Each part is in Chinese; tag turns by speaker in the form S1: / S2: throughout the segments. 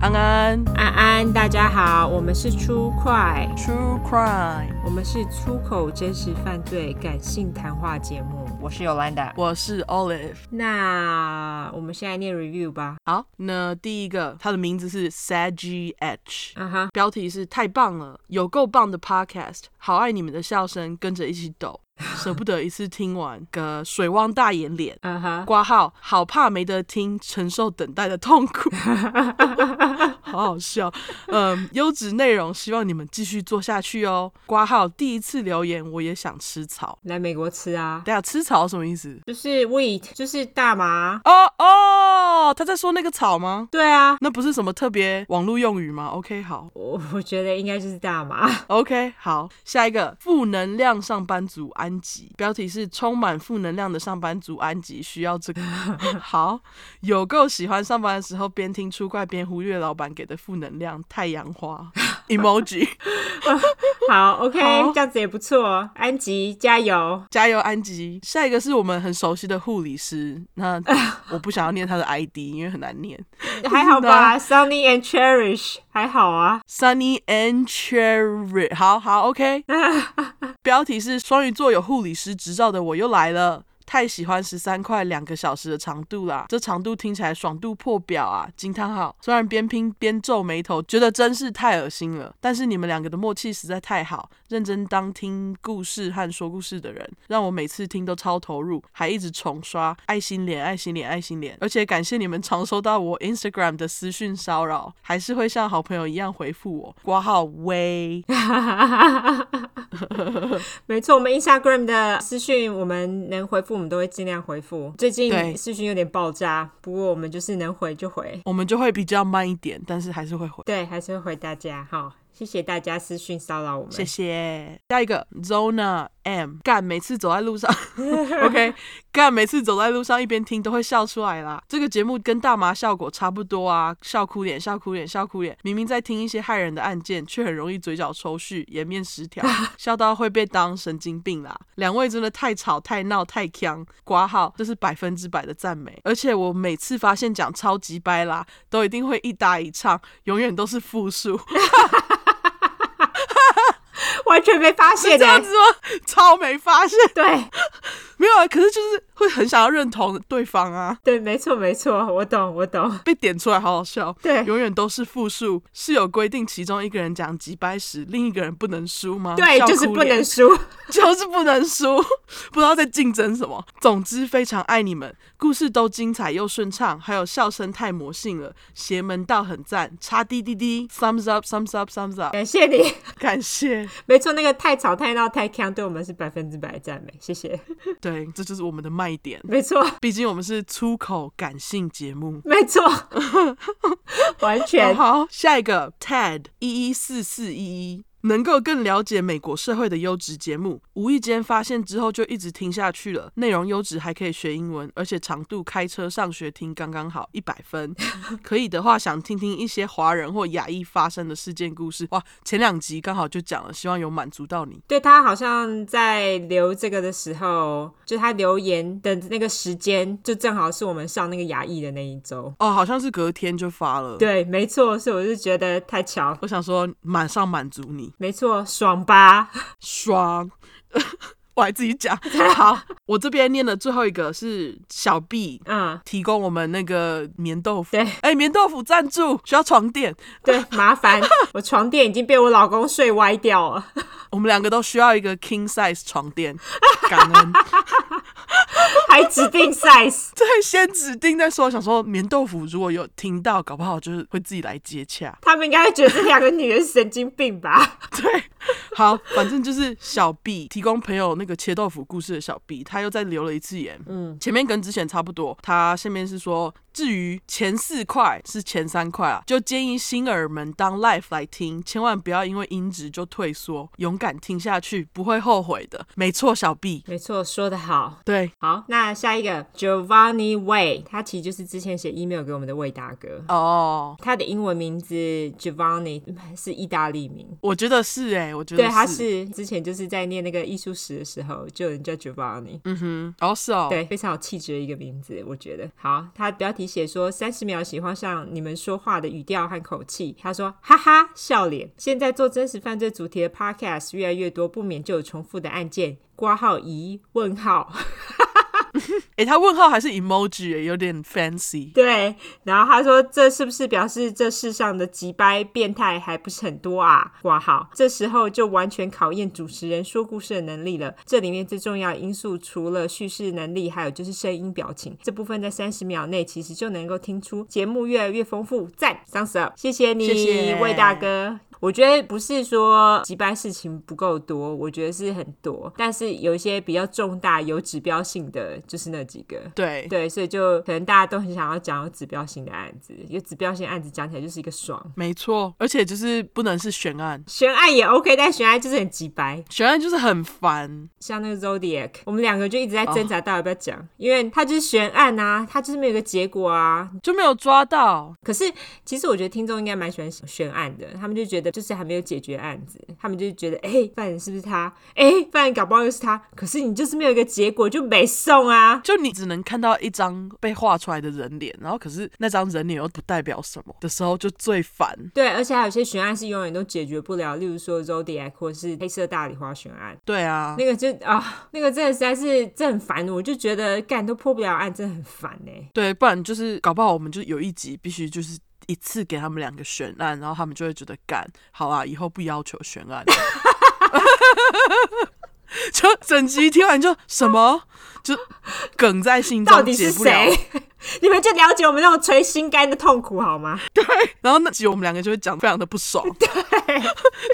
S1: 安
S2: 安安，大家好，我们是出快，
S1: ，True Crime，
S2: 我们是出口真实犯罪感性谈话节目。我是 Yolanda，
S1: 我是 Olive。
S2: 那我们现在念 review 吧。
S1: 好，那第一个，他的名字是 Sagi H，
S2: 啊哈，
S1: 标题是太棒了，有够棒的 Podcast，好爱你们的笑声，跟着一起抖，舍不得一次听完，个水汪大眼脸。
S2: 啊哈，
S1: 挂号，好怕没得听，承受等待的痛苦，好好笑。嗯，优质内容，希望你们继续做下去哦。挂号，第一次留言，我也想吃草。
S2: 来美国吃啊，
S1: 等一下吃草什么意思？
S2: 就是 wheat，就是大麻。
S1: 哦哦，他在说那个草吗？
S2: 对啊，
S1: 那不是什么特别网络用语吗？OK，好
S2: 我我觉得应该就是大麻。
S1: ，OK，好，下一个负能量上班族安吉，标题是充满负能量的上班族安吉需要这个。好，有够喜欢上班的时候边听出怪边忽略老板给的负能量，太阳花 emoji，
S2: 好，OK，
S1: 好
S2: 这样子也不错。哦安吉加油！
S1: 加油安吉。下一个是我们很熟悉的护理师，那我不想要念他的 ID，因为很难念。
S2: 还好吧，Sunny and Cherish 还好啊。
S1: Sunny and Cherry，好好，OK。标题是双鱼座有护理师执照的我又来了。太喜欢十三块两个小时的长度啦，这长度听起来爽度破表啊！惊叹号！虽然边拼边皱眉头，觉得真是太恶心了，但是你们两个的默契实在太好，认真当听故事和说故事的人，让我每次听都超投入，还一直重刷爱心脸、爱心脸、爱心脸。而且感谢你们常收到我 Instagram 的私讯骚扰，还是会像好朋友一样回复我。挂号微，
S2: 没错，我们 Instagram 的私讯，我们能回复，我们都会尽量回复。最
S1: 对
S2: 近私讯有点爆炸，不过我们就是能回就回，
S1: 我们就会比较慢一点，但是还是会回。
S2: 对，还是会回大家。好，谢谢大家私讯骚扰我们。
S1: 谢谢。下一个 Zona M，干每次走在路 上，OK，干每次走在路上一边听都会笑出来啦。这个节目跟大麻效果差不多啊，笑哭脸，笑哭脸，笑哭脸。明明在听一些害人的案件，却很容易嘴角抽搐、颜面失 调，笑到会被当神经病啦。两位真的太吵、太闹、太呛，挂号，这是百分之百的赞美。而且我每次发现讲超级掰啦，都一定会一搭一唱，永远都是复数。
S2: 完全没发 现
S1: 这
S2: 呢、
S1: 样子吗？超没发现。
S2: 对
S1: 没有啊，可是就是会很想要认同对方啊，
S2: 对，没错没错，我懂我懂。
S1: 被点出来好好笑。
S2: 对
S1: 永远都是复数，是有规定，其中一个人讲几百时，另一个人不能输吗？
S2: 对，
S1: 笑
S2: 就是
S1: 哭
S2: 不
S1: 脸
S2: 能，输。
S1: 就是不能输， 不知道在竞争什么。总之非常爱你们，故事都精彩又顺畅，还有笑声太魔性了，邪门道很赞，叉滴滴滴，thumbs up，thumbs up，thumbs up，
S2: 感谢你，
S1: 感谢。
S2: 没错，那个太吵太闹太强，对我们是百分之百赞美，谢谢。
S1: 对，这就是我们的卖点，
S2: 没错
S1: 毕竟我们是出口感性节目。
S2: 没错，完全
S1: 哦好，下一个 Ted 一一四四一一，能够更了解美国社会的优质节目，无意间发现之后就一直听下去了。内容优质，还可以学英文，而且长度开车上学听刚刚好，一百分。 可以的话，想听听一些华人或亚裔发生的事件故事。哇，前两集刚好就讲了，希望有满足到你。
S2: 对他好像在留这个的时候，就他留言的那个时间，就正好是我们上那个牙医的那一周。
S1: 哦，好像是隔天就发了。
S2: 对，没错，所以我就觉得太巧，
S1: 我想说，马上满足你。
S2: 没错，爽吧？
S1: 爽。 我还自己讲， 好，我这边念的最后一个是小 B
S2: 嗯，
S1: 提供我们那个棉豆腐，
S2: 对
S1: 哎、棉豆腐赞助需要床垫，
S2: 对，麻烦，我床垫已经被我老公睡歪掉了。
S1: 我们两个都需要一个 king size 床垫， 感恩。
S2: 还指定 size，
S1: 对，先指定再说。想说棉豆腐如果有听到，搞不好就是会自己来接洽。
S2: 他们应该会觉得这两个女人是神经病吧？
S1: 对，好，反正就是小 B 提供朋友那个切豆腐故事的小 B，他又再留了一次言。嗯，前面跟之前差不多，他下面是说，至于前四块是前三块啊，就建议新耳们当 live 来听，千万不要因为音质就退缩，勇敢听下去，不会后悔的。没错，小 B，
S2: 没错，说得好。
S1: 对，
S2: 好，那那下一个 Giovanni Way，他其实就是之前写 email 给我们的魏大哥。
S1: 哦，
S2: 他的英文名字 Giovanni 是意大利名，
S1: 我觉得是哎、我觉得
S2: 对，他是之前就是在念那个艺术史的时候，就有人叫 Giovanni，、
S1: 嗯哼，哦是哦，
S2: 对，非常有气质的一个名字，我觉得。好，他标题写说三十秒喜欢上你们说话的语调和口气，他说哈哈笑脸。现在做真实犯罪主题的 podcast 越来越多，不免就有重复的案件，挂号疑问号。
S1: 哎、他问号还是 emoji，、欸、有点 fancy。
S2: 对，然后他说：“这是不是表示这世上的急掰变态还不是很多啊？”挂号，这时候就完全考验主持人说故事的能力了。这里面最重要的因素，除了叙事能力，还有就是声音表情这部分，在三十秒内其实就能够听出。节目越来越丰富，赞，thumbs up，谢谢你，
S1: 谢谢
S2: 魏大哥。我觉得不是说击败事情不够多，我觉得是很多，但是有一些比较重大、有指标性的，就是那几个。
S1: 对，
S2: 对，所以就可能大家都很想要讲有指标性的案子，有指标性的案子讲起来就是一个爽。
S1: 没错，而且就是不能是悬案，
S2: 悬案也 OK，但悬案就是很鸡掰。
S1: 悬案就是很烦。
S2: 像那个 Zodiac，我们两个就一直在挣扎到底要不要讲因为它就是悬案啊，它就是没有一个结果啊。
S1: 就没有抓到，
S2: 可是其实我觉得听众应该蛮喜欢悬案的，他们就觉得就是还没有解决案子，他们就觉得哎、犯人是不是他？哎、犯人搞不好又是他。可是你就是没有一个结果，就没送啊。
S1: 就你只能看到一张被画出来的人脸，然后可是那张人脸又不代表什么的时候，就最烦。
S2: 对，而且还有些悬案是永远都解决不了，例如说 Zodiac 或是黑色大理花悬案。
S1: 对啊，
S2: 那个就啊，那个真的实在是这很烦，我就觉得干都破不了案，真的很烦欸呢、
S1: 对，不然就是搞不好我们就有一集必须就是一次给他们两个悬案，然后他们就会觉得干好啊，以后不要求悬案了。 就整集听完就什么，就梗在心
S2: 到
S1: 中
S2: 底
S1: 解
S2: 是
S1: 不了。
S2: 谁？ 你们就了解我们那种捶心肝的痛苦好吗？
S1: 然后那集我们两个就会讲非常的不爽，对，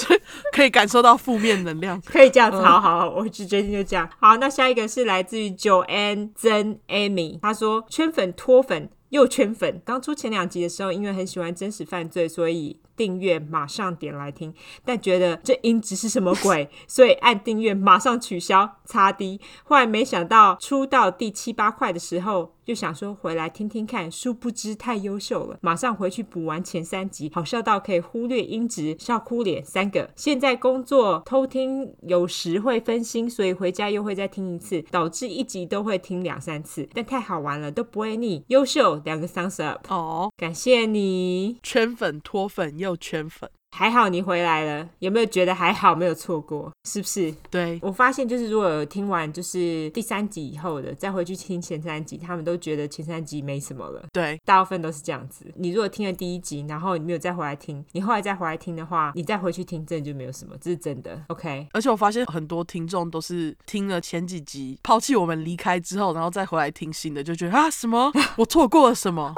S1: 就可以感受到负面能量。
S2: 可以这样
S1: 嗯
S2: 子，好好，好我就决定就这样。好，那下一个是来自于 Joanne 曾 Amy，她说圈粉脱粉。又圈粉，刚出前两集的时候，因为很喜欢真实犯罪，所以订阅马上点来听，但觉得这音质是什么鬼， 所以按订阅马上取消，擦低。后来没想到出到第七八块的时候，就想说回来听听看，殊不知太优秀了，马上回去补完前三集，好笑到可以忽略音质，笑哭脸三个。现在工作偷听有时会分心，所以回家又会再听一次，导致一集都会听两三次，但太好玩了，都不会腻。优秀，两个 thumbs up，
S1: 哦，
S2: 感谢你，
S1: 圈粉、脱粉又圈粉，
S2: 还好你回来了，有没有觉得还好没有错过？是不是？
S1: 对，
S2: 我发现就是如果有听完就是第三集以后的，再回去听前三集，他们都觉得前三集没什么了。
S1: 对，
S2: 大部分都是这样子。你如果听了第一集，然后你没有再回来听，你后来再回来听的话，你再回去听，真的就没有什么，这是真的。OK，
S1: 而且我发现很多听众都是听了前几集，抛弃我们离开之后，然后再回来听新的，就觉得啊什么我错过了什么，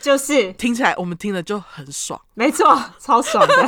S2: 就是
S1: 听起来我们听了就很爽。
S2: 没错，超爽的。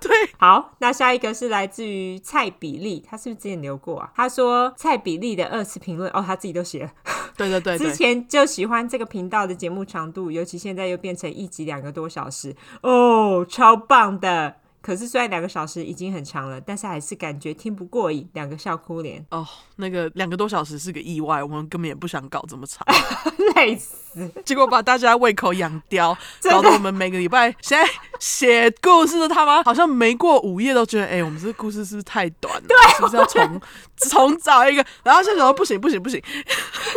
S1: 对，
S2: 好，那下一个是来自于蔡比利，他是不是之前留过啊？他说蔡比利的二次评论，哦，他自己都写了。
S1: 对对对
S2: 之
S1: 对，
S2: 前就喜欢这个频道的节目长度，尤其现在又变成一集两个多小时，哦，超棒的。可是虽然两个小时已经很长了，但是还是感觉听不过瘾，两个笑哭脸。
S1: 哦，那个两个多小时是个意外，我们根本也不想搞这么长，
S2: 累死！
S1: 结果把大家胃口养刁，
S2: 真的
S1: 搞得我们每个礼拜现在写故事的他妈好像没过五页都觉得，哎、我们这个故事是不是太短了？是不是要重 重找一个？然后现在想说不行不行不行，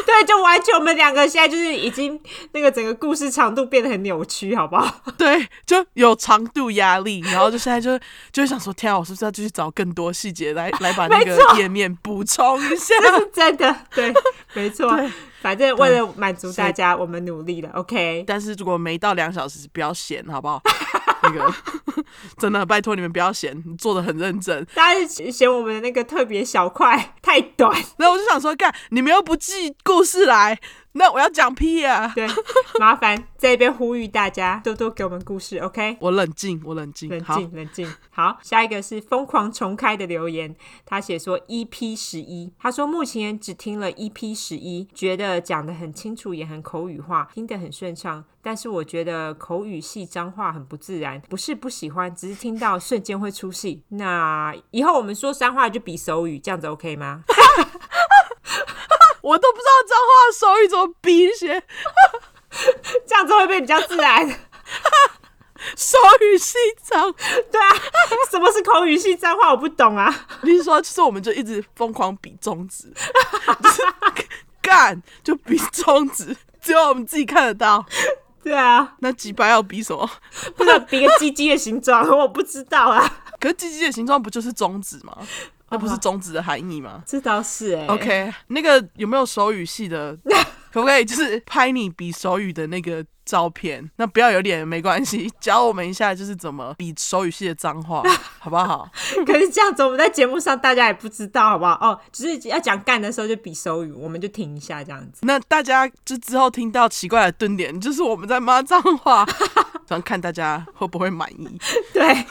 S2: 对，就完全我们两个现在就是已经那个整个故事长度变得很扭曲，好不好？
S1: 对，就有长度压力，然后就现在就就会想说，天啊，我是不是要继续找更多细节 来来把那
S2: 没
S1: 个
S2: 错
S1: 页面补充一下？
S2: 真的，对，没错。反正为了满足大家，我们努力了。OK，
S1: 但是如果没到两小时，不要闲，好不好？那个 真的，拜托你们不要闲，做的很认真。
S2: 大家嫌我们的那个特别小块太短，
S1: 然后我就想说，干，你们又不记故事来，那我要讲屁啊！
S2: 对，麻烦在一边呼吁大家多多给我们故事。OK，
S1: 我冷静，我冷静，
S2: 冷
S1: 嗯好，
S2: 静，冷静。好，下一个是疯狂重开的留言，他写说 EP 十一，他说目前只听了 EP 十一，觉得讲得很清楚，也很口语化，听得很顺畅。但是我觉得口语系脏话很不自然，不是不喜欢，只是听到瞬间会出戏。那以后我们说脏话就比手语，这样子 OK 吗？
S1: 我都不知道脏话手语怎么比写，
S2: 这样子会不会比较自然？
S1: 手语系脏。
S2: 对啊，什么是口语系脏话？我不懂啊。
S1: 你是说，就是我们就一直疯狂比中指，就是干就比中指，只有我们自己看得到。
S2: 对啊，
S1: 那几百要比什么？
S2: 不能比个鸡鸡的形状，我不知道啊。
S1: 可是鸡鸡的形状不就是中指吗？那不是中指的含义吗
S2: 这倒是哎、
S1: ？OK，那个有没有手语系的？可不可以就是拍你比手语的那个照片？那不要有脸没关系，教我们一下就是怎么比手语系的脏话，好不好？
S2: 可是这样子，我们在节目上大家也不知道，好不好？哦，只是要讲干的时候就比手语，我们就停一下这样子。
S1: 那大家就之后听到奇怪的顿点，就是我们在骂脏话，想看大家会不会满意。
S2: 对，啊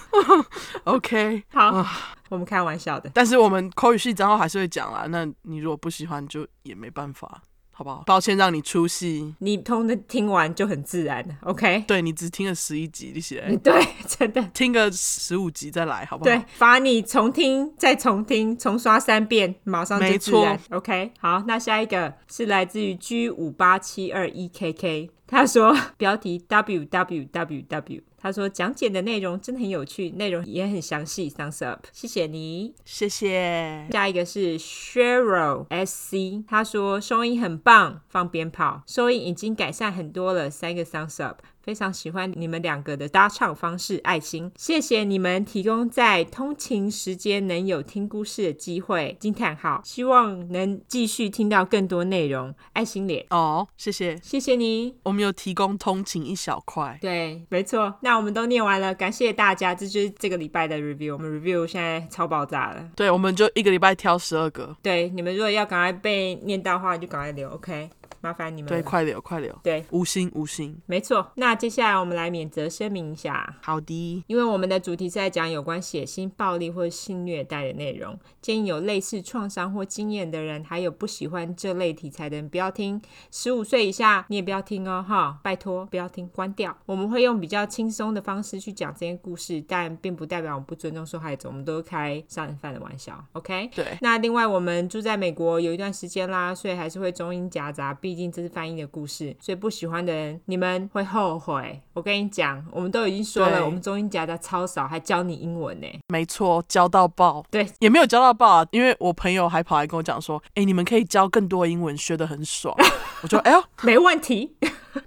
S1: OK，
S2: 好，我们开玩笑的。
S1: 但是我们口语系脏话还是会讲啦。那你如果不喜欢，就也没办法，好不好？抱歉让你出戏，
S2: 你通的听完就很自然了，OK？
S1: 对你只听了十一集，你
S2: 对，
S1: 写
S2: 真的，
S1: 听个十五集再来，好不好？
S2: 对，罚你重听，再重听，重刷三遍，马上就
S1: 没
S2: 自
S1: 错
S2: 然。OK，好，那下一个是来自于 G 五八七二一 KK，他说标题 W W W W，他说讲解的内容真的很有趣，内容也很详细，Thumbs up，谢谢你。
S1: 谢谢。
S2: 下一个是 Cheryl S C，他说收音很棒，放鞭炮，收音已经改善很多了，三个 thumbs up，非常喜欢你们两个的搭唱方式，爱心，谢谢你们提供在通勤时间能有听故事的机会，惊叹号，希望能继续听到更多内容，爱心脸，
S1: 哦，谢谢。
S2: 谢谢你。
S1: 我们有提供通勤一小块，
S2: 对，没错，那我们都念完了，感谢大家，这就是这个礼拜的 review，我们 review 现在超爆炸了。
S1: 对，我们就一个礼拜挑十二个，
S2: 对，你们如果要赶快被念到的话，就赶快留，OK？麻烦你们
S1: 对，
S2: 了。
S1: 快留，快留，
S2: 对，
S1: 五星，五星。
S2: 没错。那接下来我们来免责声明一下，
S1: 好的，
S2: 因为我们的主题是在讲有关血腥、暴力或性虐待的内容，建议有类似创伤或经验的人，还有不喜欢这类题材的人不要听。十五岁以下你也不要听哦，哈，拜托不要听，关掉。我们会用比较轻松的方式去讲这些故事，但并不代表我们不尊重受害者，我们都开杀人犯的玩笑，OK？
S1: 对，
S2: 那另外，我们住在美国有一段时间啦，所以还是会中英夹杂，毕竟这是翻译的故事，所以不喜欢的人你们会后悔。我跟你讲，我们都已经说了，
S1: 对
S2: 我们中英夹杂超少，还教你英文呢。
S1: 没错，教到爆。
S2: 对，
S1: 也没有教到爆啊，因为我朋友还跑来跟我讲说，哎、你们可以教更多英文，学得很爽。 我就哎呦，
S2: 没问题。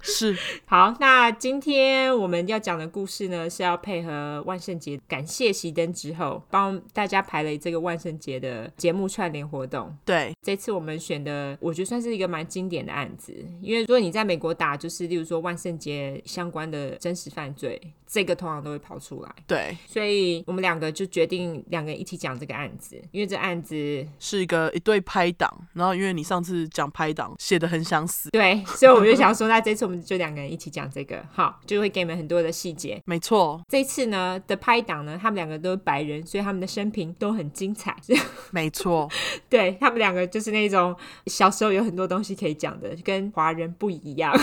S1: 是
S2: 好，那今天我们要讲的故事呢，是要配合万圣节感谢熄灯之后，帮大家排了这个万圣节的节目串联活动。
S1: 对，
S2: 这次我们选的，我觉得算是一个蛮经典的案子，因为如果你在美国打，就是例如说万圣节相关的真实犯罪，这个通常都会跑出来。
S1: 对，
S2: 所以我们两个就决定两个人一起讲这个案子，因为这案子
S1: 是一个一对拍档。然后因为你上次讲拍档写的很想死，
S2: 对，所以我们就想说，那这次我们就两个人一起讲这个，好，就会给你们很多的细节。
S1: 没错，
S2: 这次呢的拍档呢，他们两个都是白人，所以他们的生平都很精彩。
S1: 没错，
S2: 对他们两个就是那种小时候有很多东西可以讲的，跟华人不一样。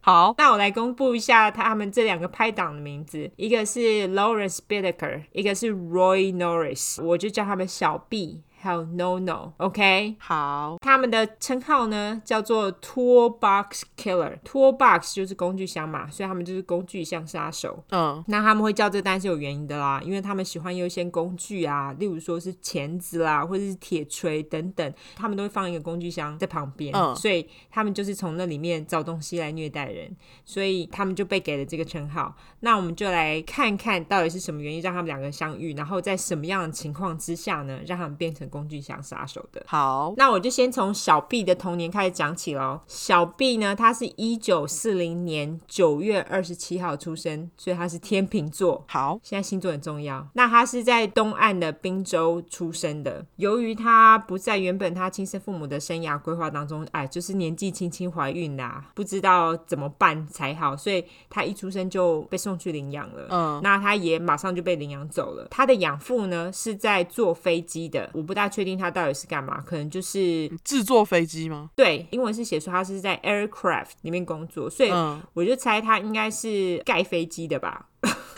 S1: 好，
S2: 那我来公布一下他们这两个拍档的名字，一个是 Lawrence Bittaker，一个是 Roy Norris，我就叫他们小 B 还有 No No，OK、
S1: 好，
S2: 他们的称号呢叫做 Toolbox Killer，Toolbox 就是工具箱嘛，所以他们就是工具箱杀手。
S1: 嗯，
S2: 那他们会叫这单是有原因的啦，因为他们喜欢用一些工具啊，例如说是钳子啦，或者是铁锤等等，他们都会放一个工具箱在旁边，
S1: 嗯
S2: 所以他们就是从那里面找东西来虐待人，所以他们就被给了这个称号。那我们就来看看到底是什么原因让他们两个相遇，然后在什么样的情况之下呢，让他们变成工具箱杀手的。
S1: 好，
S2: 那我就先从小 B 的童年开始讲起喽。小 B 呢，他是一九四零年九月二十七号出生，所以他是天秤座。
S1: 好，
S2: 现在星座很重要。那他是在东岸的宾州出生的。由于他不在原本他亲生父母的生涯规划当中，哎，就是年纪轻轻怀孕啦、不知道怎么办才好，所以他一出生就被送去领养了。
S1: 嗯，
S2: 那他也马上就被领养走了。他的养父呢是在坐飞机的，我不大确定他到底是干嘛，可能就是
S1: 制作飞机吗？
S2: 对英文是写说他是在 aircraft 里面工作，所以
S1: 嗯，
S2: 我就猜他应该是盖飞机的吧。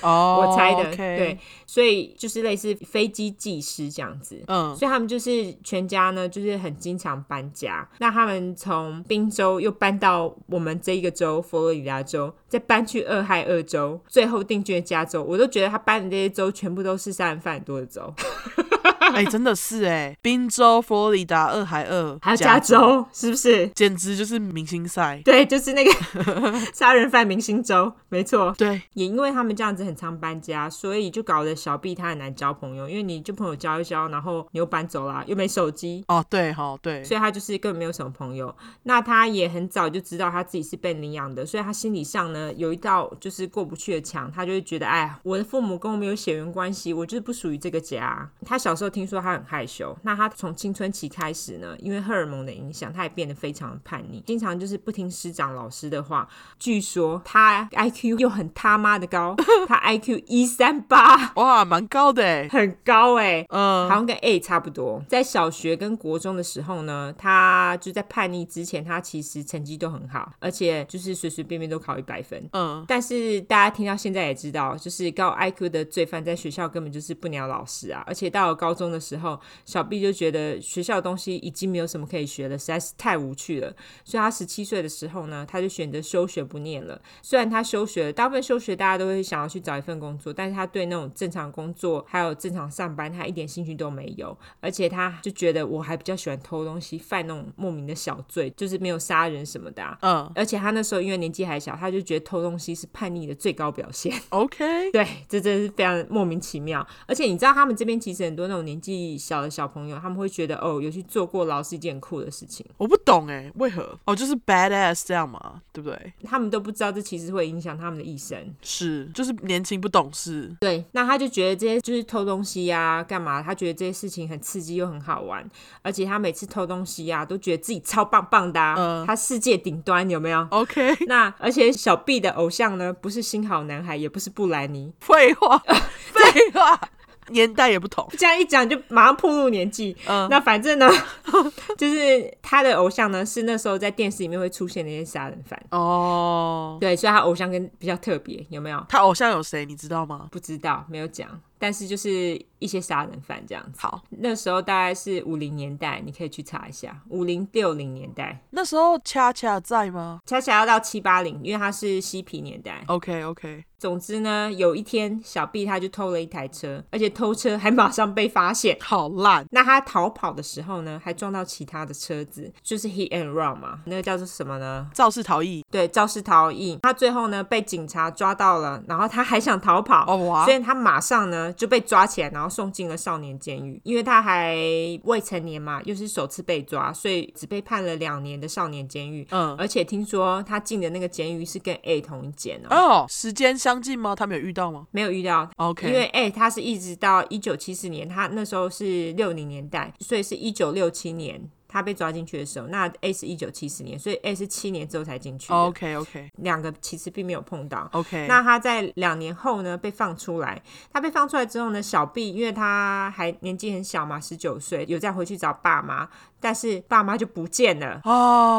S1: 哦，
S2: 我猜的
S1: o k
S2: 对，，所以就是类似飞机技师这样子。
S1: 嗯，
S2: 所以他们就是全家呢，就是很经常搬家。那他们从宾州又搬到我们这一个州佛罗里达州，再搬去俄亥俄州，最后定居了加州。我都觉得他搬的这些州全部都是杀人犯很多的州，
S1: 哎、真的是哎、宾州、佛罗里达、二海二，
S2: 还有加州，是不是？
S1: 简直就是明星赛。
S2: 对，就是那个 杀人犯明星州，没错。
S1: 对，
S2: 也因为他们这样子很常搬家，所以就搞得小 B 他很难交朋友，因为你就朋友交一交，然后你又搬走啦，又没手机，
S1: 哦，对哈，对，
S2: 所以他就是根本没有什么朋友。那他也很早就知道他自己是被领养的，所以他心理上呢有一道就是过不去的墙，他就会觉得，哎呀，我的父母跟我没有血缘关系，我就是不属于这个家。他小时候听说他很害羞，那他从青春期开始呢，因为荷尔蒙的影响，他也变得非常叛逆，经常就是不听师长老师的话。据说他 IQ 又很他妈的高，他 IQ 一三八，
S1: 哇，蛮高的 哎、
S2: 很高哎、
S1: 嗯、
S2: 好像跟 A 差不多。在小学跟国中的时候呢，他就在叛逆之前，他其实成绩都很好，而且就是随随便便都考一百分。
S1: 嗯，
S2: 但是大家听到现在也知道，就是高 IQ 的罪犯在学校根本就是不鸟老师啊！而且到了高中的时候，小 B 就觉得学校的东西已经没有什么可以学了，实在是太无趣了。所以他十七岁的时候呢，他就选择休学不念了。虽然他休学了，大部分休学大家都会想要去找一份工作，但是他对那种正常工作还有正常上班，他一点兴趣都没有。而且他就觉得我还比较喜欢偷东西，犯那种莫名的小罪，就是没有杀人什么的、啊。
S1: 嗯
S2: 而且他那时候因为年纪还小，他就觉得偷东西是叛逆的最高表现。
S1: ，OK，
S2: 对，这真是非常莫名其妙。而且你知道，他们这边其实很多那种年纪小的小朋友，他们会觉得哦，有去做过牢是一件很酷的事情，
S1: 我不懂哎、为何？哦，就是 badass 这样嘛，对不对？
S2: 他们都不知道这其实会影响他们的一生。
S1: 是，就是年轻不懂事，
S2: 对，那他就觉得这些就是偷东西呀、干嘛？他觉得这些事情很刺激又很好玩，而且他每次偷东西呀、都觉得自己超棒棒的、啊，
S1: 嗯
S2: 他世界顶端有没有？
S1: OK，
S2: 那而且小 B 的偶像呢，不是新好男孩，也不是布莱尼，
S1: 废 话，废话，年代也不同，
S2: 这样一讲就马上暴露年纪。
S1: 嗯
S2: 那反正呢， 就是他的偶像呢是那时候在电视里面会出现的那些杀人犯，
S1: 哦，
S2: 对，所以他偶像跟比较特别，有没有？
S1: 他偶像有谁你知道吗？
S2: 不知道，没有讲，但是就是一些杀人犯这样子。
S1: 好，
S2: 那时候大概是五零年代，你可以去查一下，五零六零年代，
S1: 那时候恰恰在吗
S2: 恰恰要到七八零，因为他是嬉皮年代。
S1: ？OK OK，
S2: 总之呢，有一天小 B 他就偷了一台车，而且偷车还马上被发现，
S1: 好烂，
S2: 那他逃跑的时候呢，还撞到其他的车子，就是 hit and run 嘛，那个叫做什么呢？
S1: 肇事逃逸，
S2: 对，肇事逃逸。他最后呢被警察抓到了，然后他还想逃跑，
S1: 哦哇
S2: 所以他马上呢就被抓起来，然后送进了少年监狱，因为他还未成年嘛，又是首次被抓，所以只被判了两年的少年监狱。
S1: 嗯，
S2: 而且听说他进的那个监狱是跟 A 同一间哦，
S1: 哦，时间相近吗？他们有遇到吗
S2: 没有遇到
S1: ？OK，
S2: 因为哎、他是一直到一九七四年，他那时候是六零年代，所以是一九六七年他被抓进去的时候，那 A 是一九七四年，所以 A 是七年之后才进去的
S1: 哦 OK 哦 OK
S2: 两个其实并没有碰到。
S1: OK，
S2: 那他在两年后呢被放出来，他被放出来之后呢，小 B 因为他还年纪很小嘛，十九岁，有再回去找爸妈，但是爸妈就不见了。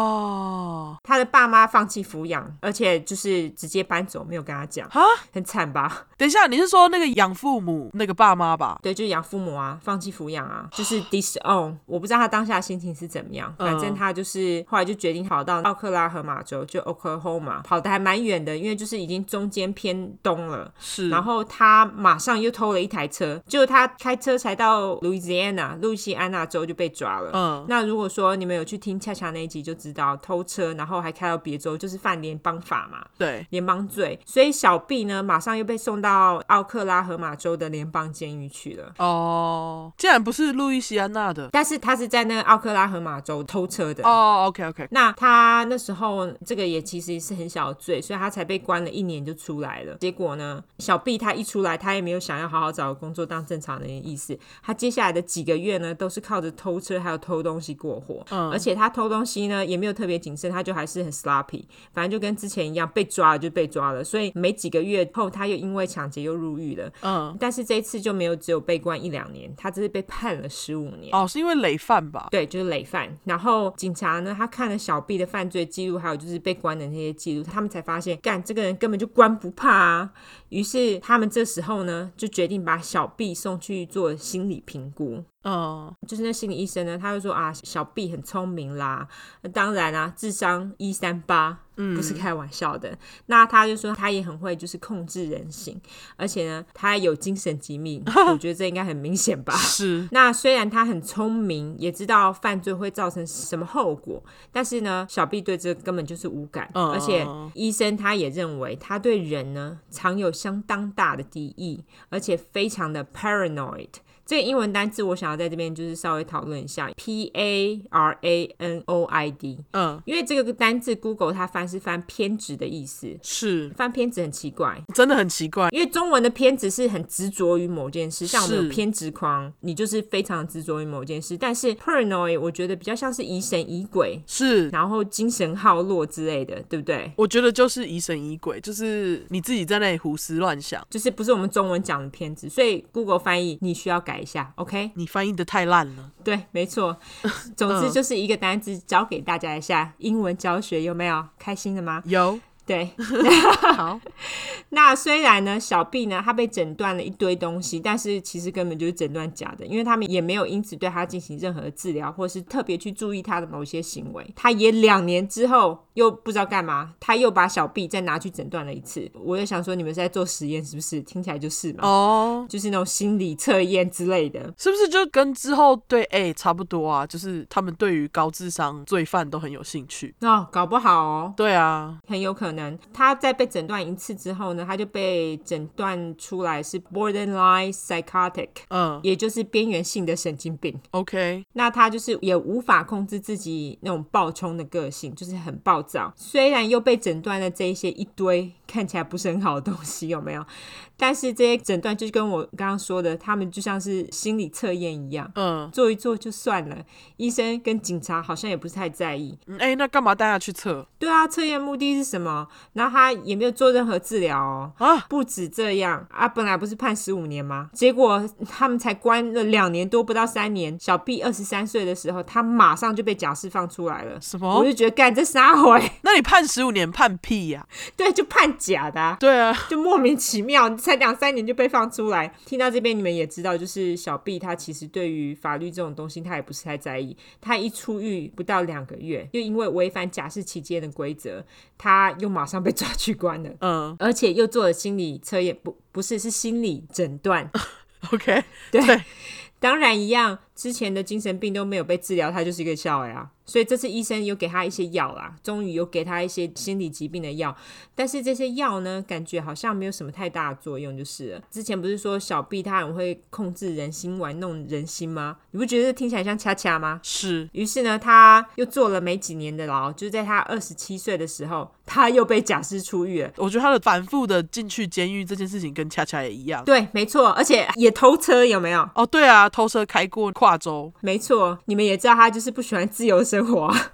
S1: 哦
S2: 他的爸妈放弃抚养，而且就是直接搬走，没有跟他讲，
S1: 啊，
S2: 很惨吧？
S1: 等一下，你是说那个养父母那个爸妈吧？
S2: 对，就养父母啊，放弃抚养啊，就是 disown。我不知道他当下心情是怎么样，反正他就是后来就决定跑到奥克拉荷马州，就 Oklahoma，跑得还蛮远的，因为就是已经中间偏东了。
S1: 是，
S2: 然后他马上又偷了一台车，结果他开车才到 Louisiana 路易西安那州就被抓了。
S1: 嗯，
S2: 那如果说你们有去听恰恰那一集，就知道偷车然后还开到别州，就是犯联邦法嘛。
S1: 对，
S2: 联邦罪，所以小 B 呢，马上又被送到奥克拉荷马州的联邦监狱去了。
S1: 哦，竟然不是路易西安那的。
S2: 但是他是在那个奥克拉荷马州偷车的。
S1: 哦，OK OK，
S2: 那他那时候这个也其实是很小的罪，所以他才被关了一年就出来了。结果呢，小 B 他一出来，他也没有想要好好找个工作当正常人的意思。他接下来的几个月呢，都是靠着偷车还有偷东西过活。
S1: 嗯
S2: 而且他偷东西呢也没有特别谨慎，他就还是很 sloppy，反正就跟之前一样，被抓了就被抓了。所以没几个月后，他又因为抢劫又入狱了。
S1: 嗯，
S2: 但是这一次就没有只有被关一两年，他只是被判了十五年。
S1: 哦，是因为累犯吧？
S2: 对，就是累犯。然后警察呢，他看了小 B 的犯罪记录，还有就是被关的那些记录，他们才发现，干这个人根本就关不怕啊。于是他们这时候呢，就决定把小 B 送去做心理评估。
S1: 嗯，
S2: 就是那心理医生呢，他就说啊，小 B 很聪明啦，那当然啦、智商一三八，不是开玩笑的。那他就说他也很会就是控制人性，而且呢，他有精神疾病，我觉得这应该很明显吧。
S1: 是，
S2: 那虽然他很聪明，也知道犯罪会造成什么后果，但是呢，小 B 对这根本就是无感，
S1: 嗯
S2: 而且医生他也认为他对人呢常有相当大的敌意，而且非常的 paranoid。这个英文单字我想要在这边就是稍微讨论一下，P A R A N O I D，
S1: 嗯，
S2: 因为这个单字 Google 它翻是翻偏执的意思，
S1: 是，
S2: 翻偏执很奇怪，
S1: 真的很奇怪。
S2: 因为中文的偏执是很执着于某件事，像我们
S1: 是
S2: 有偏执狂，你就是非常执着于某件事。但是 paranoid 我觉得比较像是疑神疑鬼，
S1: 是，
S2: 然后精神耗弱之类的，对不对？
S1: 我觉得就是疑神疑鬼，就是你自己在那里胡思乱想，
S2: 就是不是我们中文讲的偏执，所以 Google 翻译你需要改一下，OK？
S1: 你翻译的太烂了。
S2: 对，没错。总之就是一个单词教给大家一下，英文教学有没有开心的吗？
S1: 有，
S2: 对，
S1: 好，
S2: 那虽然呢，小 B 呢，他被诊断了一堆东西，但是其实根本就是诊断假的，因为他们也没有因此对他进行任何治疗，或是特别去注意他的某些行为。他也两年之后又不知道干嘛，他又把小 B 再拿去诊断了一次。我就想说，你们是在做实验是不是？听起来就是嘛，
S1: 哦，
S2: 就是那种心理测验之类的。
S1: 是不是就跟之后对 A 差不多啊？就是他们对于高智商罪犯都很有兴趣。
S2: 哦，搞不好哦，
S1: 对啊，
S2: 很有可能，他在被诊断一次之后呢，他就被诊断出来是 borderline psychotic，
S1: 嗯
S2: 也就是边缘性的神经病。
S1: ，OK，
S2: 那他就是也无法控制自己那种暴冲的个性，就是很暴躁。虽然又被诊断了这一些一堆看起来不是很好的东西，有没有？但是这些诊断就跟我刚刚说的，他们就像是心理测验一样，
S1: 嗯，
S2: 做一做就算了。医生跟警察好像也不是太在意。
S1: 嗯哎、那干嘛带他去测
S2: 对啊，测验目的是什么？然后他也没有做任何治疗哦。
S1: 啊？
S2: 不止这样啊，本来不是判十五年吗？结果他们才关了两年多，不到三年。小 B 二十三岁的时候，他马上就被假释放出来了。
S1: 什
S2: 我
S1: 么？
S2: 就觉得干这啥回？
S1: 那你判十五年判屁呀、
S2: 对，就判假的啊、
S1: 对啊，
S2: 就莫名其妙，你才两三年就被放出来。听到这边，你们也知道，就是小 B 他其实对于法律这种东西，他也不是太在意。他一出狱不到两个月，又因为违反假释期间的规则，他又马上被抓去关了，
S1: 嗯
S2: 而且又做了心理测验，不不是是心理诊断。
S1: ，OK，
S2: 当然一样，之前的精神病都没有被治疗，他就是一个笑呀。所以这次医生有给他一些药啦，终于有给他一些心理疾病的药，但是这些药呢，感觉好像没有什么太大的作用，就是了。之前不是说小 B 他很会控制人心、玩弄人心吗？你不觉得听起来像恰恰吗？
S1: 是
S2: 于是呢，他又坐了没几年的牢，就在他二十七岁的时候，他又被假释出狱了。
S1: 我觉得他的反复的进去监狱这件事情跟恰恰也一样。
S2: 对，没错，而且也偷车，有没有？
S1: 哦，对啊，偷车开过跨州，
S2: 没错，你们也知道他就是不喜欢自由生活啊，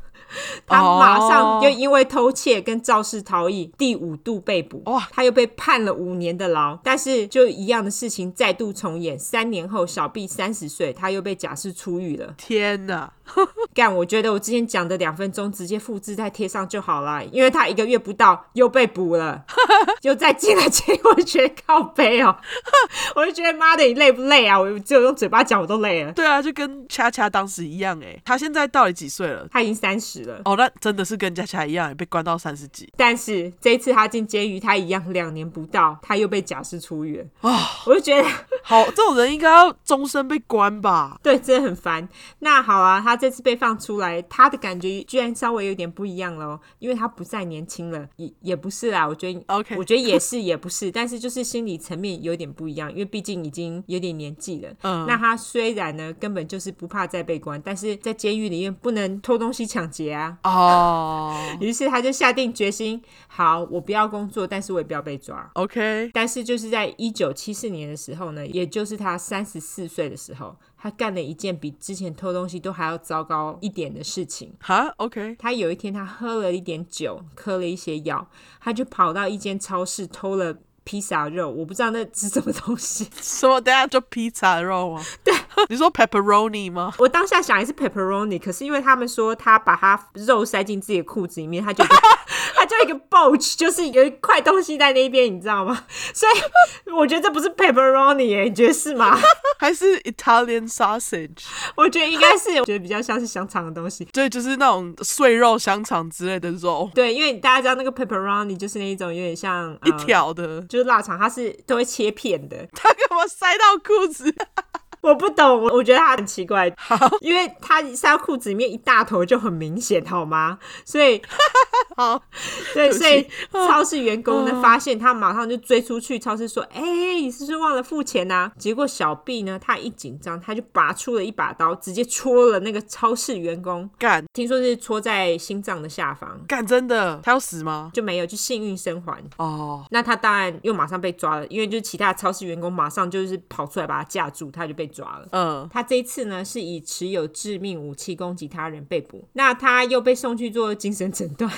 S2: 他马上就
S1: 哦
S2: 因为偷窃跟肇事逃逸第五度被捕，
S1: 哇
S2: 他又被判了五年的牢。但是就一样的事情再度重演，三年后小 B 三十岁，他又被假释出狱了。
S1: 天哪，
S2: 干，我觉得我之前讲的两分钟直接复制再贴上就好了，因为他一个月不到又被捕 了，又再进了监狱，我就觉得靠背哦， 我就觉得妈的你累不累啊？我只有用嘴巴讲我都累了。
S1: 对啊，就跟恰恰当时一样哎，他现在到底几岁了？
S2: 他已经三十了。
S1: 哦，那真的是跟恰恰一样，欸被关到三十几
S2: 但是这一次他进监狱，他一样两年不到，他又被假释出狱了。
S1: 啊！
S2: 我就觉得
S1: 好，这种人应该要终身被关吧？
S2: 对，真的很烦。那好啊，他这次被放出来，他的感觉居然稍微有点不一样了哦，因为他不再年轻了，也也不是啦。我觉得
S1: OK
S2: 我觉得也是，也不是，但是就是心理层面有点不一样，因为毕竟已经有点年纪了。
S1: 嗯
S2: 那他虽然呢根本就是不怕再被关，但是在监狱里面不能偷东西抢劫啊。
S1: 哦
S2: 于是他就下定决心，好，我不要工作，但是我也不要被抓。
S1: ，OK，
S2: 但是就是在一九七四年的时候呢，也就是他三十四岁的时候，他干了一件比之前偷东西都还要糟糕一点的事情。
S1: 哈，OK，
S2: 他有一天，他喝了一点酒，嗑了一些药，他就跑到一间超市偷了披萨肉，我不知道那是什么东西。
S1: 什么？等下就披萨肉啊？ 对，你说 pepperoni 吗？
S2: 我当下想也是 pepperoni，可是因为他们说他把他肉塞进自己的裤子里面，他就 他就一个 bulge，就是有一块东西在那边，你知道吗？所以我觉得这不是 pepperoni 耶、你觉得是吗？
S1: 还是 Italian sausage？
S2: 我觉得应该是，我觉得比较像是香肠的东西。
S1: 对，就是那种碎肉香肠之类的肉，
S2: 对，因为大家知道那个 pepperoni 就是那一种有点像、呃
S1: 一条的，
S2: 就是腊肠，它是都会切片的。
S1: 他给我塞到裤子。
S2: 我不懂，我我觉得它很奇怪， 因为它塞到裤子里面一大坨就很明显，好吗？所以
S1: 好，
S2: 对，
S1: 对不起啊
S2: 所以 超市员工呢发现他马上就追出去，超市说：“哎、你是不是忘了付钱呐、结果小 B 呢，他一紧张，他就拔出了一把刀，直接戳了那个超市员工，
S1: 干
S2: 听说是戳在心脏的下方，
S1: 干，真的，他要死吗？
S2: 就没有，就幸运生还。
S1: 哦，
S2: 那他当然又马上被抓了，因为就是其他的超市员工马上就是跑出来把他架住，他就被抓了。
S1: 嗯，
S2: 他这一次呢是以持有致命武器攻击他人被捕，那他又被送去做精神诊断。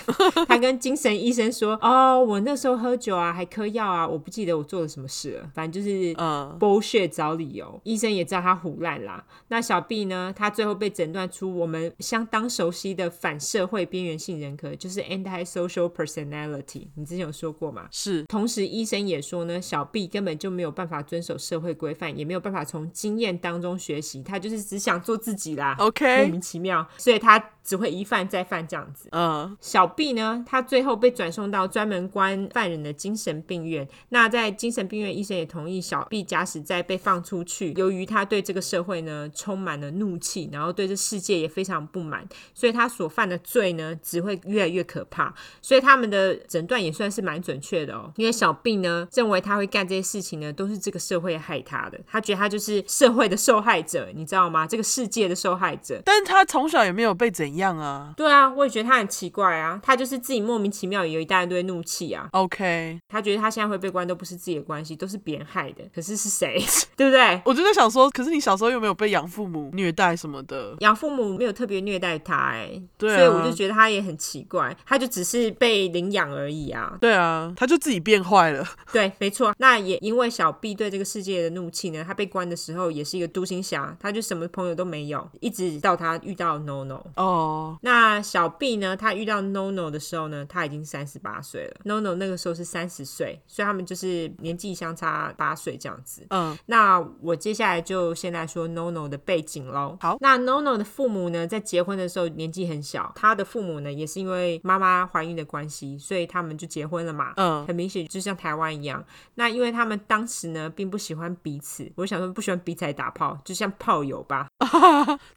S2: 他跟精神医生说：“哦，我那时候喝酒啊，还嗑药啊，我不记得我做了什么事了，反正就是呃
S1: 嗯
S2: bullshit 找理由。”医生也知道他胡乱啦。那小 B 呢，他最后被诊断出我们相当熟悉的反社会边缘性人格，就是 antisocial personality。你之前有说过吗？
S1: 是
S2: 同时，医生也说呢，小 B 根本就没有办法遵守社会规范，也没有办法从经验当中学习，他就是只想做自己啦。莫
S1: OK，
S2: 名其妙，所以他只会一犯再犯这样子。
S1: 嗯，
S2: 小 B 呢，他最后被转送到专门关犯人的精神病院。那在精神病院，医生也同意小 B 假使在被放出去，由于他对这个社会呢充满了怒气，然后对这世界也非常不满，所以他所犯的罪呢只会越来越可怕。所以他们的诊断也算是蛮准确的哦，因为小 B 呢认为他会干这些事情呢都是这个社会害他的，他觉得他就是社会的受害者，你知道吗？这个世界的受害者。
S1: 但是他从小也没有被怎样啊。
S2: 对啊，我也觉得他很奇怪啊，他就是自己莫名其妙有一大堆怒气啊，
S1: OK，
S2: 他觉得他现在会被关都不是自己的关系，都是别人害的，可是是谁， 对不对？
S1: 我就在想说，可是你小时候又没有被养父母虐待什么的，
S2: 养父母没有特别虐待他、哎、
S1: 对啊
S2: 所以我就觉得他也很奇怪，他就只是被领养而已啊。
S1: 对啊，他就自己变坏了。
S2: 对，没错。那也因为小 B 对这个世界的怒气呢，他被关的时候也是一个独行侠，他就什么朋友都没有，一直到他遇到 No No。
S1: 哦，
S2: 那小 B 呢？他遇到 NONO 的时候呢，他已经三十八岁了。NONO 那个时候是三十岁，所以他们就是年纪相差八岁这样子。
S1: 嗯，
S2: 那我接下来就先来说 NONO 的背景喽。
S1: 好
S2: 那 NONO 的父母呢，在结婚的时候年纪很小，他的父母呢也是因为妈妈怀孕的关系，所以他们就结婚了嘛。
S1: 嗯
S2: 很明显就像台湾一样。那因为他们当时呢并不喜欢彼此，我想说不喜欢彼此还打炮，就像炮友吧。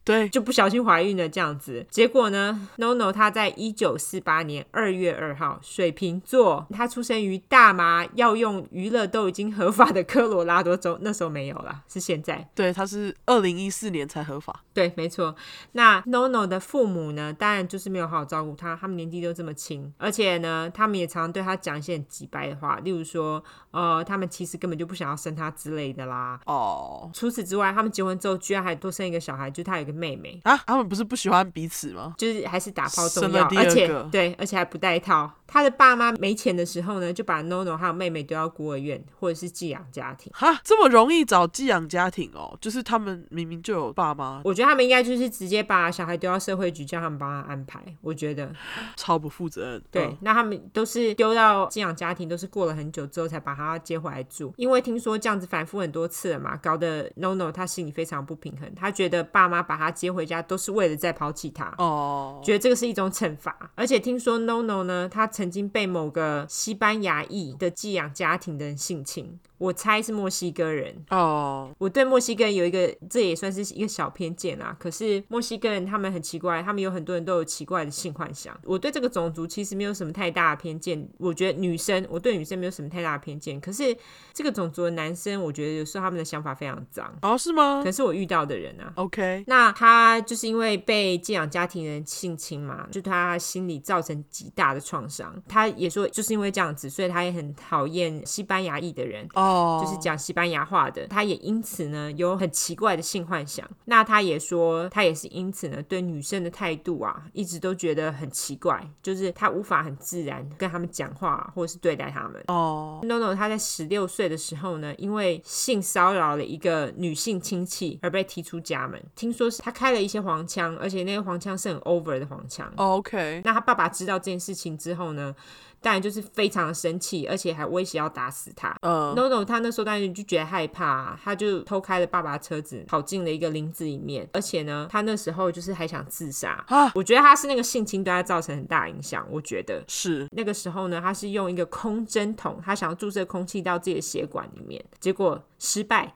S1: 对，
S2: 就不小心怀孕了这样子。结果呢，NONO 她在一九四八年二月二号，水瓶座，她出生于大麻药用娱乐都已经合法的科罗拉多州，那时候没有啦，是现在。
S1: 对，他是二零一四年才合法。
S2: 对，没错。那 NONO 的父母呢，当然就是没有好好照顾她，他们年纪都这么轻，而且呢，他们也常常对她讲一些很直白的话，例如说，呃，他们其实根本就不想要生她之类的啦。
S1: 哦，
S2: 除此之外，他们结婚之后居然还多生一个小孩，就是她有一个妹妹。
S1: 啊，他们不是不喜欢彼此吗？
S2: 就是还是打炮重
S1: 生
S2: 要
S1: 了，第二
S2: 而
S1: 个
S2: 且对，而且还不带套。他的爸妈没钱的时候呢，就把 NONO 还有妹妹丢到孤儿院或者是寄养家庭。
S1: 哈，这么容易找寄养家庭哦？就是他们明明就有爸妈，
S2: 我觉得他们应该就是直接把小孩丢到社会局，叫他们帮他安排。我觉得
S1: 超不负责任。
S2: 对，
S1: 嗯
S2: 那他们都是丢到寄养家庭，都是过了很久之后才把他接回来住，因为听说这样子反复很多次了嘛，搞得 NONO 他心里非常不平衡，他觉得爸妈把他接回家都是为了再抛弃他。
S1: 哦，
S2: 觉得这个是一种惩罚。而且听说 NONO 呢，他曾经被某个西班牙裔的寄养家庭的人性侵，我猜是墨西哥人。
S1: 哦，
S2: 我对墨西哥人有一个，这也算是一个小偏见啦。可是墨西哥人他们很奇怪，他们有很多人都有奇怪的性幻想。我对这个种族其实没有什么太大的偏见，我觉得女生，我对女生没有什么太大的偏见。可是这个种族的男生，我觉得有时候他们的想法非常脏。
S1: 哦，是吗
S2: 可是我遇到的人啊，
S1: ？OK，
S2: 那他就是因为被寄养家庭人性侵嘛，就对他心理造成极大的创伤。他也说，就是因为这样子，所以他也很讨厌西班牙裔的人。
S1: 哦哦，
S2: 就是讲西班牙话的。他也因此呢有很奇怪的性幻想。那他也说，他也是因此呢对女生的态度啊，一直都觉得很奇怪，就是他无法很自然跟他们讲话、啊或者是对待他们。
S1: 哦，
S2: 诺诺他在十六岁的时候呢，因为性骚扰了一个女性亲戚而被踢出家门。听说是他开了一些黄腔，而且那个黄腔是很 over 的黄腔。
S1: 哦 OK，
S2: 那他爸爸知道这件事情之后呢，当然就是非常的生气，而且还威胁要打死他。
S1: 嗯，
S2: NONO 他那时候当然就觉得害怕、他就偷开了爸爸的车子，跑进了一个林子里面，而且呢，他那时候就是还想自杀。
S1: 啊
S2: 我觉得他是那个性侵对他造成很大影响，我觉得。
S1: 是
S2: 那个时候呢，他是用一个空针筒，他想要注射空气到自己的血管里面，结果失败，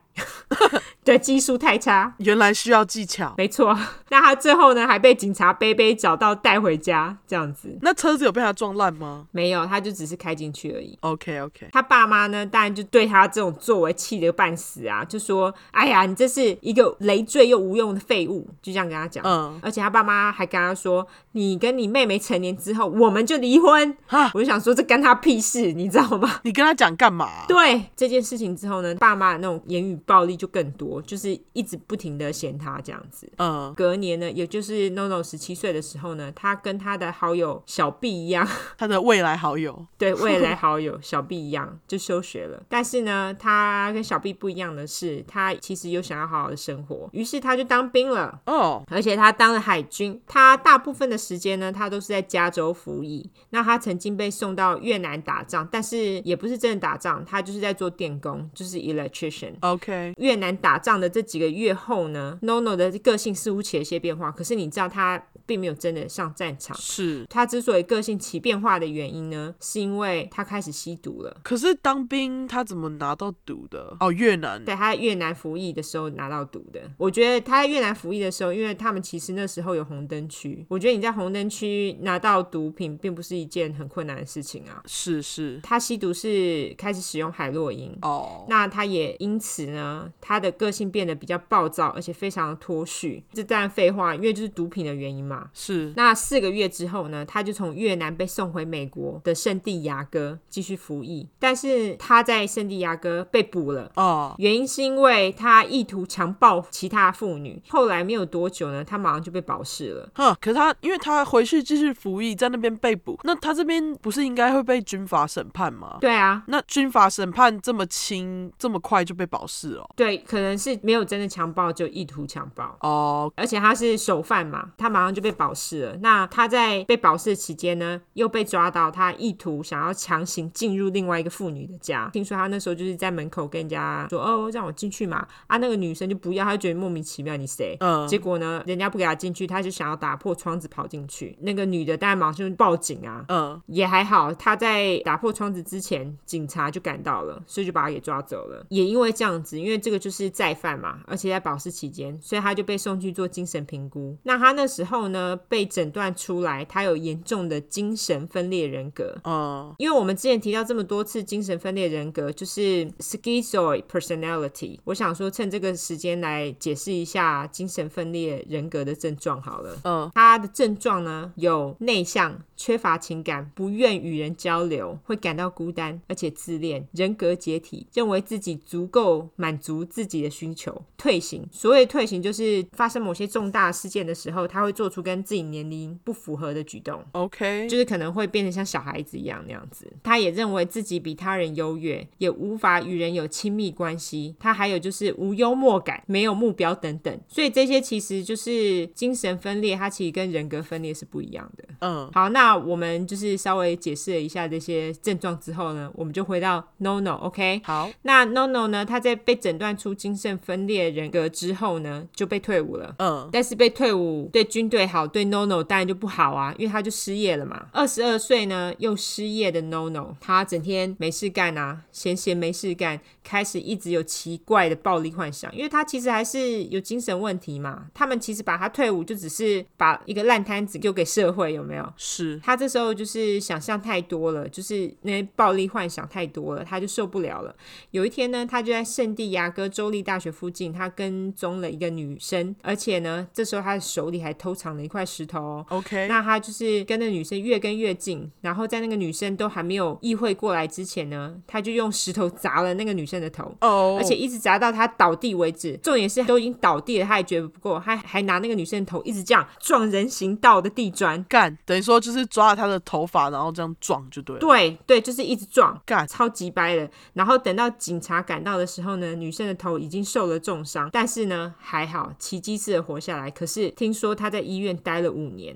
S2: 对技术太差，
S1: 原来需要技巧。
S2: 没错。 那他最后呢，还被警察杯杯找到带回家，这样子
S1: 那车子有被他撞烂吗
S2: 没有，他就只是开进去而已。
S1: ？OK OK，
S2: 他爸妈呢，当然就对他这种作为气得半死啊，就说：“哎呀，你这是一个累赘又无用的废物。”就这样跟他讲。
S1: 嗯，
S2: 而且他爸妈还跟他说：“你跟你妹妹成年之后，我们就离婚。
S1: 哈”
S2: 我就想说，这干他屁事，你知道吗？
S1: 你跟他讲干嘛、
S2: 对这件事情之后呢，爸妈的那种言语暴力就更多，就是一直不停的嫌他这样子。
S1: 嗯，
S2: 隔年呢，也就是 NONO 十七岁的时候呢，他跟他的好友小 B 一样，
S1: 他的未来好友
S2: 对未来好友小 B 一样 就休学了。但是呢，他跟小 B 不一样的是，他其实有想要好好的生活，于是他就当兵了。
S1: 哦，
S2: 而且他当了海军，他大部分的时间呢，他都是在加州服役。那他曾经被送到越南打仗，但是也不是真的打仗，他就是在做电工，就是 electrician。
S1: OK，
S2: 越南打仗的这几个月后呢，NONO 的个性似乎起了一些变化，可是你知道他并没有真的上战场。
S1: 是。
S2: 他之所以个性起变化的原因呢，是因为他开始吸毒了。
S1: 可是当兵他怎么拿到毒的？哦，越南
S2: 对，他在越南服役的时候拿到毒的。我觉得他在越南服役的时候，因为他们其实那时候有红灯区，我觉得你在红灯区拿到毒品，并不是一件很困难的事情啊。
S1: 是是
S2: 他吸毒是开始使用海洛因。
S1: 哦，
S2: 那他也因此呢，他的个性变得比较暴躁，而且非常的脱序。这当然废话，因为就是毒品的原因嘛。
S1: 是
S2: 那四个月之后呢，他就从越南被送回美国的圣地亚哥继续服役，但是他在圣地亚哥被捕了。
S1: 哦，
S2: 原因是因为他意图强暴其他妇女，后来没有多久呢，他马上就被保释了。
S1: 哼。可是他因为他回去继续服役，在那边被捕，那他这边不是应该会被军法审判吗？
S2: 对啊，
S1: 那军法审判这么轻，这么快就被保释了
S2: 对，可能是没有真的强暴，就意图强暴。
S1: 哦？
S2: 而且他是首犯嘛，他马上就被保释了。那他在被保释期间呢，又被抓到他意图想要强行进入另外一个妇女的家。听说他那时候就是在门口跟人家说：“哦，让我进去嘛。”啊，那个女生就不要，她就觉得莫名其妙，你谁？
S1: 嗯
S2: 结果呢，人家不给他进去，他就想要打破窗子跑进去。那个女的当然马上就报警啊。
S1: 嗯，
S2: 也还好，他在打破窗子之前，警察就赶到了，所以就把他给抓走了。也因为这样子，因为这个就是再犯嘛，而且在保释期间，所以他就被送去做精神评估。那他那时候呢，被诊断出来他有严重的精神分裂人格。
S1: 嗯，
S2: 因为我们之前提到这么多次精神分裂人格，就是 schizoid personality。我想说，趁这个时间来解释一下精神分裂人格的症状好了。
S1: 嗯，
S2: 他的症状呢有内向、缺乏情感、不愿与人交流，会感到孤单，而且自恋、人格解体，认为自己足够满足自己的需求。退行，所谓退行就是发生某些重大事件的时候，他会做出跟自己年龄不符合的举动。
S1: OK，
S2: 就是可能会变得像小孩子一样那样子。他也认为自己比他人优越，也无法与人有亲密关系。他还有就是无幽默感、没有目标等等。所以这些其实就是精神分裂，它其实跟人格分裂是不一样的。
S1: 嗯，
S2: 好，那我们就是稍微解释了一下这些症状之后呢，我们就回到 No No，OK、
S1: 好，
S2: 那 NONO 呢？他在被诊断出精神分裂人格之后呢，就被退伍了。
S1: 嗯，
S2: 但是被退伍对军队好，对 NONO 当然就不好啊，因为他就失业了嘛。二十二岁呢，又失业的 NONO，他整天没事干啊，闲闲没事干，开始一直有奇怪的暴力幻想，因为他其实还是有精神问题嘛。他们其实把他退伍就只是把一个烂摊子丢给社会，有没有？
S1: 是
S2: 他这时候就是想象太多了，就是那些暴力幻想太多了，他就受不了了。有一天呢，他就在圣地亚哥州立大学附近，他跟踪了一个女生，而且呢，这时候他的手里还偷藏了一块石头哦。
S1: OK，
S2: 那他就是跟那女生越跟越近，然后在那个女生都还没有意会过来之前呢，他就用石头砸了那个女生的头。
S1: 哦，
S2: 而且一直砸到她倒地为止。重点是都已经倒地了，他还觉得不够，他还拿那个女生的头一直这样撞人行道的地砖。
S1: 干，等于说就是抓了他的头发，然后这样撞就对了。
S2: 对对，就是一直撞，
S1: 干
S2: 超级掰的。然后等到警察赶到的时候呢，女生的头已经受了重伤，但是呢还好奇迹似的活下来。可是听说她在医院待了五年，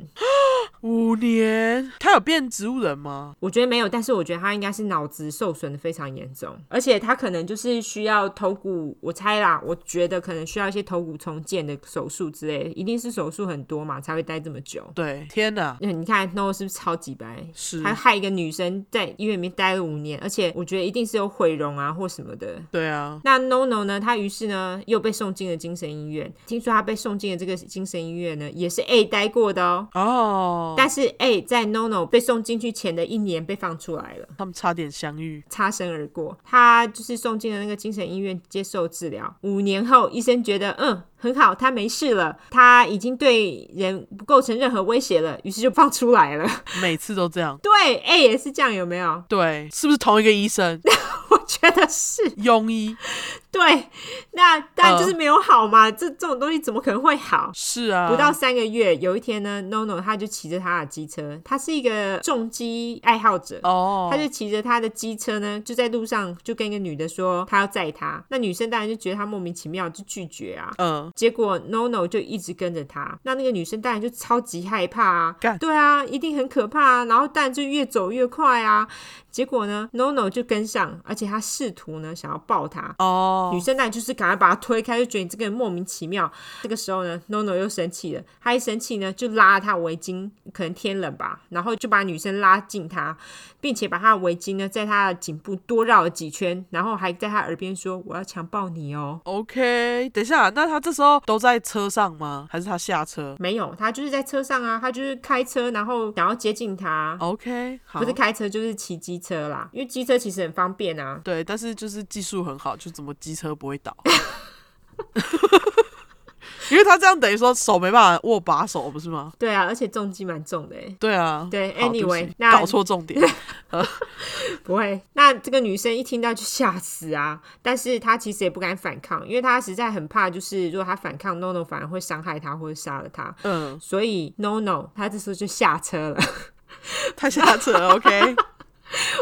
S1: 五年，他有变植物人吗？
S2: 我觉得没有，但是我觉得他应该是脑子受损的非常严重，而且他可能就是需要头骨，我猜啦，我觉得可能需要一些头骨重建的手术之类的，一定是手术很多嘛，才会待这么久。
S1: 对，天哪，
S2: 嗯你看 No 是不是超级白？
S1: 是
S2: 他害一个女生在医院里面待了五年，而且我觉得一定是有毁容啊或什么的。
S1: 对啊，
S2: 那 No No 呢？他于是呢又被送进了精神医院。听说他被送进的这个精神医院呢，也是 A 待过的哦。
S1: 哦，
S2: 但是 A 在 No No 被送进去前的一年被放出来了。
S1: 他们差点相遇，
S2: 擦身而过。他就是送进了那个精神医院接受治疗。五年后，医生觉得嗯很好，他没事了，他已经对人不构成任何威胁了，于是就放出来了。
S1: 每次都这样。
S2: 对，哎、也是这样，有没有？
S1: 对，是不是同一个医生？
S2: 我觉得是
S1: 庸医
S2: 对。那但
S1: 嗯
S2: 就是没有好嘛，这这种东西怎么可能会好？
S1: 是啊，
S2: 不到三个月，有一天呢，NONO 他就骑着他的机车，他是一个重机爱好者，
S1: 哦，
S2: 他就骑着他的机车呢，就在路上就跟一个女的说他要载她，那女生当然就觉得他莫名其妙就拒绝啊。
S1: 嗯，
S2: 结果 NONO 就一直跟着他，那那个女生当然就超级害怕啊
S1: 干，
S2: 对啊，一定很可怕啊。然后但就越走越快啊，结果呢，NONO 就跟上，而且他试图呢想要抱她。
S1: 哦
S2: 女，生当然就是赶快把他推开，就觉得你这个人莫名其妙。这个时候呢，NONO 又生气了，他一生气呢，就拉他围巾，可能天冷吧，然后就把女生拉近他，并且把他的围巾呢在他的颈部多绕了几圈，然后还在他耳边说：“我要强暴你哦。”
S1: OK，等一下，那他这时候都在车上吗？还是他下车
S2: 没有，他就是在车上啊，他就是开车，然后想要接近他，
S1: ？OK，好哦
S2: 不，是开车就是骑机车啦，因为机车其实很方便啊。
S1: 对，但是就是技术很好，就怎么机车不会 倒？ 因为他这样等于说手没办法握把手，不是吗？
S2: 对啊，而且重机蛮重的欸
S1: 对啊，
S2: 对
S1: 好对不起
S2: ，anyway，那
S1: 搞错重点，
S2: 不会。那这个女生一听到就吓死啊，但是她其实也不敢反抗，因为她实在很怕，就是如果她反抗，NONO 反而会伤害她或者杀了她，
S1: 嗯，
S2: 所以 NONO 她这时候就下车了。
S1: 他下车了，OK，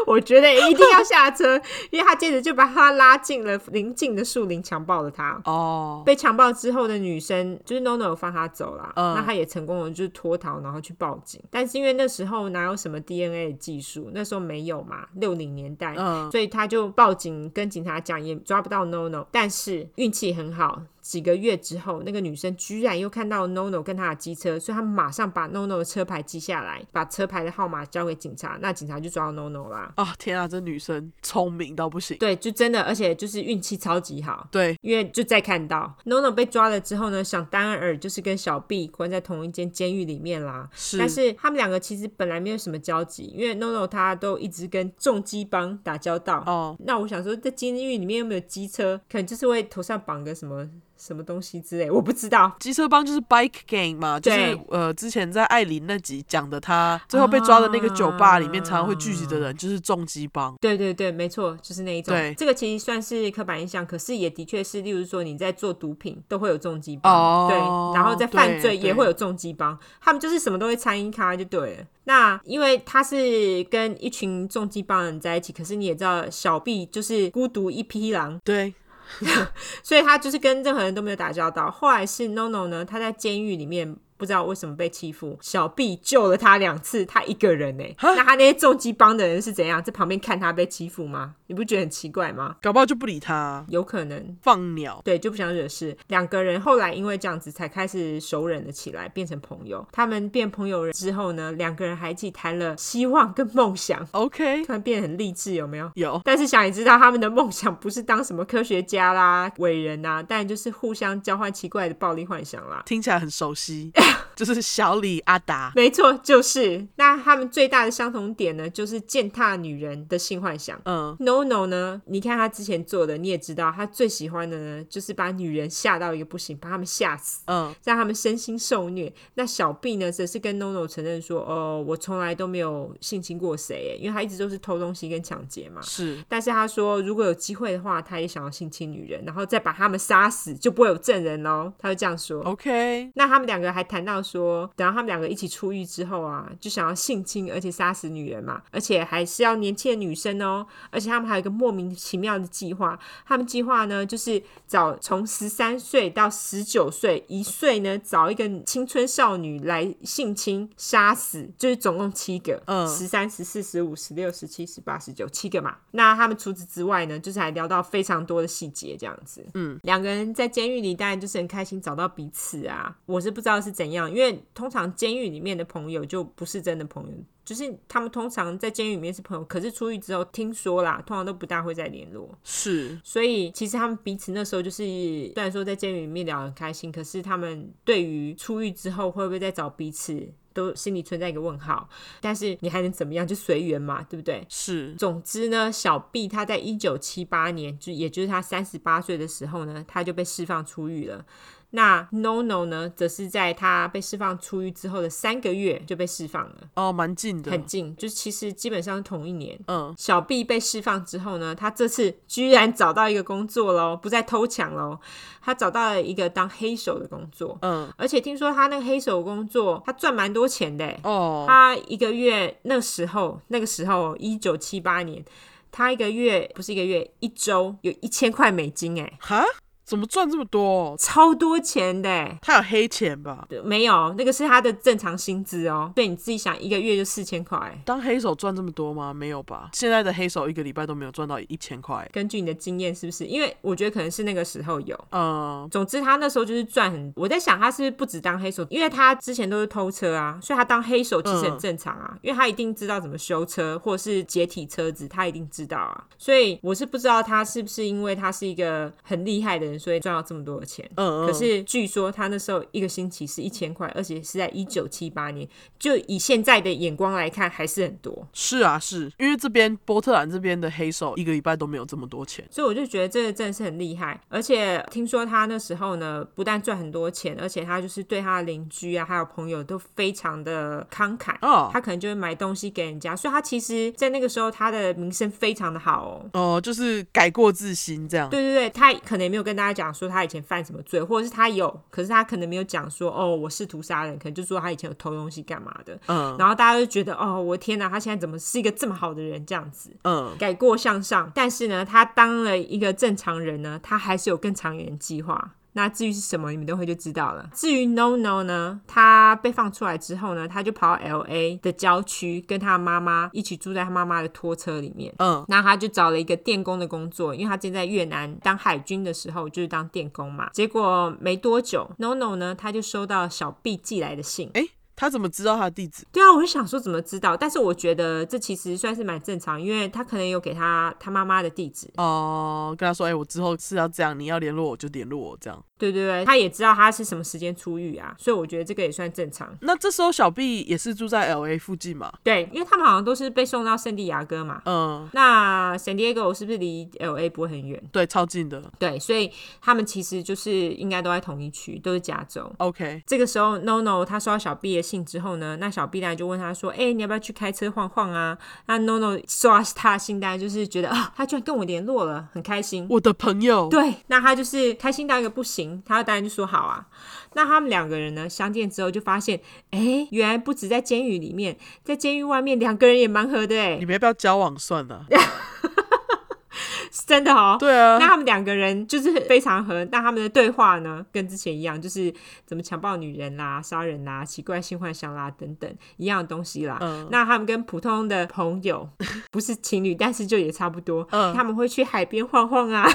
S2: 我觉得一定要下车，因为他接着就把她拉进了邻近的树林，强暴了她。
S1: 哦，
S2: 被强暴之后的女生，就是 NONO 有放她走啦，
S1: 嗯
S2: 那她也成功了，就是脱逃，然后去报警。但是因为那时候哪有什么 DNA 的技术，那时候没有嘛，六零年代，
S1: 嗯，
S2: 所以他就报警跟警察讲，也抓不到 NONO。但是运气很好，几个月之后，那个女生居然又看到 NONO 跟她的机车，所以她马上把 NONO 的车牌记下来，把车牌的号码交给警察，那警察就抓到 NONO 啦。
S1: 哦，天啊，这女生聪明到不行，
S2: 对，就真的，而且就是运气超级好。
S1: 对，
S2: 因为就再看到 NONO 被抓了之后呢，想当然尔就是跟小 B 关在同一间监狱里面啦。
S1: 是，
S2: 但是他们两个其实本来没有什么交集，因为 NONO 他都一直跟重击帮打交道。
S1: 哦，
S2: 那我想说，在监狱里面有没有机车？可能就是会头上绑个什么什么东西之类，我不知道。
S1: 机车帮就是 Bike Gang 嘛，就
S2: 对
S1: 是呃之前在艾琳那集讲的，他最后被抓的那个酒吧里面常常会聚集的人就是重机帮，
S2: 对对对，没错，就是那一种。
S1: 对
S2: 这个其实算是刻板印象，可是也的确是，例如说你在做毒品都会有重击帮，
S1: 哦
S2: 对，然后在犯罪
S1: 对对
S2: 也会有重击帮，他们就是什么都会参与咖就对了。那因为他是跟一群重击帮人在一起，可是你也知道，小 B 就是孤独一匹狼，
S1: 对，
S2: 所以他就是跟任何人都没有打交道。后来是 NONO 呢，他在监狱里面不知道为什么被欺负，小 B 救了他两次，他一个人呢、欸
S1: 哈
S2: 那他那些重击帮的人是怎样在旁边看他被欺负吗？你不觉得很奇怪吗？
S1: 搞不好就不理他、
S2: 有可能。
S1: 放鸟，
S2: 对，就不想惹事。两个人后来因为这样子才开始熟人了起来，变成朋友。他们变朋友之后呢，两个人还一起谈了希望跟梦想，
S1: OK，
S2: 突然变得很励志，有没有？
S1: 有
S2: 但是想也知道，他们的梦想不是当什么科学家啦、伟人呐、啊，但就是互相交换奇怪的暴力幻想啦。
S1: 听起来很熟悉，就是小李阿达。
S2: 没错，就是。那他们最大的相同点呢，就是践踏女人的性幻想。
S1: 嗯，
S2: No No 呢？你看他之前做的，你也知道，他最喜欢的呢，就是把女人吓到一个不行，把他们吓死，
S1: 嗯，
S2: 让他们身心受虐。那小 B 呢，则是跟 No No 承认说，哦，我从来都没有性侵过谁，因为他一直都是偷东西跟抢劫嘛。
S1: 是
S2: 但是他说，如果有机会的话，他也想要性侵女人，然后再把他们杀死，就不会有证人喽。他就这样说。
S1: OK，
S2: 那他们两个还谈到说，等到他们两个一起出狱之后啊，就想要性侵，而且杀死女人嘛，而且还是要年轻的女生哦。而且他们还有一个莫名其妙的计划，他们计划呢就是找从十三岁到十九岁一岁呢，找一个青春少女来性侵杀死，就是总共七个，
S1: 嗯
S2: 十三、十四、十五、十六、十七、十八、十九，七个嘛。那他们除此之外呢，就是还聊到非常多的细节，这样子。两个人在监狱里当然就是很开心找到彼此啊。我是不知道是怎样，因为通常监狱里面的朋友就不是真的朋友，就是他们通常在监狱里面是朋友，可是出狱之后听说啦，通常都不大会再联络。
S1: 是，
S2: 所以其实他们彼此那时候就是，虽然说在监狱里面聊得很开心，可是他们对于出狱之后会不会再找彼此，都心里存在一个问号。但是你还能怎么样？就随缘嘛，对不对？
S1: 是，
S2: 总之呢，小 B 他在一九七八年，就也就是他三十八岁的时候呢，他就被释放出狱了。那 No No 呢，则是在他被释放出狱之后的三个月就被释放了，
S1: 哦，蛮近的
S2: 很，近，就是其实基本上是同一年。
S1: 嗯，
S2: 小 B 被释放之后呢，他这次居然找到一个工作喽，不再偷抢喽，他找到了一个当黑手的工作，
S1: 嗯，
S2: 而且听说他那个黑手工作，他赚蛮多钱的欸，
S1: 哦，
S2: 他一个月那时候，那个时候一九七八年，他一个月不是一个月，一周有一千块美金，哎，
S1: 哈，怎么赚这么多？
S2: 超多钱的欸。
S1: 他有黑钱吧？
S2: 对没有，那个是他的正常薪资哦。对，你自己想，一个月就四千块。欸
S1: 当黑手赚这么多吗？没有吧？现在的黑手一个礼拜都没有赚到一千块。
S2: 根据你的经验，是不是？因为我觉得可能是那个时候有。
S1: 嗯，
S2: 总之，他那时候就是赚很。我在想，他是不是不止当黑手，因为他之前都是偷车啊，所以他当黑手其
S1: 嗯
S2: 实很正常啊，因为他一定知道怎么修车或者是解体车子，他一定知道啊。所以我是不知道他是不是因为他是一个很厉害的人，所以赚到这么多的钱。
S1: 嗯嗯
S2: 可是据说他那时候一个星期是一千块，而且是在一九七八年，就以现在的眼光来看还是很多。
S1: 是啊，是因为这边波特兰这边的黑手一个礼拜都没有这么多钱。
S2: 所以我就觉得这个真的是很厉害，而且听说他那时候呢，不但赚很多钱，而且他就是对他的邻居啊，还有朋友都非常的慷慨。
S1: 哦
S2: 他可能就会买东西给人家，所以他其实，在那个时候他的名声非常的好哦。
S1: 哦、就是改过自新这样。
S2: 对对对，他可能也没有跟大家讲说他以前犯什么罪，或者是他有，可是他可能没有讲说哦，我试图杀人，可能就说他以前有偷东西干嘛的。
S1: 嗯
S2: 然后大家就觉得哦，我天哪，他现在怎么是一个这么好的人这样子？
S1: 嗯，
S2: 改过向上，但是呢，他当了一个正常人呢，他还是有更长远的计划。那至于是什么，你们都会就知道了。至于 No No 呢，他被放出来之后呢，他就跑到 L A 的郊区，跟他妈妈一起住在他妈妈的拖车里面。
S1: 嗯，
S2: 那他就找了一个电工的工作，因为他之前在越南当海军的时候就是当电工嘛。结果没多久，No No 呢，他就收到小 B 寄来的信，
S1: 诶，他怎么知道他的地址？
S2: 对啊，我就想说怎么知道，但是我觉得这其实算是蛮正常，因为他可能有给他他妈妈的地址，
S1: 哦、跟他说，诶，我之后是要这样，你要联络我就联络我这样。
S2: 对对对，他也知道他是什么时间出狱啊，所以我觉得这个也算正常。
S1: 那这时候小 B 也是住在 L A 附近嘛？
S2: 对，因为他们好像都是被送到圣地亚哥嘛，
S1: 嗯，
S2: 那 San Diego 是不是离 L A 不会很远？
S1: 对，超近的。
S2: 对，所以他们其实就是应该都在同一区，都是加州。
S1: OK，
S2: 这个时候，No No 他收到小 B 的信之后呢，那小 B 当然就问他说：“哎、你要不要去开车晃晃啊？”那 No No 收到他的信，当然就是觉得啊，他居然跟我联络了，很开心。
S1: 我的朋友，
S2: 对，那他就是开心到一个不行，他当然就说好啊。那他们两个人呢相见之后，就发现，哎，原来不止在监狱里面，在监狱外面两个人也蛮合的，哎
S1: 你，们要不要交往算 了？
S2: 啊是真的哦。
S1: 对啊
S2: 那，他们两个人就是非常合，那他们的对话呢，跟之前一样，就是怎么强暴女人啦、杀人啦、奇怪性幻想啦等等一样的东西啦。
S1: 嗯
S2: 那他们跟普通的朋友不是情侣，但是就也差不多，
S1: 嗯
S2: 他们会去海边晃晃啊，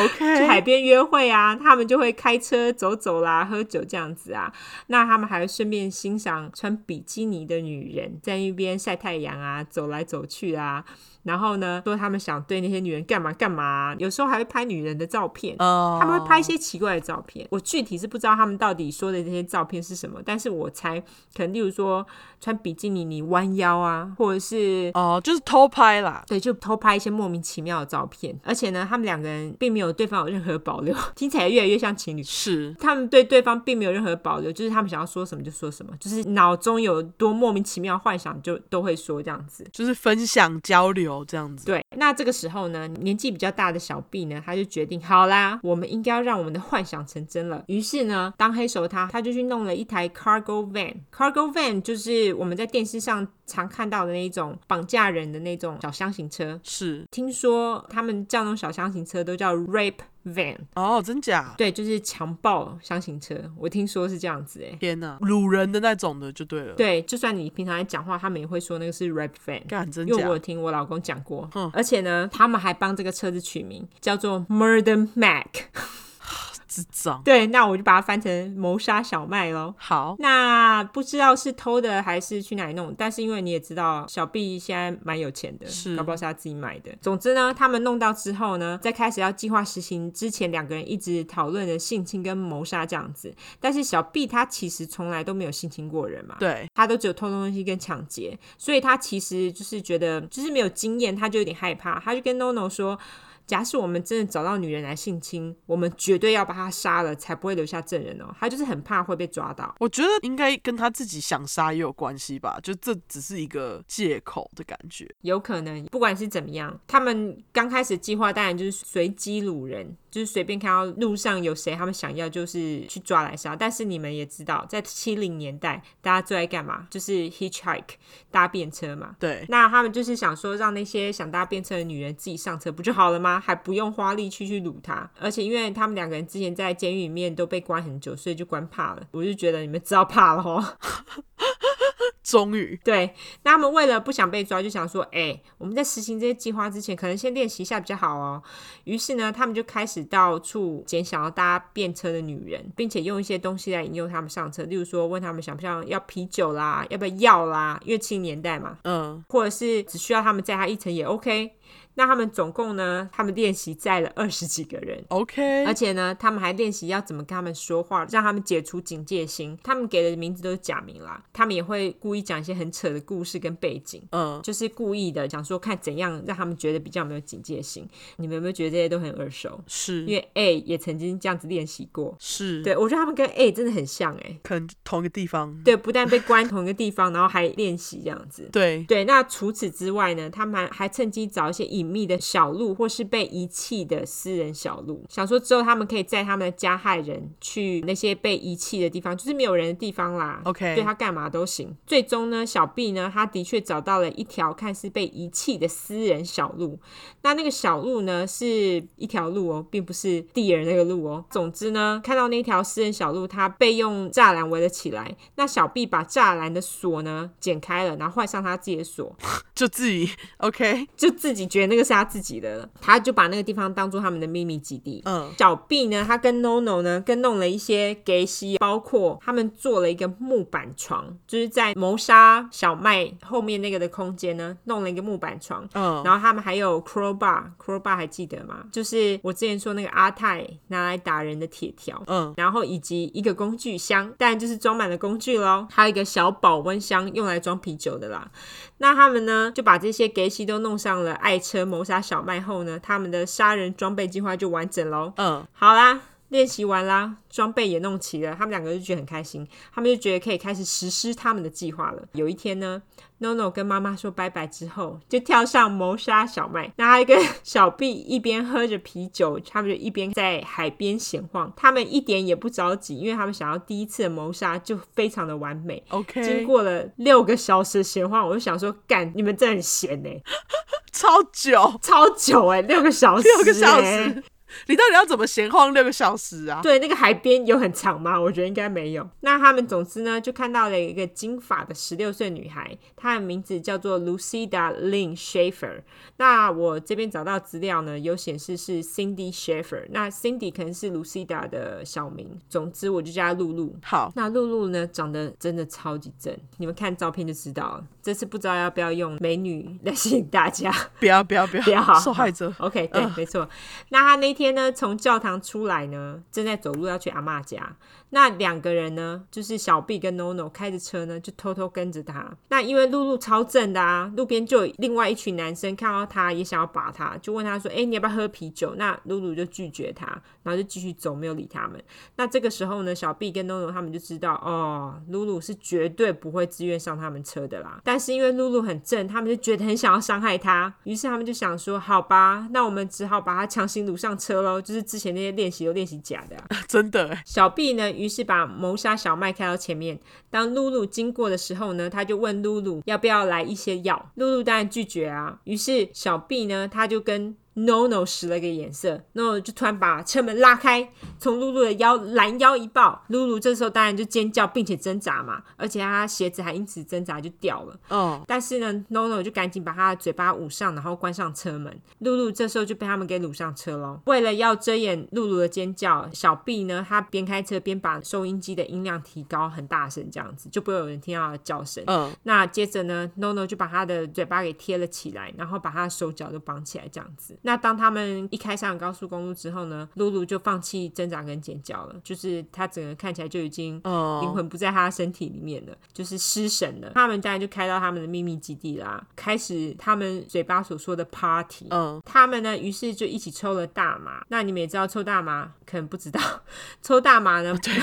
S1: OK，
S2: 去海边约会啊，他们就会开车走走啦，喝酒这样子啊。那他们还会顺便欣赏穿比基尼的女人在那边晒太阳啊，走来走去啊。然后呢，说他们想对那些女人干嘛干嘛啊、有时候还会拍女人的照片。
S1: 呃，
S2: 他们会拍一些奇怪的照片，我具体是不知道他们到底说的这些照片是什么，但是我猜可能例如说穿比基尼你弯腰啊，或者是
S1: 哦，就是偷拍啦。
S2: 对，就偷拍一些莫名其妙的照片，而且呢，他们两个人并没有对方有任何保留， 听起来越来越像情侣。
S1: 是，
S2: 他们对对方并没有任何保留，就是他们想要说什么就说什么，就是脑中有多莫名其妙幻想就都会说这样子。
S1: 就是分享交流这样子。
S2: 对，那这个时候呢，年纪比较大的小 B 呢，他就决定，好啦，我们应该要让我们的幻想成真了。于是呢，当黑手他他就去弄了一台 cargo van。cargo van 就是我们在电视上常看到的那一种绑架人的那种小箱型车。
S1: 是，
S2: 听说他们叫那种小箱型车都叫 rape van，
S1: 哦，真假？
S2: 对，就是强暴箱型车。我听说是这样子、欸，诶，
S1: 天哪，掳人的那种的就对了。
S2: 对，就算你平常在讲话，他们也会说那个是 rape van。
S1: 干，真
S2: 因为我有
S1: 假？嗯
S2: 听我老公讲过
S1: 哼，
S2: 而且呢，他们还帮这个车子取名叫做 Murder Mac。
S1: 智障。
S2: 对，那我就把它翻成谋杀小麦喽。
S1: 好，
S2: 那不知道是偷的还是去哪里弄，但是因为你也知道，小 B 现在蛮有钱的，
S1: 是
S2: 搞不好是他自己买的。总之呢，他们弄到之后呢，在开始要计划实行之前，两个人一直讨论的性侵跟谋杀这样子。但是小 B 他其实从来都没有性侵过人嘛，
S1: 对，
S2: 他都只有偷东西跟抢劫，所以他其实就是觉得就是没有经验，他就有点害怕，他就跟 NONO 说。假使我们真的找到女人来性侵，我们绝对要把她杀了，才不会留下证人哦。他就是很怕会被抓到。
S1: 我觉得应该跟他自己想杀也有关系吧，就这只是一个借口的感觉。
S2: 有可能，不管是怎么样，他们刚开始计划当然就是随机掳人，就是随便看到路上有谁他们想要，就是去抓来杀。但是你们也知道，在七零年代，大家最爱干嘛？就是 hitchhike 搭便车嘛。
S1: 对，
S2: 那他们就是想说，让那些想搭便车的女人自己上车不就好了吗？还不用花力气去掳她。而且因为他们两个人之前在监狱里面都被关很久，所以就关怕了。我就觉得你们知道怕了哦。
S1: 终于
S2: 对，那他们为了不想被抓，就想说，哎、我们在实行这些计划之前，可能先练习一下比较好哦。于是呢，他们就开始到处捡想要搭便车的女人，并且用一些东西来引诱他们上车，例如说问他们想不想要啤酒啦，要不要药啦，因为七零年代嘛，
S1: 嗯，
S2: 或者是只需要他们载他一程也 OK。那他们总共呢，他们练习载了二十几个人。而
S1: OK，
S2: 且呢，他们还练习要怎么跟他们说话，让他们解除警戒心。他们给的名字都是假名啦，他们也会故意讲一些很扯的故事跟背景，
S1: 嗯，
S2: 就是故意的想说看怎样让他们觉得比较没有警戒心。你们有没有觉得这些都很耳熟？因
S1: 是
S2: 为 A 也曾经这样子练习过。
S1: 是，
S2: 对，我觉得他们跟 A 真的很像哎、
S1: 可能同一个地方。
S2: 对，不但被关同一个地方，然后还练习这样子。
S1: 对，
S2: 对，那除此之外呢，他们还还趁机找一些隐秘的小路，或是被遗弃的私人小路，想说之后他们可以载他们的加害人去那些被遗弃的地方，就是没有人的地方啦。
S1: OK
S2: 对他干嘛都行。最终呢，小 B 呢，他的确找到了一条看似被遗弃的私人小路。那那个小路呢，是一条路哦，并不是地儿那个路哦。总之呢，看到那条私人小路，它被用栅栏围了起来。那小 B 把栅栏的锁呢剪开了，然后换上他自己的锁，
S1: 就自己 OK，
S2: 就自己觉得那个是他自己的了，他就把那个地方当做他们的秘密基地。
S1: 嗯，
S2: 小 B 呢，他跟 NONO 呢，跟弄了一些给息，包括他们做了一个木板床，就是在谋杀小麦后面那个的空间呢，弄了一个木板床。
S1: 嗯
S2: 然后他们还有 crowbar，crowbar 还记得吗？就是我之前说那个阿泰拿来打人的铁条。
S1: 嗯，
S2: 然后以及一个工具箱，当然就是装满了工具喽，还有一个小保温箱用来装啤酒的啦。那他们呢就把这些给息都弄上了爱车谋杀小麦后呢，他们的杀人装备计划就完整喽。
S1: 嗯，
S2: 好啦，练习完啦，装备也弄齐了，他们两个就觉得很开心，他们就觉得可以开始实施他们的计划了。有一天呢，NONO 跟妈妈说拜拜之后，就跳上谋杀小麦，那他跟小 B 一边喝着啤酒，他们就一边在海边闲晃，他们一点也不着急，因为他们想要第一次的谋杀就非常的完美。
S1: OK，
S2: 经过了六个小时的闲晃，我就想说，干，你们真的很闲呢、欸
S1: 超久，
S2: 超久哎、六个小时、
S1: 六个小
S2: 欸
S1: 时， 你到底要怎么闲晃六个小时啊？
S2: 对，那个海边有很长吗？我觉得应该没有。那他们总之呢，就看到了一个金发的十六岁女孩，她的名字叫做 Lucida Lynn Schaefer。那我这边找到资料呢，有显示是 Cindy Schaefer。那 Cindy 可能是 Lucida 的小名，总之我就叫她露露。
S1: 好，
S2: 那露露呢，长得真的超级正，你们看照片就知道了。这次不知道要不要用美女来吸引大家。
S1: 不要不要不要，
S2: 不要
S1: 受害者。
S2: OK，对，没错。那他那天呢，从教堂出来呢，正在走路要去阿嬷家。那两个人呢，就是小 B 跟 NONO 开着车呢，就偷偷跟着他。那因为露露超正的啊，路边就有另外一群男生看到他，也想要把他，就问他说：“哎、你要不要喝啤酒？”那露露就拒绝他，然后就继续走，没有理他们。那这个时候呢，小 B 跟 NONO 他们就知道，哦，露露是绝对不会自愿上他们车的啦。但是因为露露很正，他们就觉得很想要伤害她，于是他们就想说，好吧，那我们只好把她强行掳上车喽。就是之前那些练习都练习假的啊、
S1: 真的欸，
S2: 小 B 呢，于是把谋杀小麦开到前面。当露露经过的时候呢，他就问露露要不要来一些药。露露当然拒绝啊。于是小 B 呢，他就跟 NONO 使了个眼色，NONO 就突然把车门拉开，从露露的腰拦腰一抱。露露这时候当然就尖叫并且挣扎嘛，而且她鞋子还因此挣扎就掉了。
S1: 嗯，
S2: 但是呢，NONO 就赶紧把他的嘴巴捂上，然后关上车门。露露这时候就被他们给掳上车喽。为了要遮掩露露的尖叫，小 B 呢，他边开车边把收音机的音量提高很大声，这样子就不会有人听到他的叫声。
S1: 嗯，
S2: 那接着呢，NONO 就把他的嘴巴给贴了起来，然后把他的手脚都绑起来，这样子。那当他们一开上高速公路之后呢，露露就放弃挣扎跟尖叫了，就是他整个看起来就已经
S1: 哦
S2: 灵魂不在他的身体里面了，就是失神了。他们当然就开到他们的秘密基地啦，开始他们嘴巴所说的 party。
S1: 嗯，
S2: 他们呢，于是就一起抽了大麻。那你们也知道抽大麻，可能不知道 抽大麻呢？对，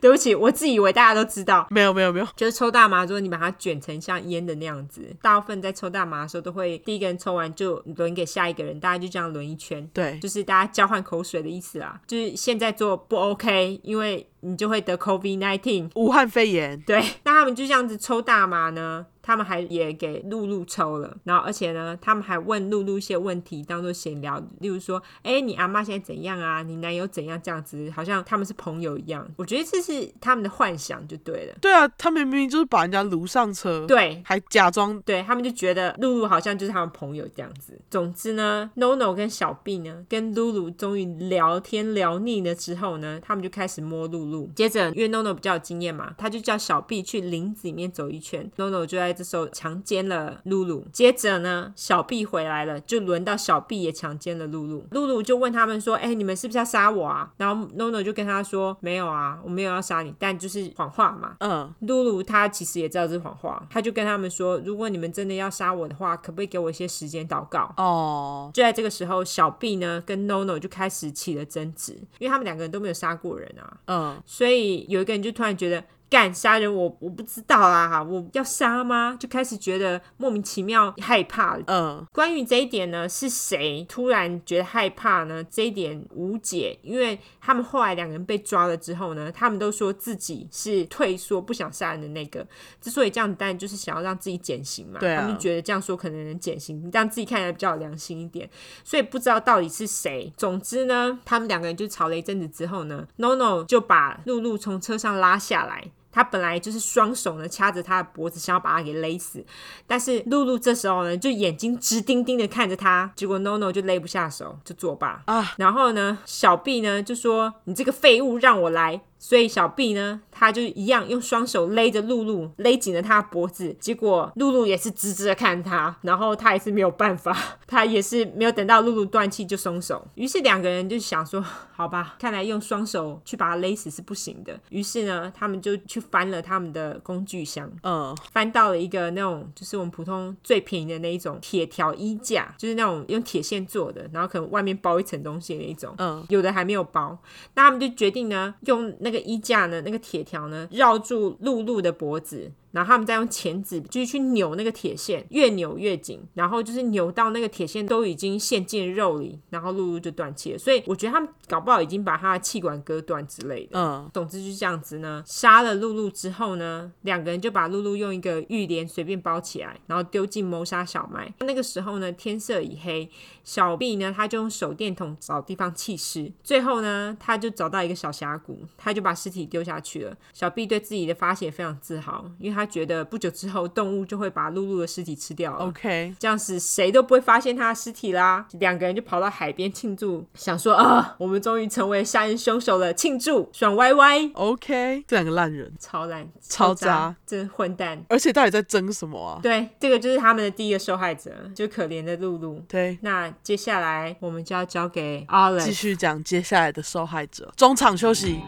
S2: 对不起，我自以为大家都知道，
S1: 没有没有没有，
S2: 就是抽大麻之后，你把它卷成像烟的那样子。大部分在抽大麻的时候，都会第一个人抽完就轮给下一个人，大家就这样轮一圈，
S1: 对，
S2: 就是大家交换口水的意思啦。就是现在做不 OK，因为你就会得 COVID nineteen。
S1: 武汉肺炎，
S2: 对，那他们就这样子抽大麻呢，他们还也给露露抽了，然后而且呢，他们还问露露一些问题，当做闲聊，例如说，哎，你阿妈现在怎样啊？你男友怎样？这样子，好像他们是朋友一样。我觉得这是他们的幻想就对了。
S1: 对啊，他们明明就是把人家掳上车，，
S2: 对，
S1: 还假装
S2: 对他们就觉得露露好像就是他们朋友这样子。总之呢，NONO 跟小 B 呢，跟露露终于聊天聊腻了之后呢，他们就开始摸露露。接着，因为 NONO 比较有经验嘛，他就叫小 B 去林子里面走一圈。NONO 就在这时候强奸了露露。接着呢，小 B 回来了，就轮到小 B 也强奸了露露。露露就问他们说：“哎、你们是不是要杀我啊？”然后 NONO 就跟他说：“没有啊，我没有要杀你，但就是谎话嘛。”
S1: 嗯，
S2: 露露她其实也知道这是谎话，她就跟他们说：“如果你们真的要杀我的话，可不可以给我一些时间祷告？”
S1: 哦，
S2: 就在这个时候，小 B 呢跟 NONO 就开始起了争执，因为他们两个人都没有杀过人啊，
S1: 嗯，
S2: 所以有一个人就突然觉得干杀人我我不知道啊，我要杀吗？就开始觉得莫名其妙害怕了。
S1: 嗯，
S2: 关于这一点呢，是谁突然觉得害怕呢？这一点无解，因为他们后来两个人被抓了之后呢，他们都说自己是退缩、不想杀人的那个。之所以这样，当然就是想要让自己减刑嘛。
S1: 对啊
S2: 他们就觉得这样说可能能减刑，让自己看起来比较有良心一点。所以不知道到底是谁。总之呢，他们两个人就吵了一阵子之后呢，NONO 就把露露从车上拉下来。他本来就是双手呢掐着她的脖子，想要把她给勒死，但是露露这时候呢，就眼睛直盯盯的看着他，结果 NONO 就勒不下手，就作罢
S1: 啊。
S2: 然后呢，小 B 呢就说：“你这个废物，让我来。”所以小 B 呢，他就一样用双手勒着露露，勒紧了她的脖子。结果露露也是直直的看他，然后他也是没有办法， 他也是没有等到露露断气就松手。于是两个人就想说：“好吧，看来用双手去把他勒死是不行的。”于是呢，他们就去翻了他们的工具箱，
S1: 嗯，
S2: 翻到了一个那种，就是我们普通最便宜的那一种铁条衣架，就是那种用铁线做的，然后可能外面包一层东西的那一种。
S1: 嗯，
S2: 有的还没有包。那他们就决定呢，用那个衣架呢，那个铁条呢，绕住露露的脖子。然后他们再用钳子继续去扭那个铁线，越扭越紧，然后就是扭到那个铁线都已经陷进肉里，然后露露就断气了。所以我觉得他们搞不好已经把他的气管割断之类的。
S1: 嗯，
S2: 总之就是这样子呢，杀了露露之后呢，两个人就把露露用一个浴帘随便包起来，然后丢进谋杀小麦。那个时候呢，天色已黑，小 B 呢他就用手电筒找地方弃尸，最后呢他就找到一个小峡谷，他就把尸体丢下去了。小 B 对自己的发现非常自豪，因为他觉得不久之后动物就会把露露的尸体吃掉了。
S1: OK，
S2: 这样子谁都不会发现他的尸体啦。两个人就跑到海边庆祝，想说啊，我们终于成为杀人凶手了，庆祝爽歪歪，
S1: OK，这两个烂人，
S2: 超烂，
S1: 超渣
S2: 渣，真混蛋。
S1: 而且到底在争什么啊？
S2: 对，这个就是他们的第一个受害者，就可怜的露露。
S1: 对，
S2: 那接下来我们就要交给
S1: 继
S2: Olive。
S1: 续讲接下来的受害者，中场休息。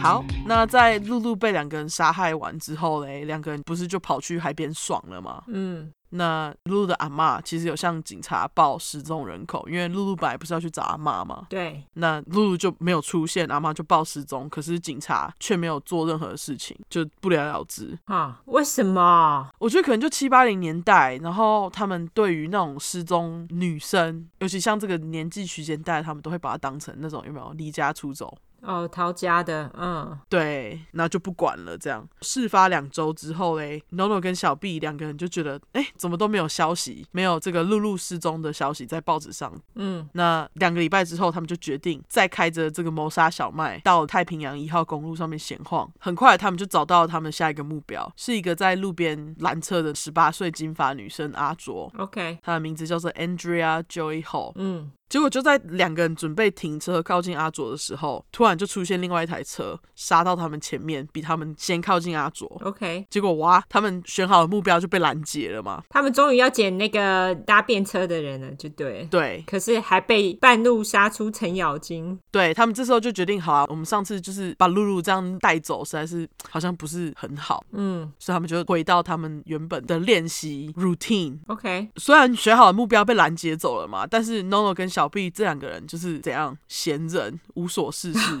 S1: 好，那在露露被两个人杀害完之后嘞，两个人不是就跑去海边爽了吗？
S2: 嗯，
S1: 那露露的阿嬷其实有向警察报失踪人口，因为露露本来不是要去找阿嬷吗？
S2: 对，
S1: 那露露就没有出现，阿妈就报失踪，可是警察却没有做任何事情，就不了了之。
S2: 啊，为什么？
S1: 我觉得可能就七八零年代，然后他们对于那种失踪女生，尤其像这个年纪区间带，他们都会把它当成那种有没有离家出走，
S2: 哦，陶家的，嗯，
S1: 对，那就不管了。这样事发两周之后嘞，NONO 跟小 B 两个人就觉得，哎，怎么都没有消息，没有这个露露失踪的消息在报纸上。
S2: 嗯，
S1: 那两个礼拜之后，他们就决定再开着这个谋杀小麦到太平洋一号公路上面闲晃。很快，他们就找到了他们下一个目标，是一个在路边拦车的十八岁金发女生阿卓。
S2: ，OK，
S1: 她的名字叫做 Andrea Joy Hall。
S2: 嗯，
S1: 结果就在两个人准备停车靠近阿卓的时候，突然就出现另外一台车杀到他们前面，比他们先靠近阿卓。
S2: OK，
S1: 结果哇，他们选好的目标就被拦截了嘛？
S2: 他们终于要捡那个搭便车的人了，就对了。
S1: 对，
S2: 可是还被半路杀出程咬金。
S1: 对他们这时候就决定，好啊，我们上次就是把露露这样带走，实在是好像不是很好，
S2: 嗯
S1: 所以他们就回到他们原本的练习 routine。
S2: ，OK，
S1: 虽然选好的目标被拦截走了嘛，但是 NONO 跟小 B 这两个人就是怎样闲人，无所事事，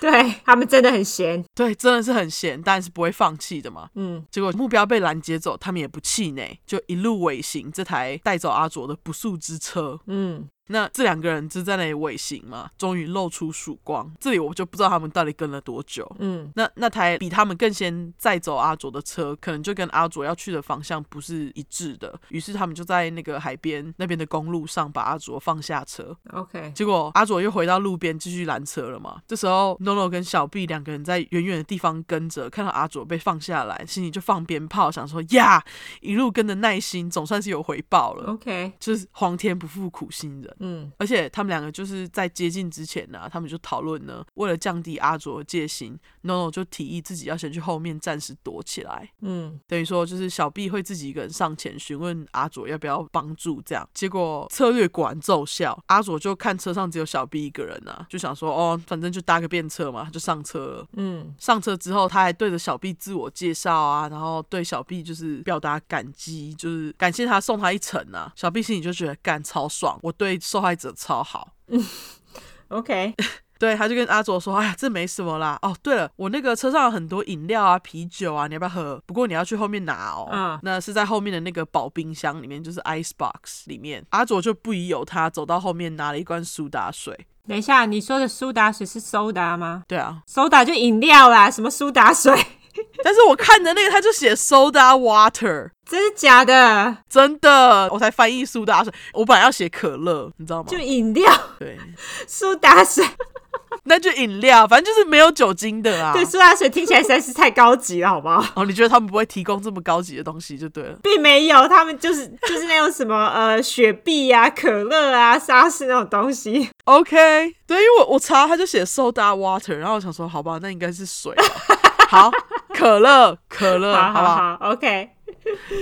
S2: 对 他们真的很闲。
S1: 对，真的是很闲，但是不会放弃的嘛。
S2: 嗯，
S1: 结果目标被拦截走，他们也不气馁，就一路尾行这台带走阿卓的不速之车。
S2: 嗯，
S1: 那这两个人就在那里尾行嘛，终于露出曙光。这里我就不知道他们到底跟了多久。
S2: 嗯，
S1: 那那台比他们更先载走阿卓的车，可能就跟阿卓要去的方向不是一致的，于是他们就在那个海边那边的公路上把阿卓放下车。
S2: OK，
S1: 结果阿卓又回到路边继续拦车了嘛。这时候 NONO 跟小 B 两个人在远远的地方跟着，看到阿卓被放下来，心里就放鞭炮，想说呀，一路跟的耐心总算是有回报了。
S2: OK，
S1: 就是皇天不负苦心人，
S2: 嗯
S1: 而且他们两个就是在接近之前呢、他们就讨论呢，为了降低阿卓的戒心，NONO 就提议自己要先去后面暂时躲起来，
S2: 嗯
S1: 等于说就是小 B 会自己一个人上前询问阿卓要不要帮助，这样。结果策略果然奏效，阿卓就看车上只有小 B 一个人啊，就想说哦，反正就搭个便车嘛，他就上车了。
S2: 嗯
S1: 上车之后，他还对着小 B 自我介绍啊，然后对小 B 就是表达感激，就是感谢他送他一程啊。小 B 心里就觉得干超爽，我对受害者超好。
S2: ，OK，
S1: 对，他就跟阿卓说：“哎呀，这没什么啦。哦，对了，我那个车上有很多饮料啊、啤酒啊，你要不要喝？不过你要去后面拿哦。
S2: 嗯
S1: 那是在后面的那个保冰箱里面，就是 ice box 里面。阿卓就不疑有他，走到后面拿了一罐苏打水。
S2: 等一下，你说的苏打水是苏打吗？
S1: 对啊，
S2: 苏打就饮料啦，什么苏打水？
S1: 但是我看的那个他就写 soda water，
S2: 真的假的？
S1: 真的，我才翻译苏打水，我本来要写可乐，你知道吗
S2: 就？饮料，
S1: 对，
S2: 苏打水。
S1: 那就饮料，反正就是没有酒精的啊。
S2: 对，苏打水听起来实在是太高级了，好不好？
S1: 哦，你觉得他们不会提供这么高级的东西就对了。
S2: 并没有，他们就是就是那种什么呃雪碧啊、可乐啊、沙士那种东西。
S1: OK，对，因为我我查他就写 soda water，然后我想说，好吧，那应该是水吧。好，可乐，可乐，
S2: 好
S1: 嗯好不
S2: 好
S1: 好？
S2: 好，OK，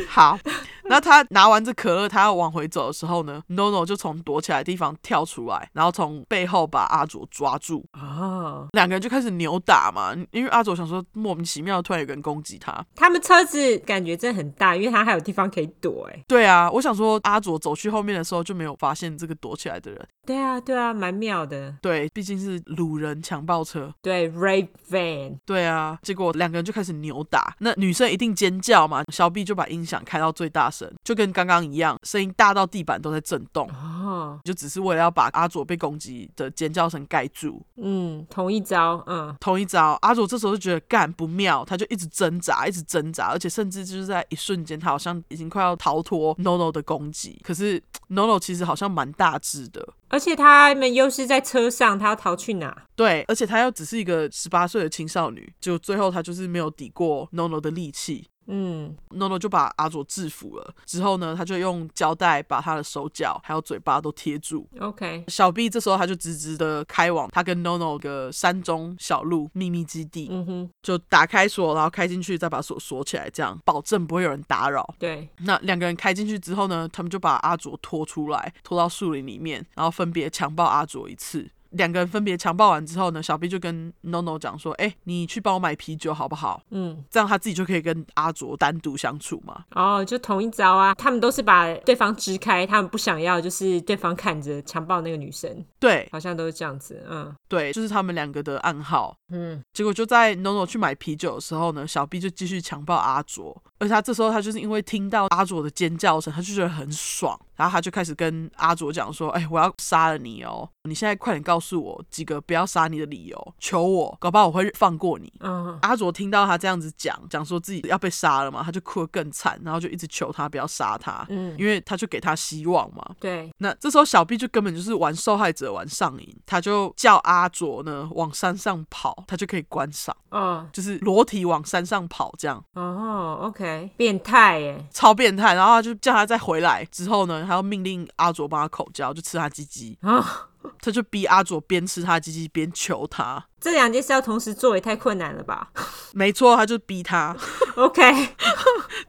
S1: 好，那他拿完这可乐，他要往回走的时候呢，NONO 就从躲起来的地方跳出来，然后从背后把阿卓抓住，
S2: 哦，
S1: 两个人就开始扭打嘛。因为阿卓想说莫名其妙突然有个人攻击他，
S2: 他们车子感觉真的很大，因为他还有地方可以躲、哎，
S1: 对啊，我想说阿卓走去后面的时候就没有发现这个躲起来的人，
S2: 对啊，对啊，蛮妙的。
S1: 对，毕竟是掳人强暴车，
S2: 对，Ray Van，
S1: 对啊，结果两个人就开始扭打，那女生一定尖叫嘛，小 B 就把音响开到最大声，就跟刚刚一样，声音大到地板都在震动，
S2: 哦，
S1: 就只是为了要把阿佐被攻击的尖叫声盖住。
S2: 嗯，同一招，嗯，
S1: 同一招，阿佐这时候就觉得干不妙，他就一直挣扎，一直挣扎，而且甚至就是在一瞬间，他好像已经快要逃脱 NONO 的攻击。可是 NONO 其实好像蛮大只的，
S2: 而且他们又是在车上，他要逃去哪？
S1: 对，而且她又只是一个十八岁的青少女，就最后她就是没有抵过 NONO 的力气，
S2: 嗯，
S1: NONO 就把阿佐制服了。之后呢，他就用胶带把他的手脚还有嘴巴都贴住。
S2: OK，
S1: 小 B 这时候他就直直的开往他跟 NONO 的山中小路秘密基地，
S2: 嗯哼，
S1: 就打开锁，然后开进去，再把锁锁起来，这样保证不会有人打扰。
S2: 对，
S1: 那两个人开进去之后呢，他们就把阿佐拖出来，拖到树林里面，然后分别强暴阿佐一次。两个人分别强暴完之后呢，小 B 就跟 NONO 讲说：“哎、你去帮我买啤酒好不好？
S2: 嗯，
S1: 这样他自己就可以跟阿佐单独相处嘛。”
S2: 哦，就同一招啊，他们都是把对方支开，他们不想要，就是对方看着强暴那个女生，
S1: 对
S2: 好像都是这样子，嗯
S1: 对，就是他们两个的暗号。
S2: 嗯，
S1: 结果就在 NONO 去买啤酒的时候呢，小 B 就继续强暴阿卓，而且他这时候他就是因为听到阿卓的尖叫声，他就觉得很爽，然后他就开始跟阿卓讲说：“哎，我要杀了你哦！你现在快点告诉我几个不要杀你的理由，求我，搞不好我会放过你。”
S2: 哦，
S1: 阿卓听到他这样子讲，讲说自己要被杀了嘛，他就哭得更惨，然后就一直求他不要杀他，
S2: 嗯，
S1: 因为他就给他希望嘛。
S2: 对，
S1: 那这时候小 B 就根本就是玩受害者玩上瘾，他就叫阿卓呢往山上跑，他就可以观赏，
S2: 哦，
S1: 就是裸体往山上跑，这样
S2: 哦，OK，变态欸耶，
S1: 超变态。然后他就叫他再回来之后呢，他要命令阿卓帮他口交，就吃他鸡鸡，
S2: 哦，
S1: 他就逼阿卓边吃他鸡鸡边求他。
S2: 这两件事要同时做也太困难了吧
S1: 没错，他就逼他。
S2: ？OK，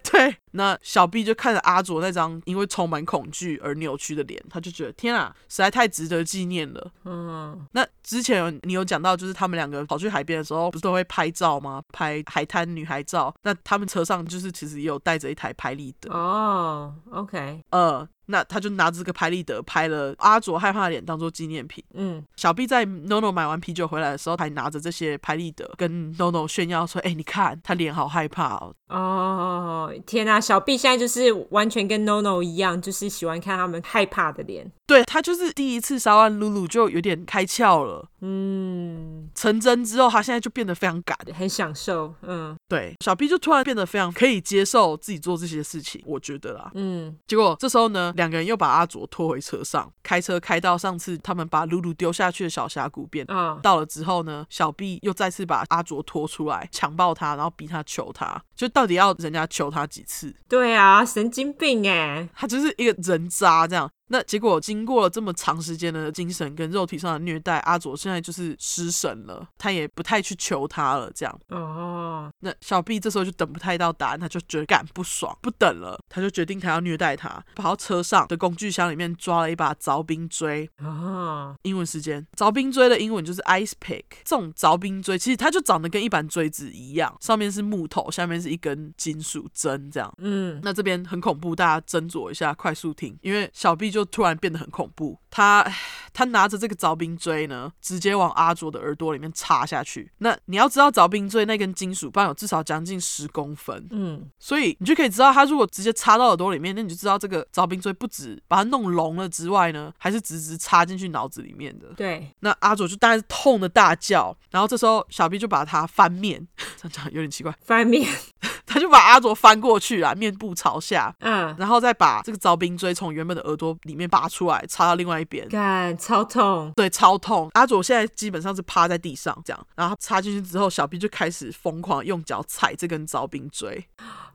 S1: 对，那小 B 就看着阿卓那张因为充满恐惧而扭曲的脸，他就觉得天啊，实在太值得纪念了。
S2: 嗯，
S1: 那之前你有讲到，就是他们两个跑去海边的时候，不是都会拍照吗？拍海滩女孩照。那他们车上就是其实也有带着一台拍立得，
S2: 哦，OK，
S1: 呃，那他就拿着这个拍立得拍了阿卓害怕的脸当做纪念品。
S2: 嗯，
S1: 小 B 在 NONO 买完啤酒回来的时候，还拿着这些拍立得跟 NONO 炫耀说：“哎、你看他脸好害怕哦。
S2: 哦，天啊，小 B 现在就是完全跟 NONO 一样，就是喜欢看他们害怕的脸。
S1: 对”他就是第一次杀完露露就有点开窍了，
S2: 嗯，
S1: 成真之后他现在就变得非常敢。
S2: 很享受。嗯
S1: 对，小 B 就突然变得非常可以接受自己做这些事情，我觉得啦。
S2: 嗯，
S1: 结果这时候呢，两个人又把阿卓拖回车上，开车开到上次他们把露露丢下去的小峡谷边。
S2: 啊、
S1: 到了之后呢，小 B 又再次把阿卓拖出来，强暴他，然后逼他求他，就到底要人家求他几次？
S2: 对啊，神经病哎。
S1: 他就是一个人渣这样。那结果经过了这么长时间的精神跟肉体上的虐待，阿卓现在就是失神了，他也不太去求他了，这样。
S2: 哦，
S1: 那小 B 这时候就等不太到答案，他就觉得干不爽，不等了，他就决定他要虐待他，跑到车上的工具箱里面抓了一把凿冰锥。
S2: 哦，
S1: 英文时间，凿冰锥的英文就是 ice pick。这种凿冰锥其实它就长得跟一般锥子一样，上面是木头，下面是一根金属针这样。
S2: 嗯，
S1: 那这边很恐怖，大家斟酌一下，快速听，因为小 B 就突然变得很恐怖。他唉他拿着这个凿冰锥呢，直接往阿卓的耳朵里面插下去。那你要知道，凿冰锥那根金属棒有至少将近十公分，
S2: 嗯，
S1: 所以你就可以知道，他如果直接插到耳朵里面，那你就知道这个凿冰锥不止把它弄聋了之外呢，还是直直插进去脑子里面的。
S2: 对，
S1: 那阿卓就当然是痛的大叫，然后这时候小 B 就把他翻面， 这样讲有点奇怪，
S2: 翻面，
S1: 他就把阿卓翻过去啊，面部朝下，
S2: 嗯，
S1: 然后再把这个凿冰锥从原本的耳朵里面拔出来，插到另外一边。
S2: 干，超痛。
S1: 对，超痛。阿佐现在基本上是趴在地上这样，然后插进去之后，小 B 就开始疯狂用脚踩这根凿冰锥。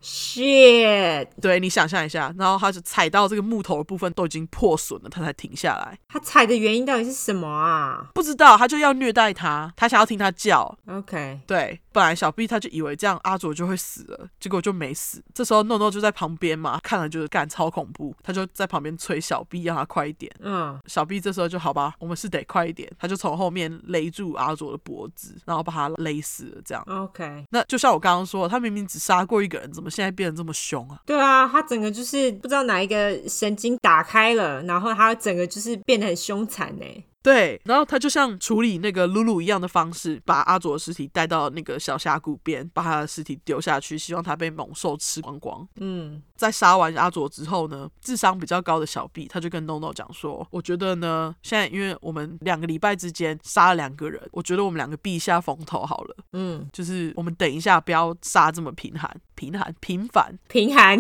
S2: Shit，
S1: 对你想象一下，然后他就踩到这个木头的部分都已经破损了，他才停下来。
S2: 他踩的原因到底是什么啊
S1: 不知道他就要虐待他，他想要听他叫。
S2: ？OK，
S1: 对，本来小 B 他就以为这样阿佐就会死了，结果就没死。这时候诺诺就在旁边嘛，看了就是干超恐怖，他就在旁边催小 B 让他快一点。
S2: 嗯，
S1: 小 B 这时候就好吧，我们是得快一点，他就从后面勒住阿卓的脖子，然后把他勒死了。这样，
S2: OK，
S1: 那就像我刚刚说，他明明只杀过一个人，怎么现在变得这么凶啊？
S2: 对啊，他整个就是不知道哪一个神经打开了，然后他整个就是变得很凶残欸呢。
S1: 对，然后他就像处理那个露露一样的方式，把阿卓的尸体带到那个小峡谷边，把他的尸体丢下去，希望他被猛兽吃光光。
S2: 嗯，
S1: 在杀完阿卓之后呢，智商比较高的小 B 他就跟 NONO 讲说，我觉得呢，现在因为我们两个礼拜之间杀了两个人，我觉得我们两个避一下风头好了，
S2: 嗯，
S1: 就是我们等一下不要杀这么贫寒、贫寒、平凡、
S2: 贫寒，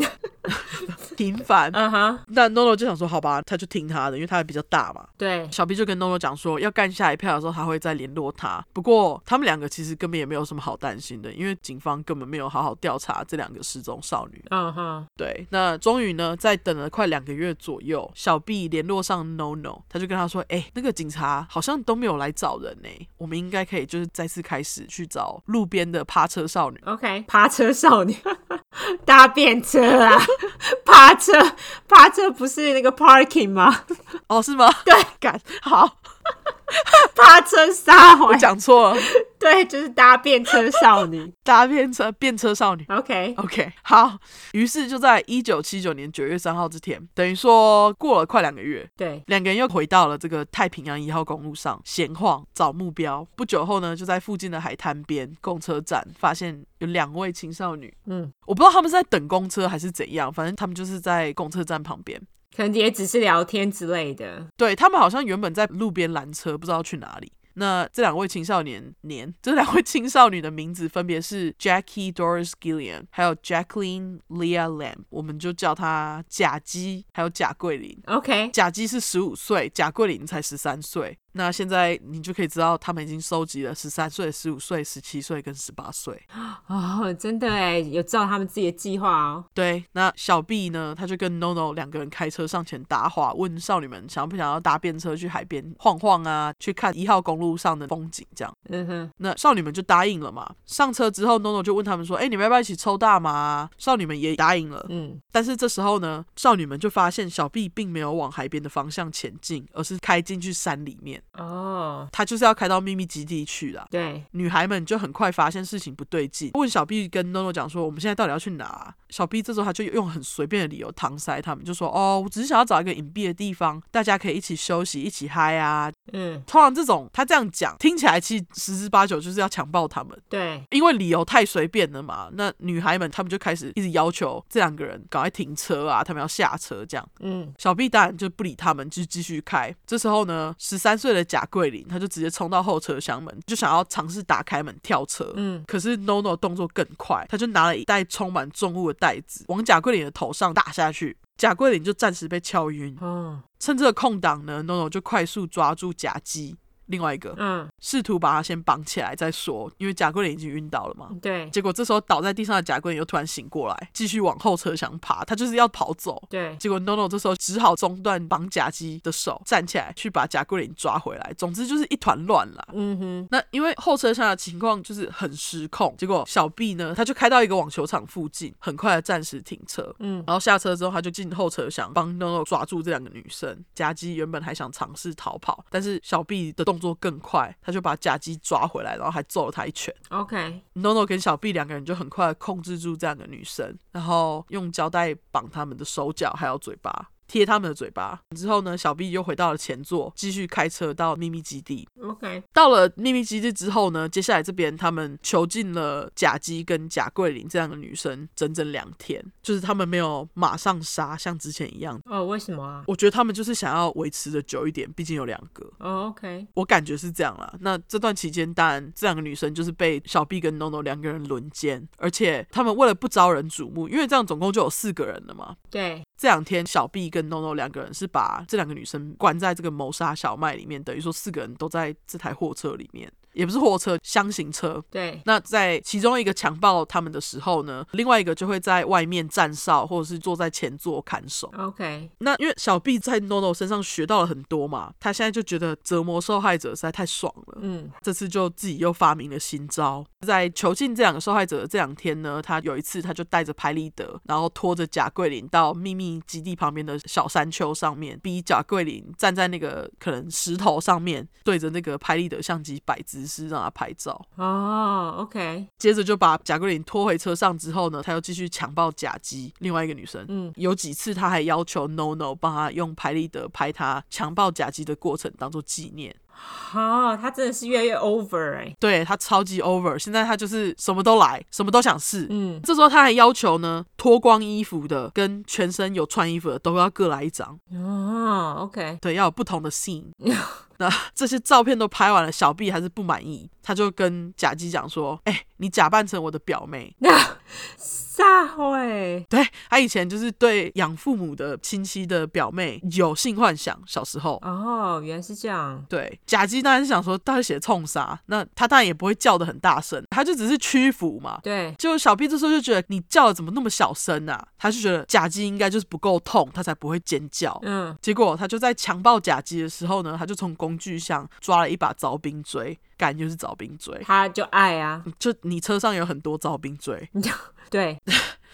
S1: 平凡。
S2: 嗯哼，
S1: 那 NONO 就想说，好吧，他就听他的，因为他比较大嘛。
S2: 对，
S1: 小 B 就跟 NONO 讲说，要干下一票的时候，他会再联络他。不过他们两个其实根本也没有什么好担心的，因为警方根本没有好好调查这两个失踪少女。
S2: 嗯哼，
S1: 对，那终于呢，在等了快两个月左右，小 B 联络上 No No，他就跟他说：“哎、那个警察好像都没有来找人呢、我们应该可以就是再次开始去找路边的趴车少女。
S2: OK，爬车少女，搭便车啊，爬车，爬车不是那个 parking 吗？”
S1: 哦，是吗？ 对，干好，
S2: 爬车撒
S1: 我
S2: 谎，
S1: 讲错了，
S2: 对，就是搭便车少女。
S1: 搭便车便车少女。
S2: OK，
S1: OK，好，于是就在一九七九年九月三号这天，等于说过了快两个月，
S2: 对，
S1: 两个人又回到了这个太平洋一号公路上闲晃找目标。不久后呢，就在附近的海滩边公车站发现有两位青少女。
S2: 嗯，
S1: 我不知道他们是在等公车还是怎样，反正他们就是在公车站旁边。
S2: 可能也只是聊天之类的。
S1: 对他们好像原本在路边拦车，不知道去哪里。那这两位青少年年，这两位青少女的名字分别是 Jackie Doris Gillian，还有 Jacqueline Leah Lamb，我们就叫她贾姬，还有贾桂林。
S2: OK，
S1: 贾姬是十五岁，贾桂林才十三岁。那现在你就可以知道，他们已经收集了十三岁、十五岁、十七岁跟十八岁。
S2: 哦，真的哎，有照他们自己的计划哦。
S1: 对，那小 B 呢，他就跟 NONO 两个人开车上前搭话，问少女们想不想要搭便车去海边晃晃啊，去看一号公路上的风景这样。
S2: 嗯哼，
S1: 那少女们就答应了嘛。上车之后，NONO 就问他们说：“哎、你们要不要一起抽大麻、啊？”少女们也答应了。
S2: 嗯，
S1: 但是这时候呢，少女们就发现小 B 并没有往海边的方向前进，而是开进去山里面。
S2: 哦，
S1: 他就是要开到秘密基地去啦。
S2: 对，
S1: 女孩们就很快发现事情不对劲，问小 B 跟 NONO 讲说：“我们现在到底要去哪、小 B 这时候他就用很随便的理由搪塞他们，就说：“哦，我只是想要找一个隐蔽的地方，大家可以一起休息，一起嗨啊。
S2: 嗯”，
S1: 通常这种他这样讲，听起来其实十之八九就是要强暴他们，
S2: 对，
S1: 因为理由太随便了嘛。那女孩们她们就开始一直要求这两个人赶快停车啊，他们要下车这样。
S2: 嗯，
S1: 小 B 当然就不理他们，就继续开。这时候呢，十三岁的贾桂林他就直接冲到后车厢门，就想要尝试打开门跳车。
S2: 嗯，
S1: 可是 NONO 动作更快，他就拿了一袋充满重物的袋子往贾桂林的头上打下去。贾桂林就暂时被敲晕，
S2: 哦，
S1: 趁这个空档呢，NONO 就快速抓住贾基，另外一个
S2: 嗯，
S1: 试图把他先绑起来再说，因为贾桂林已经晕倒了嘛。
S2: 对，
S1: 结果这时候倒在地上的贾桂林又突然醒过来，继续往后车厢爬，他就是要跑走。
S2: 对，
S1: 结果 NONO 这时候只好中断绑甲基的手，站起来去把贾桂林抓回来。总之就是一团乱啦。
S2: 嗯哼，
S1: 那因为后车厢的情况就是很失控，结果小 B 呢，他就开到一个网球场附近，很快的暂时停车。
S2: 嗯，
S1: 然后下车之后，他就进后车厢帮 NONO 抓住这两个女生。甲基原本还想尝试逃跑，但是小 B 的动作更快，他就把甲基抓回来，然后还揍了他一拳。
S2: ，OK，
S1: NONO 跟小 B 两个人就很快地控制住这样的女生，然后用胶带绑他们的手脚还有嘴巴，贴他们的嘴巴。之后呢，小 B 又回到了前座，继续开车到秘密基地。
S2: OK，
S1: 到了秘密基地之后呢，接下来这边他们囚禁了贾姬跟贾桂林这样的女生整整两天，就是他们没有马上杀，像之前一样。
S2: 哦，为什么啊？
S1: 我觉得他们就是想要维持的久一点，毕竟有两个。
S2: 哦，OK，
S1: 我感觉是这样啦。那这段期间，当然这两个女生就是被小 B 跟 NONO 两个人轮奸，而且他们为了不招人瞩目，因为这样总共就有四个人了嘛。
S2: 对，
S1: 这两天，小 B 跟 NONO 两个人是把这两个女生关在这个谋杀小麦里面，等于说四个人都在这台货车里面。也不是货车，箱型车。
S2: 对，
S1: 那在其中一个强暴他们的时候呢，另外一个就会在外面站哨，或者是坐在前座看守。
S2: OK，
S1: 那因为小 B 在 NONO 身上学到了很多嘛，他现在就觉得折磨受害者实在太爽了。
S2: 嗯，
S1: 这次就自己又发明了新招，在囚禁这两个受害者的这两天呢，他有一次他就带着拍立得，然后拖着贾桂林到秘密基地旁边的小山丘上面，逼贾桂林站在那个可能石头上面，对着那个拍立得相机摆姿势让他拍照。
S2: 哦，OK，
S1: 接着就把贾桂林拖回车上之后呢，他又继续强暴贾姬另外一个女生。
S2: 嗯，
S1: 有几次他还要求 No No 帮他用拍立得拍他强暴贾姬的过程当做纪念。
S2: 好、哦他真的是越来越 over 哎、
S1: 对他超级 over，现在他就是什么都来，什么都想试。
S2: 嗯，
S1: 这时候他还要求呢，脱光衣服的跟全身有穿衣服的都要各来一张，
S2: 哦，OK，
S1: 对，要有不同的 scene。那 这些照片都拍完了，小 B 还是不满意，他就跟贾姬讲说：“哎、你假扮成我的表妹，
S2: 撒谎哎，
S1: 对他以前就是对养父母的亲戚的表妹有性幻想，小时候。
S2: 哦，原来是这样，
S1: 对，甲基当然是想说，到底写冲杀，那他当然也不会叫的很大声，他就只是屈服嘛。
S2: 对，
S1: 结果小 B 这时候就觉得你叫的怎么那么小声啊？他就觉得甲基应该就是不够痛，他才不会尖叫。
S2: 嗯，
S1: 结果他就在强暴甲基的时候呢，他就从工具箱抓了一把凿冰锥，感就是凿冰锥，
S2: 他就爱啊，
S1: 就你车上有很多凿冰锥，
S2: 对，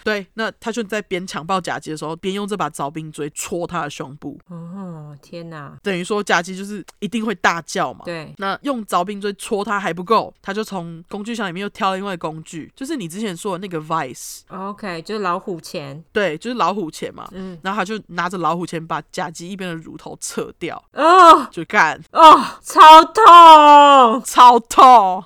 S1: 对，那他就在边强暴甲基的时候，边用这把凿冰锥戳他的胸部，
S2: 哦，天哪，
S1: 等于说甲基就是一定会大叫嘛。
S2: 对，
S1: 那用凿冰锥戳他还不够，他就从工具箱里面又挑了另外一个工具，就是你之前说的那个 vice，
S2: 哦 OK，就是老虎钳，
S1: 对，就是老虎钳嘛。
S2: 嗯，
S1: 然后他就拿着老虎钳把甲基一边的乳头扯掉，
S2: 哦
S1: 就干
S2: 哦，超痛，
S1: 超痛，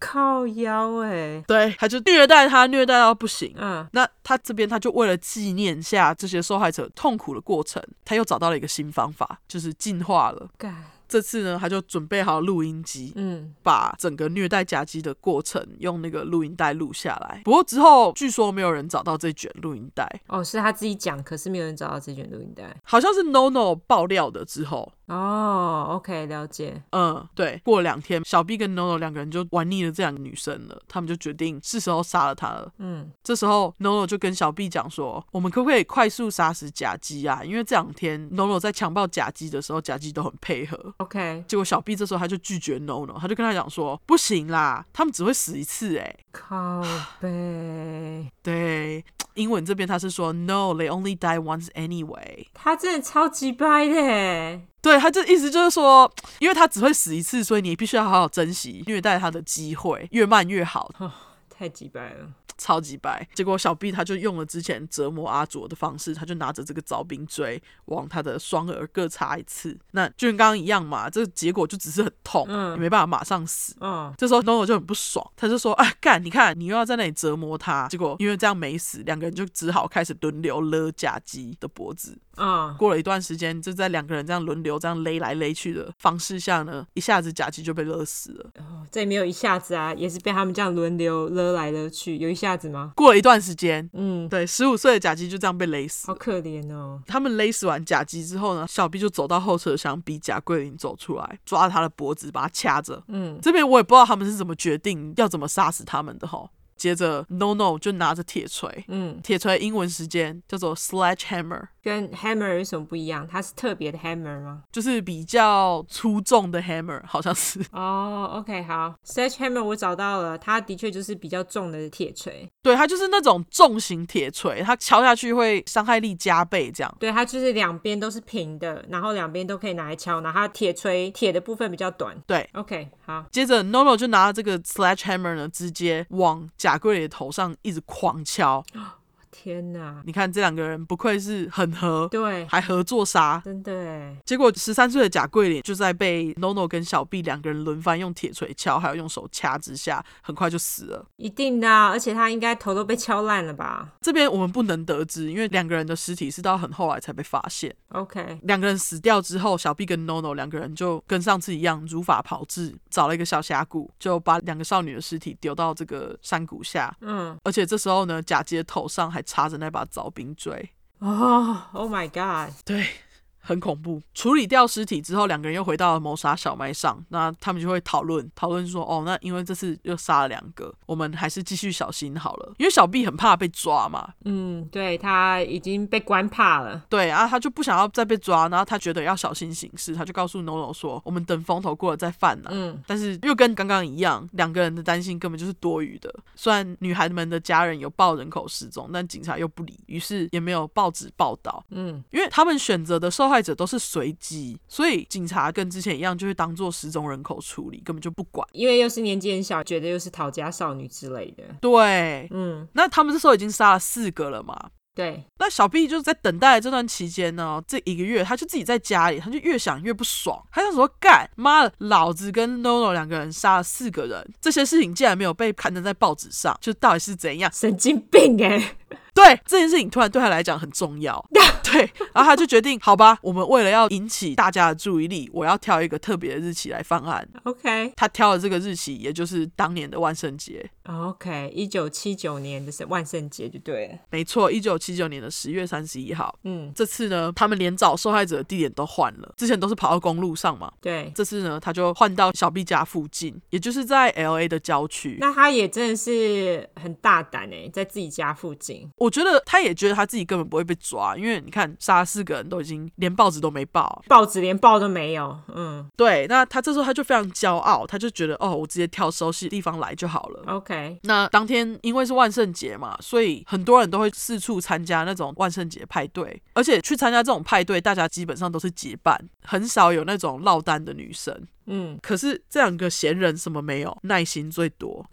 S2: 靠腰哎、
S1: 对，他就虐待他，虐待到不行。啊
S2: 嗯，
S1: 那他这边他就为了纪念下这些受害者痛苦的过程，他又找到了一个新方法，就是进化了。
S2: 干，
S1: 这次呢，他就准备好录音机，
S2: 嗯，
S1: 把整个虐待夹击的过程用那个录音带录下来。不过之后据说没有人找到这卷录音带，
S2: 哦，是他自己讲，可是没有人找到这卷录音带。
S1: 好像是 NONO 爆料的之后。
S2: 哦，OK，了解。
S1: 嗯，对，过了两天，小 B 跟 NONO 两个人就玩腻了这两个女生了，他们就决定是时候杀了她了。
S2: 嗯，
S1: 这时候 NONO 就跟小 B 讲说：“我们可不可以快速杀死甲基啊？因为这两天 NONO 在强暴甲基的时候，甲基都很配合。”
S2: OK，
S1: 结果小 B 这时候他就拒绝 NONO，他就跟他讲说：“不行啦，他们只会死一次、欸，
S2: 靠背，
S1: 对，英文这边他是说 No, they only die once anyway。
S2: 他真的超级掰的欸耶。
S1: 对，他这意思就是说，因为他只会死一次，所以你必须要好好珍惜虐待他的机会，越慢越好，
S2: 太鸡掰了，
S1: 超级白。结果小 B 他就用了之前折磨阿卓的方式，他就拿着这个凿冰锥往他的双耳各插一次，那就跟刚刚一样嘛，这个结果就只是很痛，
S2: 嗯
S1: 也没办法马上死。
S2: 哦，
S1: 这时候 NONO 就很不爽，他就说：“啊，干，你看你又要在那里折磨他。”结果因为这样没死，两个人就只好开始轮流勒甲基的脖子。
S2: 哦，
S1: 过了一段时间，就在两个人这样轮流这样勒来勒去的方式下呢，一下子甲基就被勒死了。
S2: 这也没有一下子啊，也是被他们这样轮流勒来勒去，有一下子吗？
S1: 过了一段时间，
S2: 嗯，
S1: 对，十五岁的甲基就这样被勒死
S2: 好
S1: 了。
S2: 可怜哦。
S1: 他们勒死完甲基之后呢，小 B 就走到后车厢，逼贾桂林走出来，抓着他的脖子，把他掐着。
S2: 嗯，
S1: 这边我也不知道他们是怎么决定要怎么杀死他们的吼。接着，No No 就拿着铁锤，
S2: 嗯，
S1: 铁锤英文时间叫做 sledgehammer，
S2: 跟 hammer 有什么不一样？它是特别的 hammer 吗？
S1: 就是比较粗重的 hammer，好像是。
S2: 哦、o k 好，sledgehammer 我找到了，它的确就是比较重的铁锤，
S1: 对，它就是那种重型铁锤，它敲下去会伤害力加倍这样。
S2: 对，它就是两边都是平的，然后两边都可以拿来敲，然后它铁锤铁的部分比较短。
S1: 对
S2: ，OK，好，
S1: 接着，Nono 就拿这个 sledgehammer 呢，直接往贾桂林的头上一直狂敲。
S2: 天哪，
S1: 你看这两个人不愧是很合，
S2: 对，
S1: 还合作杀。
S2: 真的耶，
S1: 结果，十三岁的贾桂林就在被 Nono 跟小 B 两个人轮番用铁锤敲，还有用手掐之下，很快就死了。
S2: 一定的啊、而且它应该头都被敲烂了吧
S1: 这边我们不能得知，因为两个人的尸体是到很后来才被发现。
S2: ？OK，
S1: 两个人死掉之后，小 B 跟 NONO 两个人就跟上次一样如法炮制，找了一个小峡谷，就把两个少女的尸体丢到这个山谷下。
S2: 嗯，
S1: 而且这时候呢，贾杰头上还插着那把凿冰锥。
S2: 哦、o h Oh my God，
S1: 对，很恐怖。处理掉尸体之后，两个人又回到了谋杀小麦上，那他们就会讨论讨论说，哦，那因为这次又杀了两个，我们还是继续小心好了，因为小 B 很怕被抓嘛，
S2: 嗯，对他已经被关怕了。
S1: 对啊，他就不想要再被抓，然后他觉得要小心行事，他就告诉 NONO 说，我们等风头过了再犯啦、
S2: 嗯，
S1: 但是又跟刚刚一样，两个人的担心根本就是多余的。虽然女孩们的家人有报人口失踪，但警察又不理，于是也没有报纸报道。
S2: 嗯，
S1: 因为他们选择的受害者都是随机，所以警察跟之前一样，就会当做失踪人口处理，根本就不管。
S2: 因为又是年纪很小，觉得又是讨家少女之类的。
S1: 对，
S2: 嗯，
S1: 那他们这时候已经杀了四个了嘛，
S2: 对，
S1: 那小 B 就是在等待的这段期间呢，这一个月他就自己在家里，他就越想越不爽，他想说干妈的，老子跟 NONO 两个人杀了四个人，这些事情竟然没有被刊登在报纸上，就到底是怎样？
S2: 神经病哎、
S1: 对这件事情突然对他来讲很重要，对，然后他就决定，好吧，我们为了要引起大家的注意力，我要挑一个特别的日期来犯案。
S2: OK
S1: 他挑的这个日期，也就是当年的万圣节，
S2: 哦 OK，一九七九年的万圣节就对了。
S1: 没错，一九七九年的十月三十一号。
S2: 嗯，
S1: 这次呢，他们连找受害者的地点都换了，之前都是跑到公路上嘛，
S2: 对。
S1: 这次呢，他就换到小 B 家附近，也就是在 L A 的郊区。
S2: 那他也真的是很大胆哎、在自己家附近。
S1: 我觉得他也觉得他自己根本不会被抓，因为你看杀四个人都已经连报纸都没报。
S2: 报纸连报都没有，嗯
S1: 对，那他这时候他就非常骄傲，他就觉得哦，我直接挑熟悉的地方来就好了。
S2: ，OK，
S1: 那当天因为是万圣节嘛，所以很多人都会四处参加那种万圣节派对，而且去参加这种派对，大家基本上都是结伴，很少有那种落单的女生。
S2: 嗯，
S1: 可是这两个闲人什么没有，耐心最多。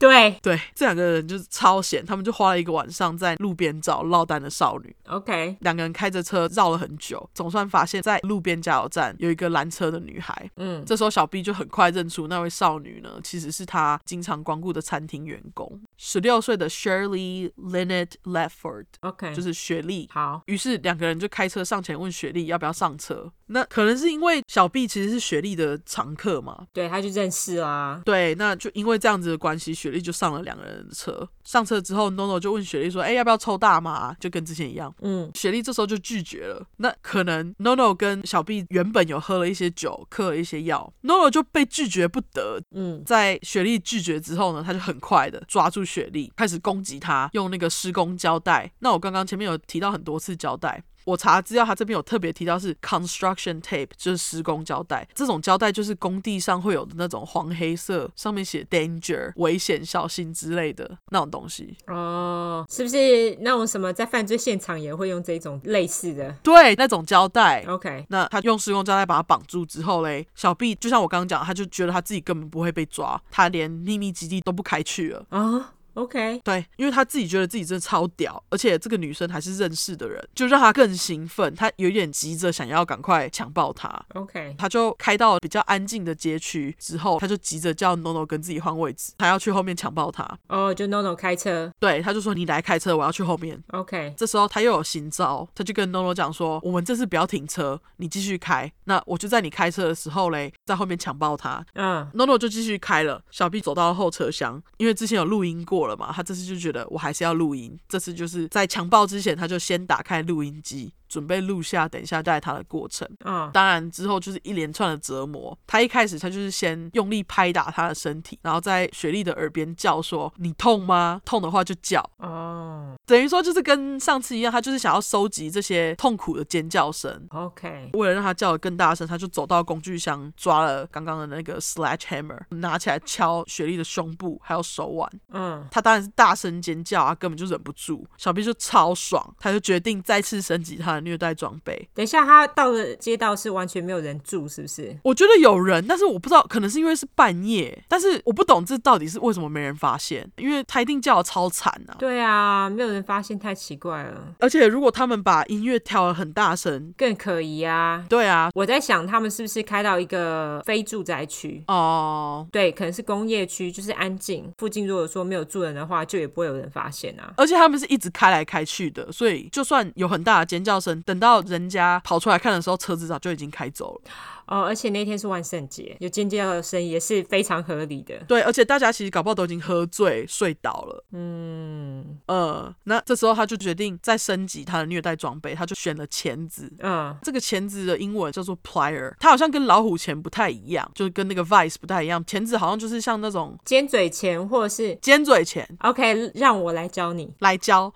S2: 对
S1: 对，这两个人就是超闲，他们就花了一个晚上在路边找落单的少女。
S2: ，OK，
S1: 两个人开着车绕了很久，总算发现，在路边加油站有一个拦车的女孩。
S2: 嗯
S1: 这时候小 B 就很快认出那位少女呢，其实是他经常光顾的餐厅员工，十六岁的 Shirley Lynette Ledford，
S2: ，OK，
S1: 就是雪莉。
S2: 好，
S1: 于是两个人就开车上前问雪莉要不要上车。那可能是因为小 B 其实是雪莉的常客嘛，
S2: 对，他就认识啦，
S1: 对，那就因为这样子的关系，雪莉就上了两个人的车。上车之后，NONO 就问雪莉说：“哎、要不要抽大麻啊、就跟之前一样。
S2: 嗯
S1: 雪莉这时候就拒绝了。那可能 NONO 跟小 B 原本有喝了一些酒，嗑了一些药，NONO 就被拒绝不得。
S2: 嗯
S1: 在雪莉拒绝之后呢，他就很快的抓住雪莉，开始攻击她，用那个施工胶带。那我刚刚前面有提到很多次胶带。我查资料，他这边有特别提到是 construction tape，就是施工胶带。这种胶带就是工地上会有的那种黄黑色，上面写 danger 危险、小心之类的那种东西。
S2: 哦，是不是那种什么在犯罪现场也会用这种类似的
S1: 对，那种胶带。
S2: ？OK，
S1: 那他用施工胶带把他绑住之后嘞，小 B 就像我刚刚讲，他就觉得他自己根本不会被抓，他连秘密基地都不开去了。
S2: 哦，OK，
S1: 对，因为他自己觉得自己真的超屌，而且这个女生还是认识的人，就让他更兴奋。他有点急着想要赶快强暴她，
S2: OK，
S1: 他就开到比较安静的街区之后，他就急着叫 NONO 跟自己换位置，他要去后面强暴她。
S2: 哦，就 NONO 开车
S1: 对，他就说你来开车，我要去后面。
S2: ，OK，
S1: 这时候他又有新招，他就跟 NONO 讲说，我们这次不要停车，你继续开，那我就在你开车的时候嘞，在后面强暴她。
S2: 嗯
S1: NONO 就继续开了，小 B 走到后车厢，因为之前有录音过了嘛，他这次就觉得我还是要录音，这次就是在强暴之前，他就先打开录音机，准备录下等一下带他的过程。
S2: 嗯
S1: 当然之后就是一连串的折磨，他一开始他就是先用力拍打他的身体，然后在雪莉的耳边叫说：“你痛吗？痛的话就叫。”
S2: 哦
S1: 等于说就是跟上次一样，他就是想要收集这些痛苦的尖叫声。
S2: ，OK，
S1: 为了让他叫得更大声，他就走到工具箱，抓了刚刚的那个 sledgehammer，拿起来敲雪莉的胸部还有手腕。
S2: 嗯
S1: 他当然是大声尖叫啊，根本就忍不住。小 B 就超爽，他就决定再次升级他的虐待装备。
S2: 等一下，他到了街道是完全没有人住，是不是？
S1: 我觉得有人，但是我不知道，可能是因为是半夜，但是我不懂这到底是为什么没人发现，因为他一定叫得超惨啊。
S2: 对啊，没有人发现，太奇怪了，
S1: 而且如果他们把音乐调得很大声，
S2: 更可疑啊！
S1: 对啊，
S2: 我在想，他们是不是开到一个非住宅区？
S1: 哦、
S2: 对，可能是工业区，就是安静。附近如果说没有住人的话，就也不会有人发现啊。
S1: 而且他们是一直开来开去的，所以就算有很大的尖叫声，等到人家跑出来看的时候，车子早就已经开走了。
S2: 哦，而且那天是万圣节，有尖叫的声音也是非常合理的。
S1: 对，而且大家其实搞不好都已经喝醉睡倒了，
S2: 嗯，
S1: 呃，那这时候他就决定再升级他的虐待装备，他就选了钳子。
S2: 嗯，
S1: 这个钳子的英文叫做 plier，它好像跟老虎钳不太一样，就是跟那个 vice 不太一样。钳子好像就是像那种
S2: 尖嘴钳或者是
S1: 尖嘴钳
S2: OK，让我来教你。
S1: 来教，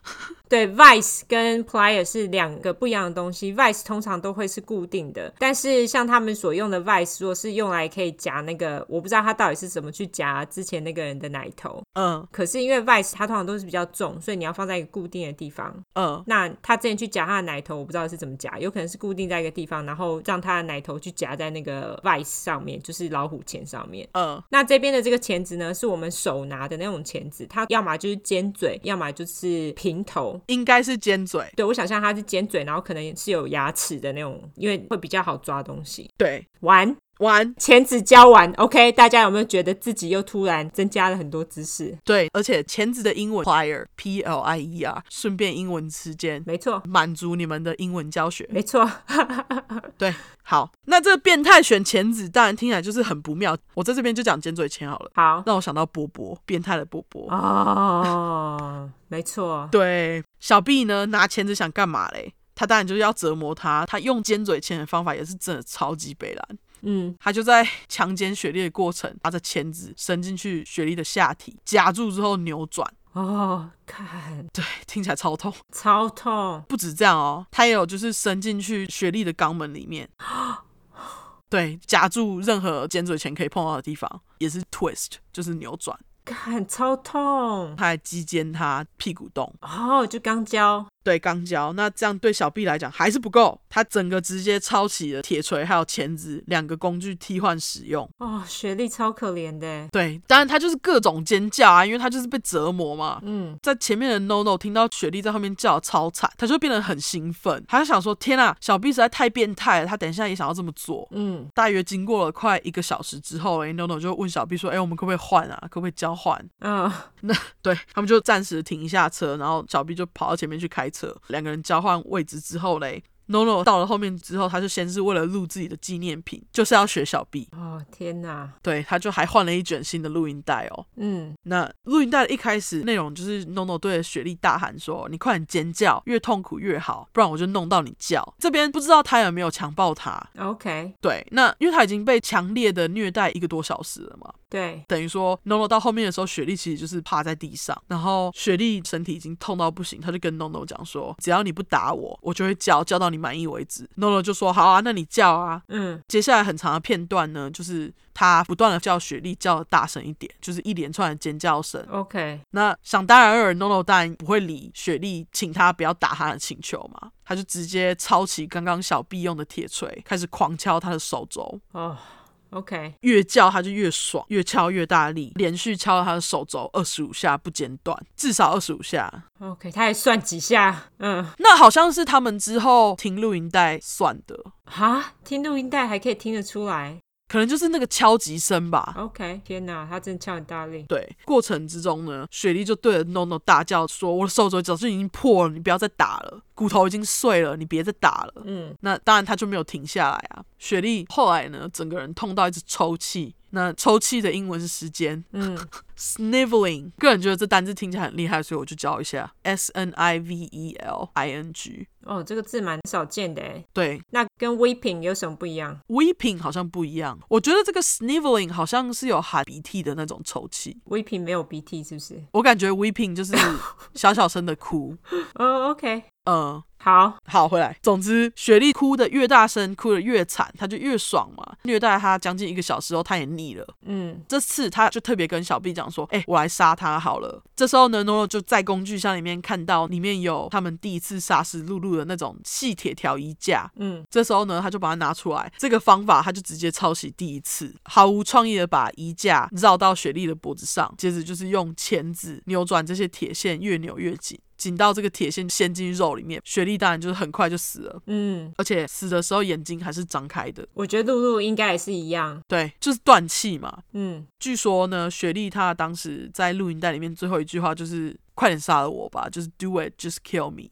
S2: 对，vice 跟 plier 是两个不一样的东西。vice 通常都会是固定的，但是像他们所用的 vice，如果是用来可以夹那个，我不知道它到底是怎么去夹之前那个人的奶头。
S1: 嗯
S2: 可是因为 vice 它通常都是比较重，所以你要放在一个固定的地方。
S1: 嗯，
S2: 那他之前去夹他的奶头，我不知道是怎么夹，有可能是固定在一个地方，然后让他的奶头去夹在那个 vice 上面，就是老虎钳上面。
S1: 呃，
S2: 那这边的这个钳子呢，是我们手拿的那种钳子，它要么就是尖嘴，要么就是平头。
S1: 应该是尖嘴，
S2: 对我想象它是尖嘴，然后可能也是有牙齿的那种，因为会比较好抓东西。
S1: 对，
S2: 完，
S1: 完，
S2: 钳子教完，OK，大家有没有觉得自己又突然增加了很多知识？
S1: 对，而且钳子的英文 plier p l i e r，顺便英文时间。
S2: 没错，
S1: 满足你们的英文教学，
S2: 没错，
S1: 对，好，那这个变态选钳子，当然听起来就是很不妙。我在这边就讲尖嘴钳好了，
S2: 好
S1: 让我想到波波，变态的波波。
S2: 哦，没错，
S1: 对，小 B 呢拿钳子想干嘛嘞？他当然就是要折磨他，他用尖嘴钳的方法也是真的超级北蓝。
S2: 嗯，
S1: 他就在强奸雪莉的过程，拿着钳子伸进去雪莉的下体，夹住之后扭转，
S2: 哦，看，
S1: 对，听起来超痛。
S2: 超痛，
S1: 不止这样哦，他也有就是伸进去雪莉的肛门里面，对，夹住任何尖嘴钳可以碰到的地方，也是 twist，就是扭转。
S2: 看，超痛，
S1: 他还击奸他屁股洞，
S2: 哦，就刚教，
S1: 对钢胶，那这样对小 B 来讲还是不够，他整个直接抄起了铁锤还有钳子两个工具替换使用。
S2: 哦，雪莉超可怜的，
S1: 对，当然他就是各种尖叫啊，因为他就是被折磨嘛。
S2: 嗯，
S1: 在前面的 No No 听到雪莉在后面叫超惨，他就变得很兴奋，他就想说：天啊，小 B 实在太变态了，他等一下也想要这么做。
S2: 嗯，
S1: 大约经过了快一个小时之后，哎，No No 就问小 B 说：“哎、我们可不可以换啊？可不可以交换？”
S2: 嗯，
S1: 对他们就暂时停一下车，然后小 B 就跑到前面去开车，两个人交换位置之后嘞。NONO 到了后面之后，他就先是为了录自己的纪念品，就是要学小 B，
S2: 哦，天哪，
S1: 对，他就还换了一卷新的录音带哦。
S2: 嗯。
S1: 那录音带的一开始内容就是 NONO 对着雪莉大喊说：“你快点尖叫，越痛苦越好，不然我就弄到你叫。”这边不知道他有没有强暴她，
S2: OK，
S1: 对，那因为他已经被强烈的虐待一个多小时了嘛，
S2: 对，
S1: 等于说 NONO 到后面的时候，雪莉其实就是趴在地上，然后雪莉身体已经痛到不行，她就跟 NONO 讲说，只要你不打我，我就会叫，叫到你满意为止。NONO 就说好啊，那你叫啊。
S2: 嗯
S1: 接下来很长的片段呢，就是他不断的叫雪莉叫的大声一点，就是一连串的尖叫声。
S2: ，OK，
S1: 那想当然尔，NONO 当然不会理雪莉，请她不要打他的请求嘛，他就直接抄起刚刚小 B 用的铁锤，开始狂敲他的手肘。
S2: 哦，OK，
S1: 越叫他就越爽，越敲越大力，连续敲了他的手肘二十五下不间断，至少二十五下。
S2: OK，他还算几下，嗯，
S1: 那好像是他们之后听录音带算的，
S2: 哈，听录音带还可以听得出来
S1: 可能就是那个敲击声吧。
S2: ，OK，天哪，他真的敲很大力，
S1: 对，过程之中呢，雪莉就对着 NONO 大叫说：“我的手肘早就已经破了，你不要再打了，骨头已经碎了，你别再打了。”
S2: 嗯
S1: 那当然他就没有停下来啊。雪莉后来呢，整个人痛到一直抽泣。那抽泣的英文是时间，
S2: 嗯
S1: sniveling。个人觉得这单字听起来很厉害，所以我就教一下 s n i v e l i n g。
S2: 哦，这个字蛮少见的诶，
S1: 对
S2: 那跟 weeping 有什么不一样？
S1: ，weeping 好像不一样。我觉得这个 sniveling 好像是有含鼻涕的那种抽泣。
S2: weeping 没有鼻涕是不是？
S1: 我感觉 weeping 就是小小声的哭。
S2: 哦，OK，
S1: 嗯，
S2: 好，
S1: 好，回来。总之，雪莉哭的越大声，哭的越惨，她就越爽嘛。虐待她将近一个小时后，她也腻了。
S2: 嗯
S1: 这次他就特别跟小 B 讲说：“哎、我来杀他好了。”这时候呢，Noro 就在工具箱里面看到里面有他们第一次杀死露露的那种细铁条衣架。
S2: 嗯，
S1: 这时候呢，他就把它拿出来。这个方法他就直接抄袭第一次，毫无创意的把衣架绕到雪莉的脖子上，接着就是用钳子扭转这些铁线，越扭越紧，紧到这个铁线陷进肉里面。雪莉当然就是很快就死了，
S2: 嗯，
S1: 而且死的时候眼睛还是张开的，
S2: 我觉得露露应该也是一样，
S1: 对，就是断气嘛。
S2: 嗯
S1: 据说呢，雪莉她当时在录音带里面最后一句话就是“快点杀了我吧”，就是 “Do it, just kill me”，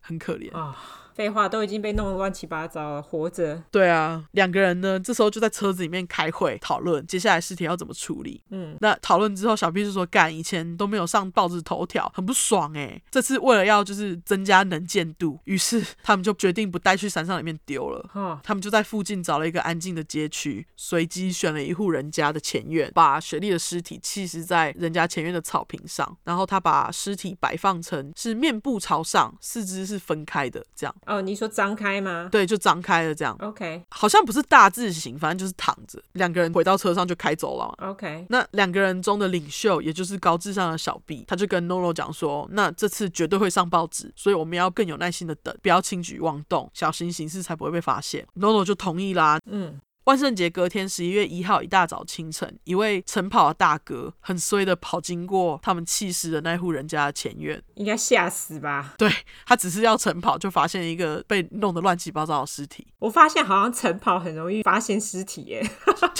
S1: 很可怜。
S2: 啊、废话，都已经被弄得乱七八糟了，活着。
S1: 对啊，两个人呢，这时候就在车子里面开会讨论接下来尸体要怎么处理。
S2: 嗯，
S1: 那讨论之后，小 B 就说：“干，以前都没有上报纸头条，很不爽哎、这次为了要就是增加能见度，于是 他们就决定不带去山上里面丢了。
S2: 哈，
S1: 他们就在附近找了一个安静的街区，随机选了一户人家的前院，把雪莉的尸体弃尸在人家前院的草坪上。然后他把尸体摆放成是面部朝上，四肢是分开的，这样
S2: 哦，你说张开吗
S1: 对，就张开了这样。
S2: ？OK
S1: 好像不是大字形，反正就是躺着。两个人回到车上就开走了嘛。
S2: OK，
S1: 那两个人中的领袖，也就是高智商的小 B，他就跟 Nolo 讲说：“那这次绝对会上报纸，所以我们要更有耐心的等，不要轻举妄动，小心行事才不会被发现。”Nolo 就同意啦。
S2: 嗯，
S1: 万圣节隔天，十一月一号一大早清晨，一位晨跑的大哥很衰的跑经过他们弃尸的那户人家的前院，
S2: 应该吓死吧？
S1: 对他只是要晨跑，就发现一个被弄得乱七八糟的尸体。
S2: 我发现好像晨跑很容易发现尸体耶。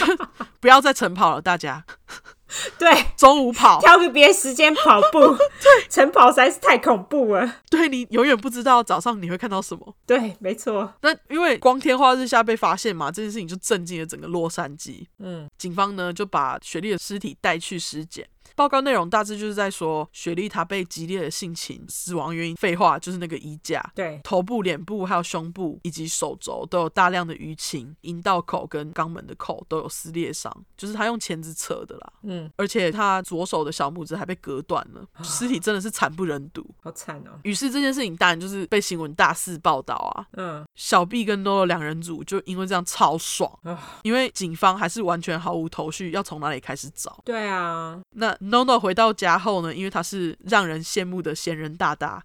S1: 不要再晨跑了，大家
S2: 对，
S1: 中午跑，
S2: 挑个别的时间跑步，晨跑实在是太恐怖了。
S1: 对你永远不知道早上你会看到什么。
S2: 对，没错，
S1: 那因为光天化日下被发现嘛，这件事情就震惊了整个洛杉矶。
S2: 嗯，
S1: 警方呢就把雪莉的尸体带去尸检，报告内容大致就是在说雪莉她被激烈的性侵，死亡原因废话就是那个衣架。
S2: 对，
S1: 头部、脸部还有胸部以及手肘都有大量的淤青，阴道口跟肛门的口都有撕裂伤，就是他用钳子扯的啦。
S2: 嗯，
S1: 而且他左手的小拇指还被割断 了，尸体真的是惨不忍睹。
S2: 好惨哦。
S1: 于是这件事情当然就是被新闻大肆报道啊。
S2: 嗯，
S1: 小 B 跟 Nolo 两人组就因为这样超爽
S2: 啊，
S1: 因为警方还是完全毫无头绪，要从哪里开始找。
S2: 对啊，
S1: 那 Nolo 回到家后呢，因为他是让人羡慕的闲人大大，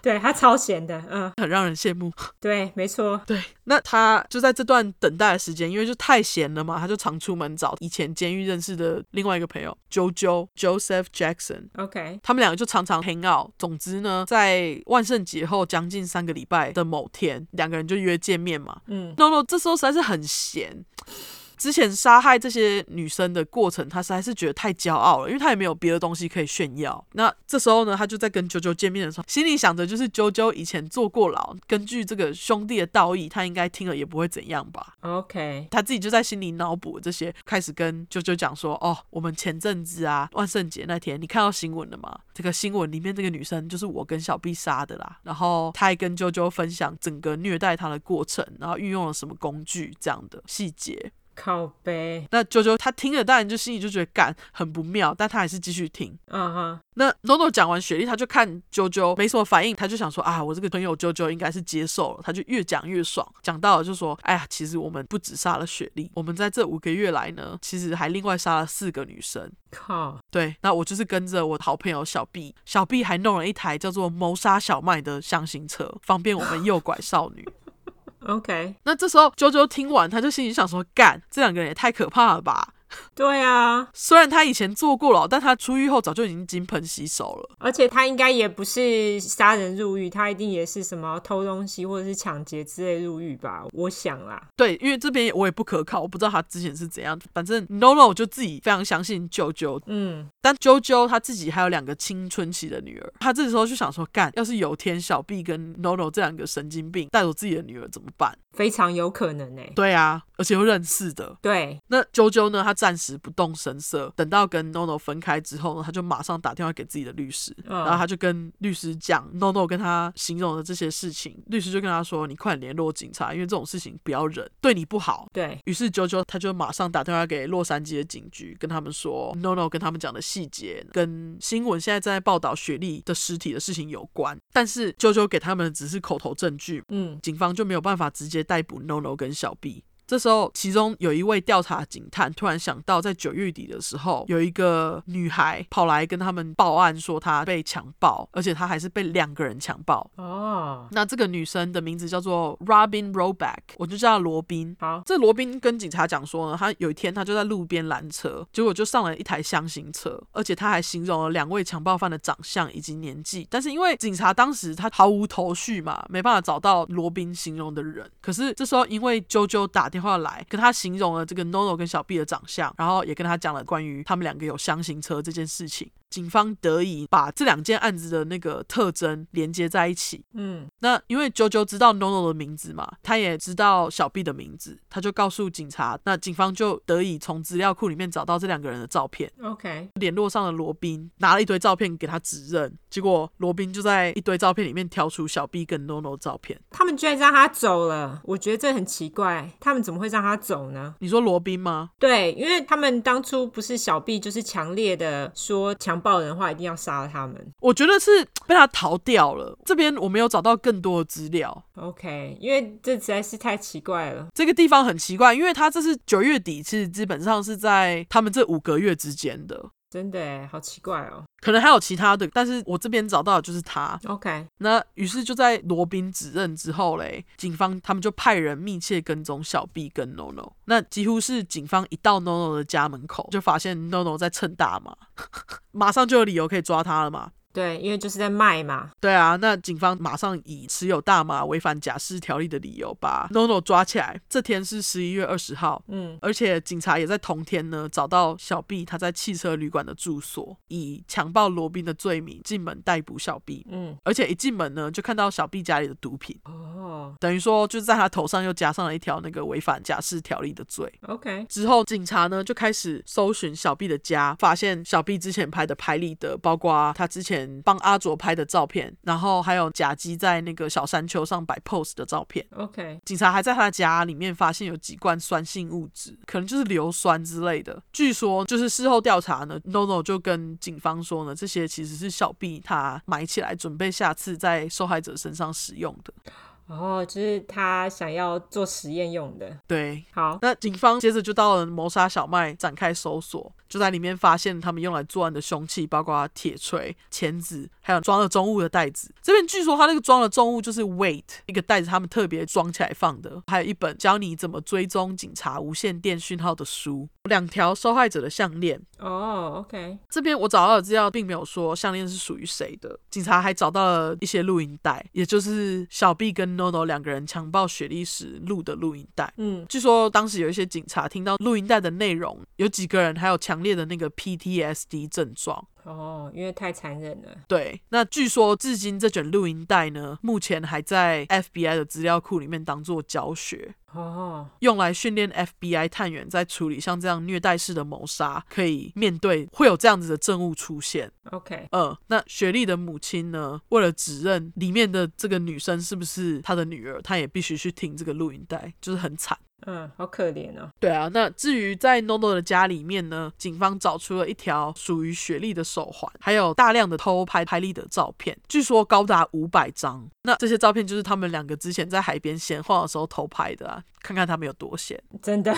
S2: 对他超闲的。嗯，
S1: 很让人羡慕。
S2: 对，没错。
S1: 对，那他就在这段等待的时间，因为就太闲了嘛，他就常出门找以前监狱认识的另外一个朋友 JoJo Joseph Jackson。
S2: OK，
S1: 他们两个就常常 hang out。总之呢，在万圣节后将近三个礼拜的某天，两个人就约见面嘛。
S2: 嗯
S1: ，no no，这时候实在是很闲。之前杀害这些女生的过程，他实在是觉得太骄傲了，因为他也没有别的东西可以炫耀。那这时候呢，他就在跟啾啾见面的时候，心里想着就是啾啾以前坐过牢，根据这个兄弟的道义，他应该听了也不会怎样吧。
S2: ，OK，
S1: 他自己就在心里脑补这些，开始跟啾啾讲说：“哦，我们前阵子啊，万圣节那天，你看到新闻了吗？这个新闻里面这个女生就是我跟小 B 杀的啦。”然后他还跟啾啾分享整个虐待她的过程，然后运用了什么工具这样的细节。
S2: 靠背。
S1: 那啾啾他听了，当然就心里就觉得干很不妙，但他还是继续听。
S2: 嗯哼，
S1: 那 NONO 讲完雪莉，他就看啾啾没什么反应，他就想说啊，我这个朋友啾啾应该是接受了，他就越讲越爽，讲到了就说，哎呀，其实我们不止杀了雪莉，我们在这五个月来呢，其实还另外杀了四个女生。
S2: 靠，
S1: 对，那我就是跟着我好朋友小 B，小 B 还弄了一台叫做“谋杀小麦”的箱型车，方便我们诱拐少女。
S2: OK，
S1: 那这时候啾啾听完，他就心里想说，干，这两个人也太可怕了吧！
S2: 对啊，
S1: 虽然他以前坐过牢，但他出狱后早就已经金盆洗手了。
S2: 而且他应该也不是杀人入狱，他一定也是什么偷东西或者是抢劫之类入狱吧？我想啦，
S1: 对，因为这边我也不可靠，我不知道他之前是怎样。反正 Nolo 就自己非常相信啾啾，
S2: 嗯，
S1: 但啾啾他自己还有两个青春期的女儿，他这时候就想说，干，要是有天小 B 跟 Nolo 这两个神经病带走自己的女儿怎么办？
S2: 非常有可能诶、
S1: 对啊，而且又认识的。
S2: 对，
S1: 那啾啾呢？他暂时不动声色，等到跟 NONO 分开之后呢，他就马上打电话给自己的律师，
S2: 嗯
S1: 然后他就跟律师讲 NONO 跟他形容的这些事情，律师就跟他说：“你快点联络警察，因为这种事情不要忍，对你不好。”
S2: 对，
S1: 于是啾啾他就马上打电话给洛杉矶的警局，跟他们说 NONO 跟他们讲的细节跟新闻现在正在报道雪莉的尸体的事情有关，但是啾啾给他们的只是口头证据，
S2: 嗯
S1: 警方就没有办法直接逮捕 NONO 跟小 B。这时候，其中有一位调查警探突然想到，在九月底的时候，有一个女孩跑来跟他们报案，说她被强暴，而且她还是被两个人强暴。
S2: 哦，
S1: 那这个女生的名字叫做 Robin Roback，我就叫她罗宾。
S2: 好，
S1: 这罗宾跟警察讲说呢，他有一天他就在路边拦车，结果就上了一台箱型车，而且他还形容了两位强暴犯的长相以及年纪。但是因为警察当时他毫无头绪嘛，没办法找到罗宾形容的人。可是这时候因为啾啾打电话来，跟他形容了这个 NONO 跟小 B 的长相，然后也跟他讲了关于他们两个有箱型车这件事情。警方得以把这两件案子的那个特征连接在一起，
S2: 嗯
S1: 那因为啾啾知道 NONO 的名字嘛，他也知道小 B 的名字，他就告诉警察，那警方就得以从资料库里面找到这两个人的照片。
S2: OK，
S1: 联络上了罗宾，拿了一堆照片给他指认，结果罗宾就在一堆照片里面挑出小 B 跟 NONO 照片。
S2: 他们居然让他走了，我觉得这很奇怪，他们怎么会让他走呢？
S1: 你说罗宾吗？
S2: 对，因为他们当初不是小 B 就是强烈的说强暴人的话一定要杀了他们。
S1: 我觉得是被他逃掉了。这边我没有找到更多的资料，
S2: OK，因为这实在是太奇怪了。
S1: 这个地方很奇怪，因为他这是九月底，其实基本上是在他们这五个月之间的。
S2: 真的耶好奇怪哦。
S1: 可能还有其他的，但是我这边找到的就是他。
S2: OK，
S1: 那于是就在罗宾指认之后嘞，警方他们就派人密切跟踪小 B 跟 NONO。那几乎是警方一到 NONO 的家门口，就发现 NONO 在蹭大麻， 马上就有理由可以抓他了嘛。
S2: 对，因为就是在卖嘛。
S1: 对啊，那警方马上以持有大麻违反假释条例的理由把 NONO 抓起来。这天是十一月二十号，
S2: 嗯，
S1: 而且警察也在同天呢找到小 B 他在汽车旅馆的住所，以强暴罗宾的罪名进门逮捕小 B。
S2: 嗯，
S1: 而且一进门呢就看到小 B 家里的毒品，
S2: 哦
S1: 等于说就是在他头上又加上了一条那个违反假释条例的罪。
S2: ，OK，
S1: 之后，警察呢就开始搜寻小 B 的家，发现小 B 之前拍的拍立得，包括他之前帮阿卓拍的照片，然后还有甲基在那个小山丘上摆 pose 的照片。
S2: OK，
S1: 警察还在他家里面发现有几罐酸性物质，可能就是硫酸之类的。据说就是事后调查呢，NONO 就跟警方说呢，这些其实是小 B 他埋起来，准备下次在受害者身上使用的。
S2: 哦，就是他想要做实验用的。
S1: 对，
S2: 好，
S1: 那警方接着就到了谋杀小麦展开搜索，就在里面发现他们用来作案的凶器，包括铁锤、钳子，还有装了重物的袋子。这边据说他那个装了重物就是 weight 一个袋子，他们特别装起来放的，还有一本教你怎么追踪警察无线电讯号的书，两条受害者的项链。
S2: 哦，OK，
S1: 这边我找到的资料并没有说项链是属于谁的，警察还找到了一些录音带，也就是小 B 跟 NONO 两个人强暴雪莉时录的录音带。
S2: 嗯，
S1: 据说当时有一些警察听到录音带的内容，有几个人还有强烈的那个 PTSD 症状。
S2: 哦，因为太残忍了。
S1: 对，那据说至今这卷录音带呢，目前还在 FBI 的资料库里面当做教学，
S2: 哦，
S1: 用来训练 FBI 探员在处理像这样虐待式的谋杀，可以面对会有这样子的证物出现。
S2: OK，
S1: 呃，那雪莉的母亲呢，为了指认里面的这个女生是不是她的女儿，她也必须去听这个录音带，就是很惨。
S2: 嗯，好可怜哦。
S1: 对啊，那至于在 NONO 的家里面呢，警方找出了一条属于雪莉的手环，还有大量的偷拍拍立得照片，据说高达五百张。那这些照片就是他们两个之前在海边闲晃的时候偷拍的啊，看看他们有多闲。
S2: 真的，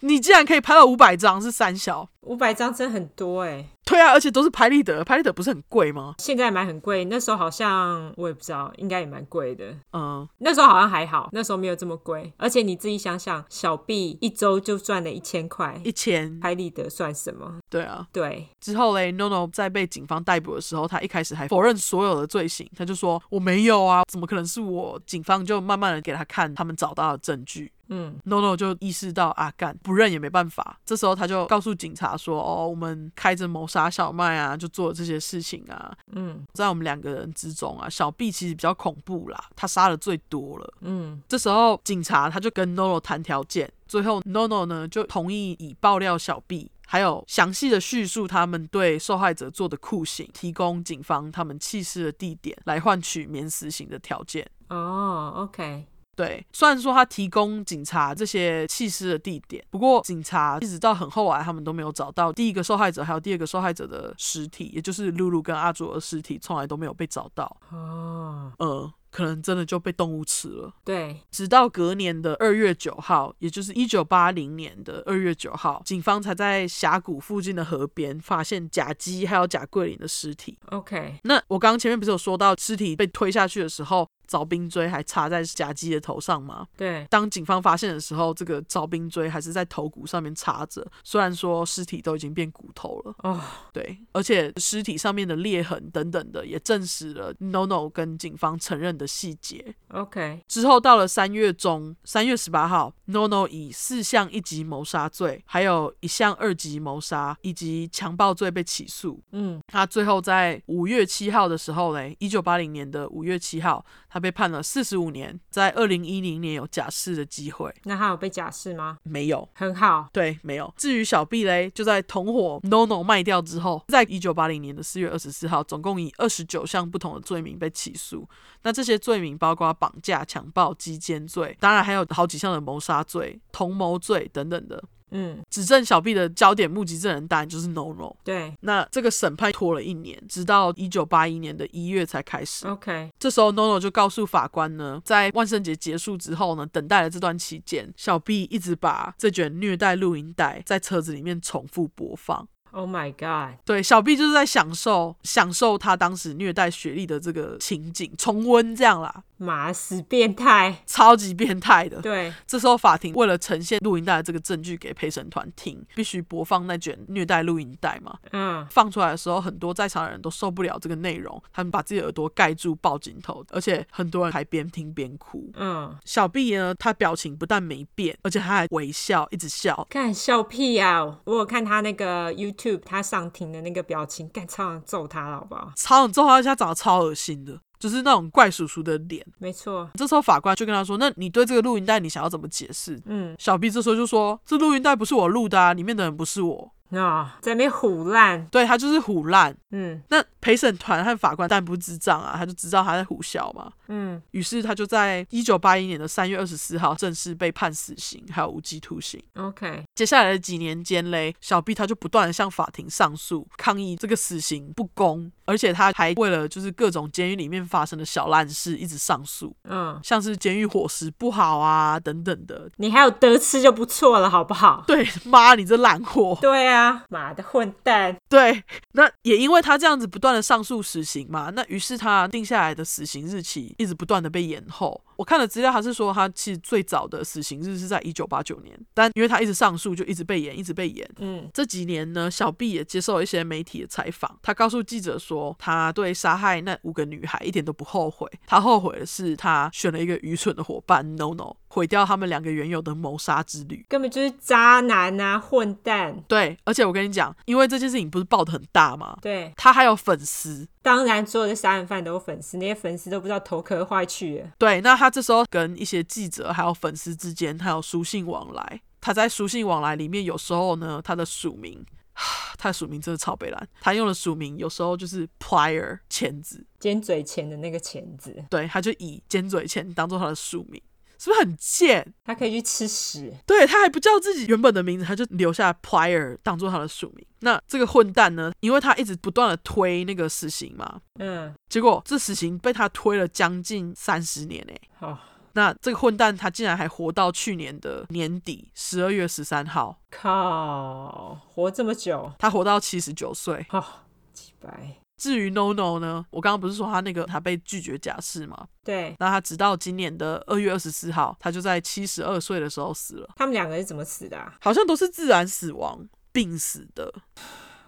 S1: 你竟然可以拍到五百张，是三小？
S2: 五百张真很多哎，
S1: 对啊，而且都是拍立得，拍立得不是很贵吗？
S2: 现在买很贵，那时候好像我也不知道，应该也蛮贵的。
S1: 嗯，
S2: 那时候好像还好，那时候没有这么贵。而且你自己想想，小 B 一周就赚了一千块，
S1: 一千。
S2: 拍立得算什么？
S1: 对啊，
S2: 对，
S1: 之后嘞，NONO 在被警方逮捕的时候，他一开始还否认所有的罪行，他就说我没有啊，怎么可能是我？警方就慢慢的给他看他们找到的证据。
S2: 嗯
S1: NONO 就意识到啊，干不认也没办法。这时候他就告诉警察说：“哦，我们开着谋杀小麦啊，就做了这些事情啊。
S2: 嗯
S1: 在我们两个人之中啊，小 B 其实比较恐怖啦，他杀的最多了。
S2: 嗯，
S1: 这时候警察他就跟 NONO 谈条件，最后 NONO 呢就同意以爆料小 B，还有详细的叙述他们对受害者做的酷刑，提供警方他们弃尸的地点来换取免死刑的条件。
S2: 哦，OK，
S1: 对，虽然说他提供警察这些弃尸的地点，不过警察一直到很后来，他们都没有找到第一个受害者，还有第二个受害者的尸体，也就是露露跟阿卓的尸体，从来都没有被找到。
S2: 哦，
S1: 呃，可能真的就被动物吃了。
S2: 对，
S1: 直到隔年的二月九号，也就是一九八零年的二月九号，警方才在峡谷附近的河边发现甲基还有甲桂林的尸体。
S2: ，OK，
S1: 那我刚刚前面不是有说到尸体被推下去的时候，凿冰锥还插在甲基的头上吗？
S2: 对，
S1: 当警方发现的时候，这个凿冰锥还是在头骨上面插着，虽然说尸体都已经变骨头了，
S2: 哦，
S1: 对，而且尸体上面的裂痕等等的也证实了 NONO 跟警方承认的细节。
S2: OK，
S1: 之后到了三月中，三月十八号，NONO 以四项一级谋杀罪，还有一项二级谋杀以及强暴罪被起诉。
S2: 嗯，
S1: 他最后在五月七号的时候嘞，一九八零年的五月七号，他被判了四十五年，在二零一零年有假释的机会，
S2: 那他有被假释吗？
S1: 没有。
S2: 很好，
S1: 对，没有。至于小 B 嘞，就在同伙 NONO 卖掉之后，在一九八零年的四月二十四号，总共以二十九项不同的罪名被起诉。那这些罪名包括绑架、强暴、鸡奸罪，当然还有好几项的谋杀罪、同谋罪等等的。
S2: 嗯，
S1: 指证小 B 的焦点目击证人当然就是 NONO。
S2: 对
S1: 那这个审判拖了一年，直到一九八一年的一月才开始。
S2: ，OK，
S1: 这时候，NONO 就告诉法官呢，在万圣节结束之后呢，等待的这段期间，小 B 一直把这卷虐待录音带在车子里面重复播放。
S2: Oh my god！
S1: 对，小 B 就是在享受享受他当时虐待雪莉的这个情景，重温这样啦，
S2: 马死变态，
S1: 超级变态的。
S2: 对，
S1: 这时候，法庭为了呈现录音带的这个证据给陪审团听，必须播放那卷虐待录音带嘛。
S2: 嗯，
S1: 放出来的时候，很多在场的人都受不了这个内容，他们把自己的耳朵盖住，抱紧头，而且很多人还边听边哭。
S2: 嗯，
S1: 小 B 呢，他表情不但没变，而且他还微笑，一直笑。
S2: 干笑屁呀、我有看他那个 YouTube 他上庭的那个表情，干超想揍他了，好不好？
S1: 超之后，他长得超恶心的，就是那种怪叔叔的脸。
S2: 没错，
S1: 这时候法官就跟他说：“那你对这个录音带，你想要怎么解释？”
S2: 嗯，
S1: 小 B 这时候就说：“这录音带不是我录的啊，里面的人不是我。
S2: 啊、在那边虎烂”，
S1: 对他就是胡烂。
S2: 嗯
S1: 那陪审团和法官但不智障啊，他就知道他在胡笑嘛。
S2: 嗯，
S1: 于是他就在一九八一年的三月二十四号正式被判死刑，还有无期徒刑。
S2: OK，
S1: 接下来的几年间嘞，小 B 他就不断的向法庭上诉，抗议这个死刑不公，而且他还为了就是各种监狱里面发生的小烂事一直上诉，
S2: 嗯，
S1: 像是监狱伙食不好啊等等的。
S2: 你还有得吃就不错了，好不好？
S1: 对，妈，你这烂货！
S2: 对啊，妈的混蛋，
S1: 对，那也因为他这样子不断的上诉死刑嘛，那于是他定下来的死刑日期一直不断的被延后。我看了资料，他是说他其实最早的死刑日是在一九八九年，但因为他一直上诉，就一直被延，一直被延。
S2: 嗯
S1: 这几年呢，小 B 也接受了一些媒体的采访，他告诉记者说，他对杀害那五个女孩一点都不后悔，他后悔的是他选了一个愚蠢的伙伴 No No，毁掉他们两个原有的谋杀之旅。
S2: 根本就是渣男啊，混蛋，
S1: 对，而且我跟你讲，因为这件事情不是爆得很大吗？
S2: 对，
S1: 他还有粉丝，
S2: 当然所有的杀人犯都有粉丝，那些粉丝都不知道头壳坏去了，
S1: 对，那他这时候跟一些记者还有粉丝之间还有书信往来，他在书信往来里面有时候呢，他的署名， 他的署名真的超北蓝，他用的署名有时候就是 Plier 钳子，
S2: 尖嘴钳的那个钳子，
S1: 对，他就以尖嘴钳当做他的署名，是不是很贱？
S2: 他可以去吃屎。
S1: 对他还不叫自己原本的名字，他就留下 Plier 当做他的署名。那这个混蛋呢，因为他一直不断的推那个死刑嘛，
S2: 嗯，
S1: 结果这死刑被他推了将近三十年诶、
S2: 好、
S1: 那这个混蛋他竟然还活到去年的年底十二月十三号，
S2: 靠，活这么久，
S1: 他活到七十九岁。
S2: 好、哦，几百，
S1: 至于 No No 呢，我刚刚不是说他那个他被拒绝假释吗？
S2: 对
S1: 那他直到今年的二月二十四号，他就在七十二岁的时候死了，
S2: 他们两个是怎么死的、啊？
S1: 好像都是自然死亡。病死的，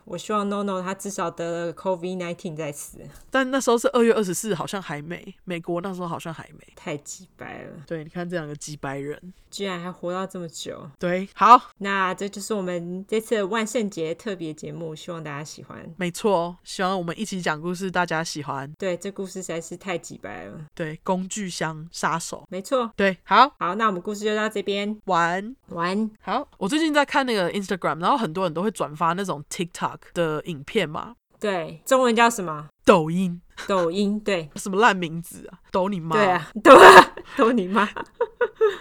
S2: 我希望 NONO 他至少得了 COVID nineteen 再死，
S1: 但那时候是二月二十四，好像还没。美国那时候好像还没。
S2: 太几百了，
S1: 对，你看这两个几百人。
S2: 居然还活到这么久。
S1: 对，好，
S2: 那这就是我们这次的万圣节特别节目，希望大家喜欢。
S1: 没错。哦希望我们一起讲故事，大家喜欢。
S2: 对，这故事实在是太几百了，
S1: 对，工具箱杀手。
S2: 没错。
S1: 对，好，
S2: 好，那我们故事就到这边，
S1: 完。
S2: 晚安。
S1: 好，我最近在看那个 Instagram，然后很多人都会转发那种 TikTok 的影片嘛，
S2: 对，中文叫什么？
S1: 抖音
S2: 抖音。对，
S1: 什么烂名字啊，抖你妈，
S2: 对啊，抖啊，抖你妈。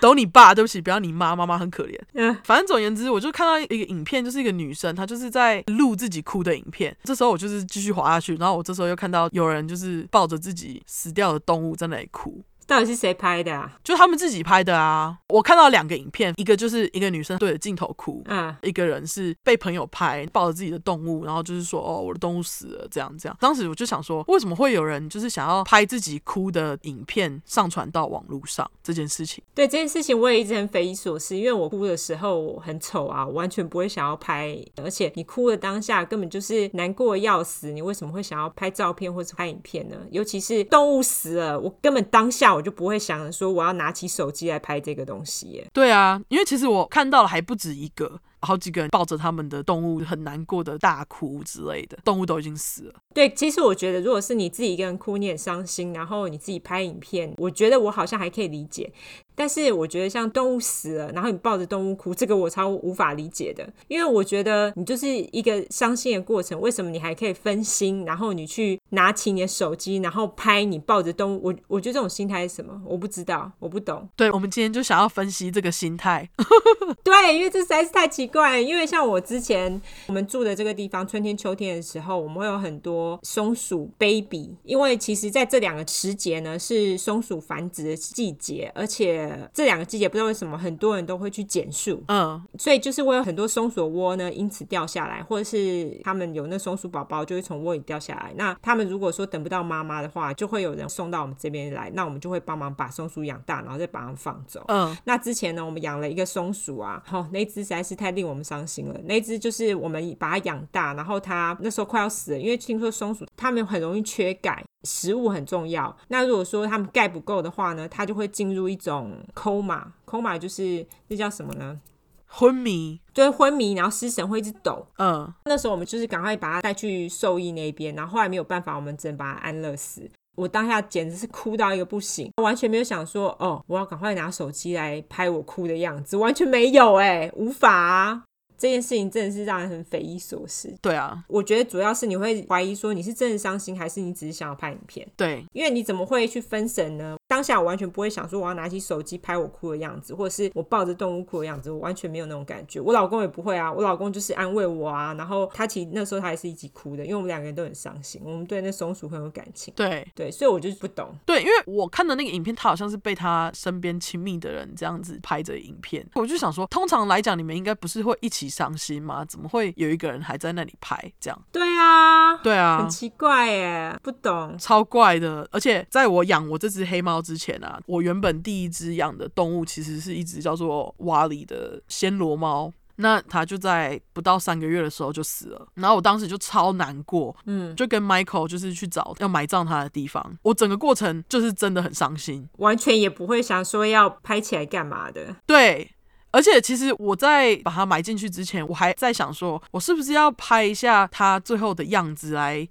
S1: 抖你爸，对不起，不要你妈，妈妈很可怜。
S2: 嗯
S1: 反正总而言之，我就看到一个影片，就是一个女生，她就是在录自己哭的影片。这时候我就是继续滑下去，然后我这时候又看到有人就是抱着自己死掉的动物在那里哭，
S2: 到底是谁拍的啊？
S1: 就他们自己拍的啊。我看到两个影片，一个就是一个女生对着镜头哭，
S2: 嗯，
S1: 一个人是被朋友拍，抱着自己的动物，然后就是说哦，我的动物死了，这样这样。当时我就想说，为什么会有人就是想要拍自己哭的影片上传到网络上这件事情？
S2: 对这件事情我也一直很匪夷所思，因为我哭的时候我很丑啊，我完全不会想要拍，而且你哭的当下根本就是难过得要死，你为什么会想要拍照片或者拍影片呢？尤其是动物死了，我根本当下我就不会想着说我要拿起手机来拍这个东西耶。
S1: 对啊，因为其实我看到了还不止一个。好几个人抱着他们的动物，很难过的大哭之类的，动物都已经死了。
S2: 对，其实我觉得，如果是你自己一个人哭，你很伤心，然后你自己拍影片，我觉得我好像还可以理解。但是我觉得像动物死了，然后你抱着动物哭，这个我超无法理解的，因为我觉得你就是一个伤心的过程，为什么你还可以分心，然后你去拿起你的手机，然后拍你抱着动物？我我觉得这种心态是什么？我不知道，我不懂。
S1: 对，我们今天就想要分析这个心态，
S2: 对，因为这实在是太奇怪了。因为像我之前我们住的这个地方，春天、秋天的时候，我们会有很多松鼠 baby，因为其实在这两个时节呢是松鼠繁殖的季节，而且这两个季节不知道为什么很多人都会去剪树，
S1: 嗯，
S2: 所以就是会有很多松鼠窝呢因此掉下来，或者是他们有那松鼠宝宝就会从窝里掉下来。那他们如果说等不到妈妈的话，就会有人送到我们这边来，那我们就会帮忙把松鼠养大，然后再把它们放走。
S1: 嗯，
S2: 那之前呢，我们养了一个松鼠啊，吼、那一只实在是太令我们伤心了。那一只就是我们把它养大，然后它那时候快要死了，因为听说松鼠它们很容易缺钙。食物很重要，那如果说它们钙不够的话呢，它就会进入一种 coma，coma 就是那叫什么呢？
S1: 昏迷，
S2: 就是昏迷，然后失神，会一直抖。
S1: 嗯，
S2: 那时候我们就是赶快把它带去兽医那边，然后后来没有办法，我们只能把它安乐死。我当下简直是哭到一个不行，完全没有想说哦，我要赶快拿手机来拍我哭的样子，完全没有哎、无法、啊。这件事情真的是让人很匪夷所思。
S1: 对啊，
S2: 我觉得主要是你会怀疑说你是真的伤心，还是你只是想要拍影片。
S1: 对，
S2: 因为你怎么会去分神呢？当下我完全不会想说我要拿起手机拍我哭的样子，或者是我抱着动物哭的样子，我完全没有那种感觉。我老公也不会啊，我老公就是安慰我啊，然后他其实那时候他也是一起哭的，因为我们两个人都很伤心，我们对那松鼠很有感情。
S1: 对，
S2: 对，所以我就是不懂。
S1: 对，因为我看的那个影片，他好像是被他身边亲密的人这样子拍着影片，我就想说，通常来讲，你们应该不是会一起伤心吗？怎么会有一个人还在那里拍这样？
S2: 对啊，
S1: 对啊
S2: 很，奇怪耶，不懂。
S1: 超怪的。而且在我养我这只黑猫之前啊，我原本第一只养的动物其实是一只叫做瓦里的暹罗猫。那它就在不到三个月的时候就死了，然后我当时就超难过，
S2: 嗯，
S1: 就跟 Michael 就是去找要埋葬它的地方，我整个过程就是真的很伤心，
S2: 完全也不会想说要拍起来干嘛的。
S1: 对，而且其实我在把它埋进去之前，我还在想说，我是不是要拍一下它最后的样子来。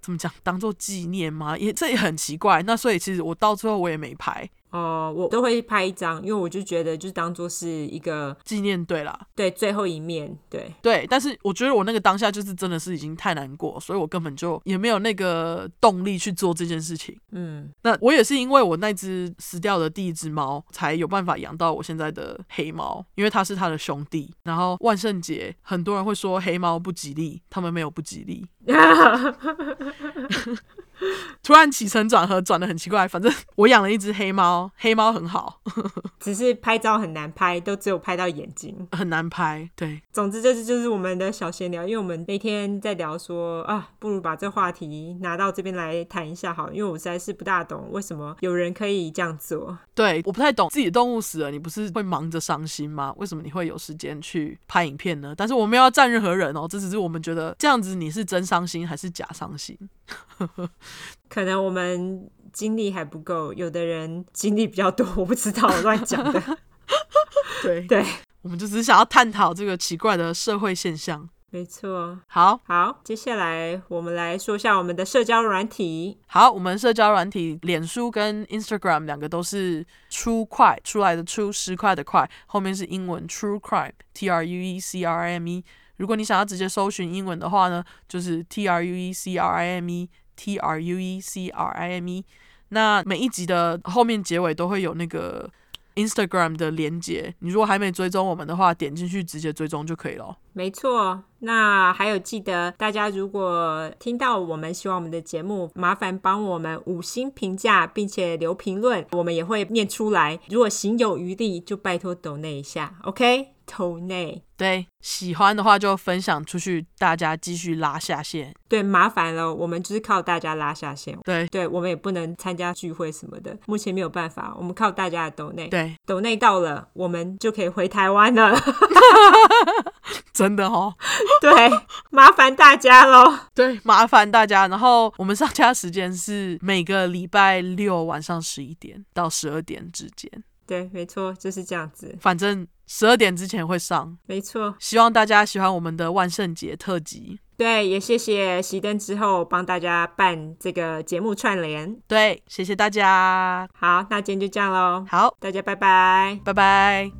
S1: 怎么讲？当做纪念吗？也这也很奇怪。那所以其实我到最后我也没拍
S2: 哦、我都会拍一张，因为我就觉得就是当做是一个
S1: 纪念，对啦，
S2: 对最后一面，对，
S1: 对。但是我觉得我那个当下就是真的是已经太难过，所以我根本就也没有那个动力去做这件事情。
S2: 嗯，
S1: 那我也是因为我那只死掉的第一只猫，才有办法养到我现在的黑猫，因为它是它的兄弟。然后万圣节，很多人会说黑猫不吉利，他们没有不吉利。突然起承转合，转的很奇怪。反正 我养了一只黑猫，黑猫很好，
S2: 只是拍照很难拍，都只有拍到眼睛。
S1: 很难拍。对，
S2: 总之，这次就是我们的小闲聊，因为我们那天在聊说啊，不如把这话题拿到这边来谈一下好了，因为我实在是不大懂为什么有人可以这样做。
S1: 对，我不太懂，自己的动物死了，你不是会忙着伤心吗？为什么你会有时间去拍影片呢？但是我没有要站任何人哦，这只是我们觉得这样子你是真伤心还是假伤心？
S2: 可能我们经历还不够，有的人经历比较多，我不知道，我乱讲的。
S1: 对
S2: 对，
S1: 我们就只是想要探讨这个奇怪的社会现象。
S2: 没错。
S1: 好
S2: 好，接下来我们来说一下我们的社交软体。
S1: 好，我们社交软体，脸书跟 Instagram 两个都是出块出来的出十块的块，后面是英文 True Crime，T R U E C R I M E。如果你想要直接搜寻英文的话呢，就是 T R U E C R I M E，T R U E C R I M E。那每一集的后面结尾都会有那个 Instagram 的连接，你如果还没追踪我们的话，点进去直接追踪就可以了。哦
S2: 没错，那还有记得，大家如果听到我们喜欢我们的节目，麻烦帮我们五星评价，并且留评论，我们也会念出来。如果行有余力，就拜托抖内一下，OK？抖内，
S1: 对，喜欢的话就分享出去，大家继续拉下线。
S2: 对，麻烦了，我们就是靠大家拉下线。
S1: 对
S2: 对，我们也不能参加聚会什么的，目前没有办法，我们靠大家的抖内。
S1: 对，
S2: 抖内到了，我们就可以回台湾了。
S1: 真的哦。
S2: 对，麻烦大家喽。
S1: 对，麻烦大家。然后我们上架时间是每个礼拜六晚上十一点到十二点之间，
S2: 对，没错，就是这样子，
S1: 反正十二点之前会上。
S2: 没错。
S1: 希望大家喜欢我们的万圣节特辑。
S2: 对，也谢谢熄灯之后帮大家办这个节目串联。
S1: 对，谢谢大家。
S2: 好，那今天就这样喽，
S1: 好，
S2: 大家拜拜。
S1: 拜拜。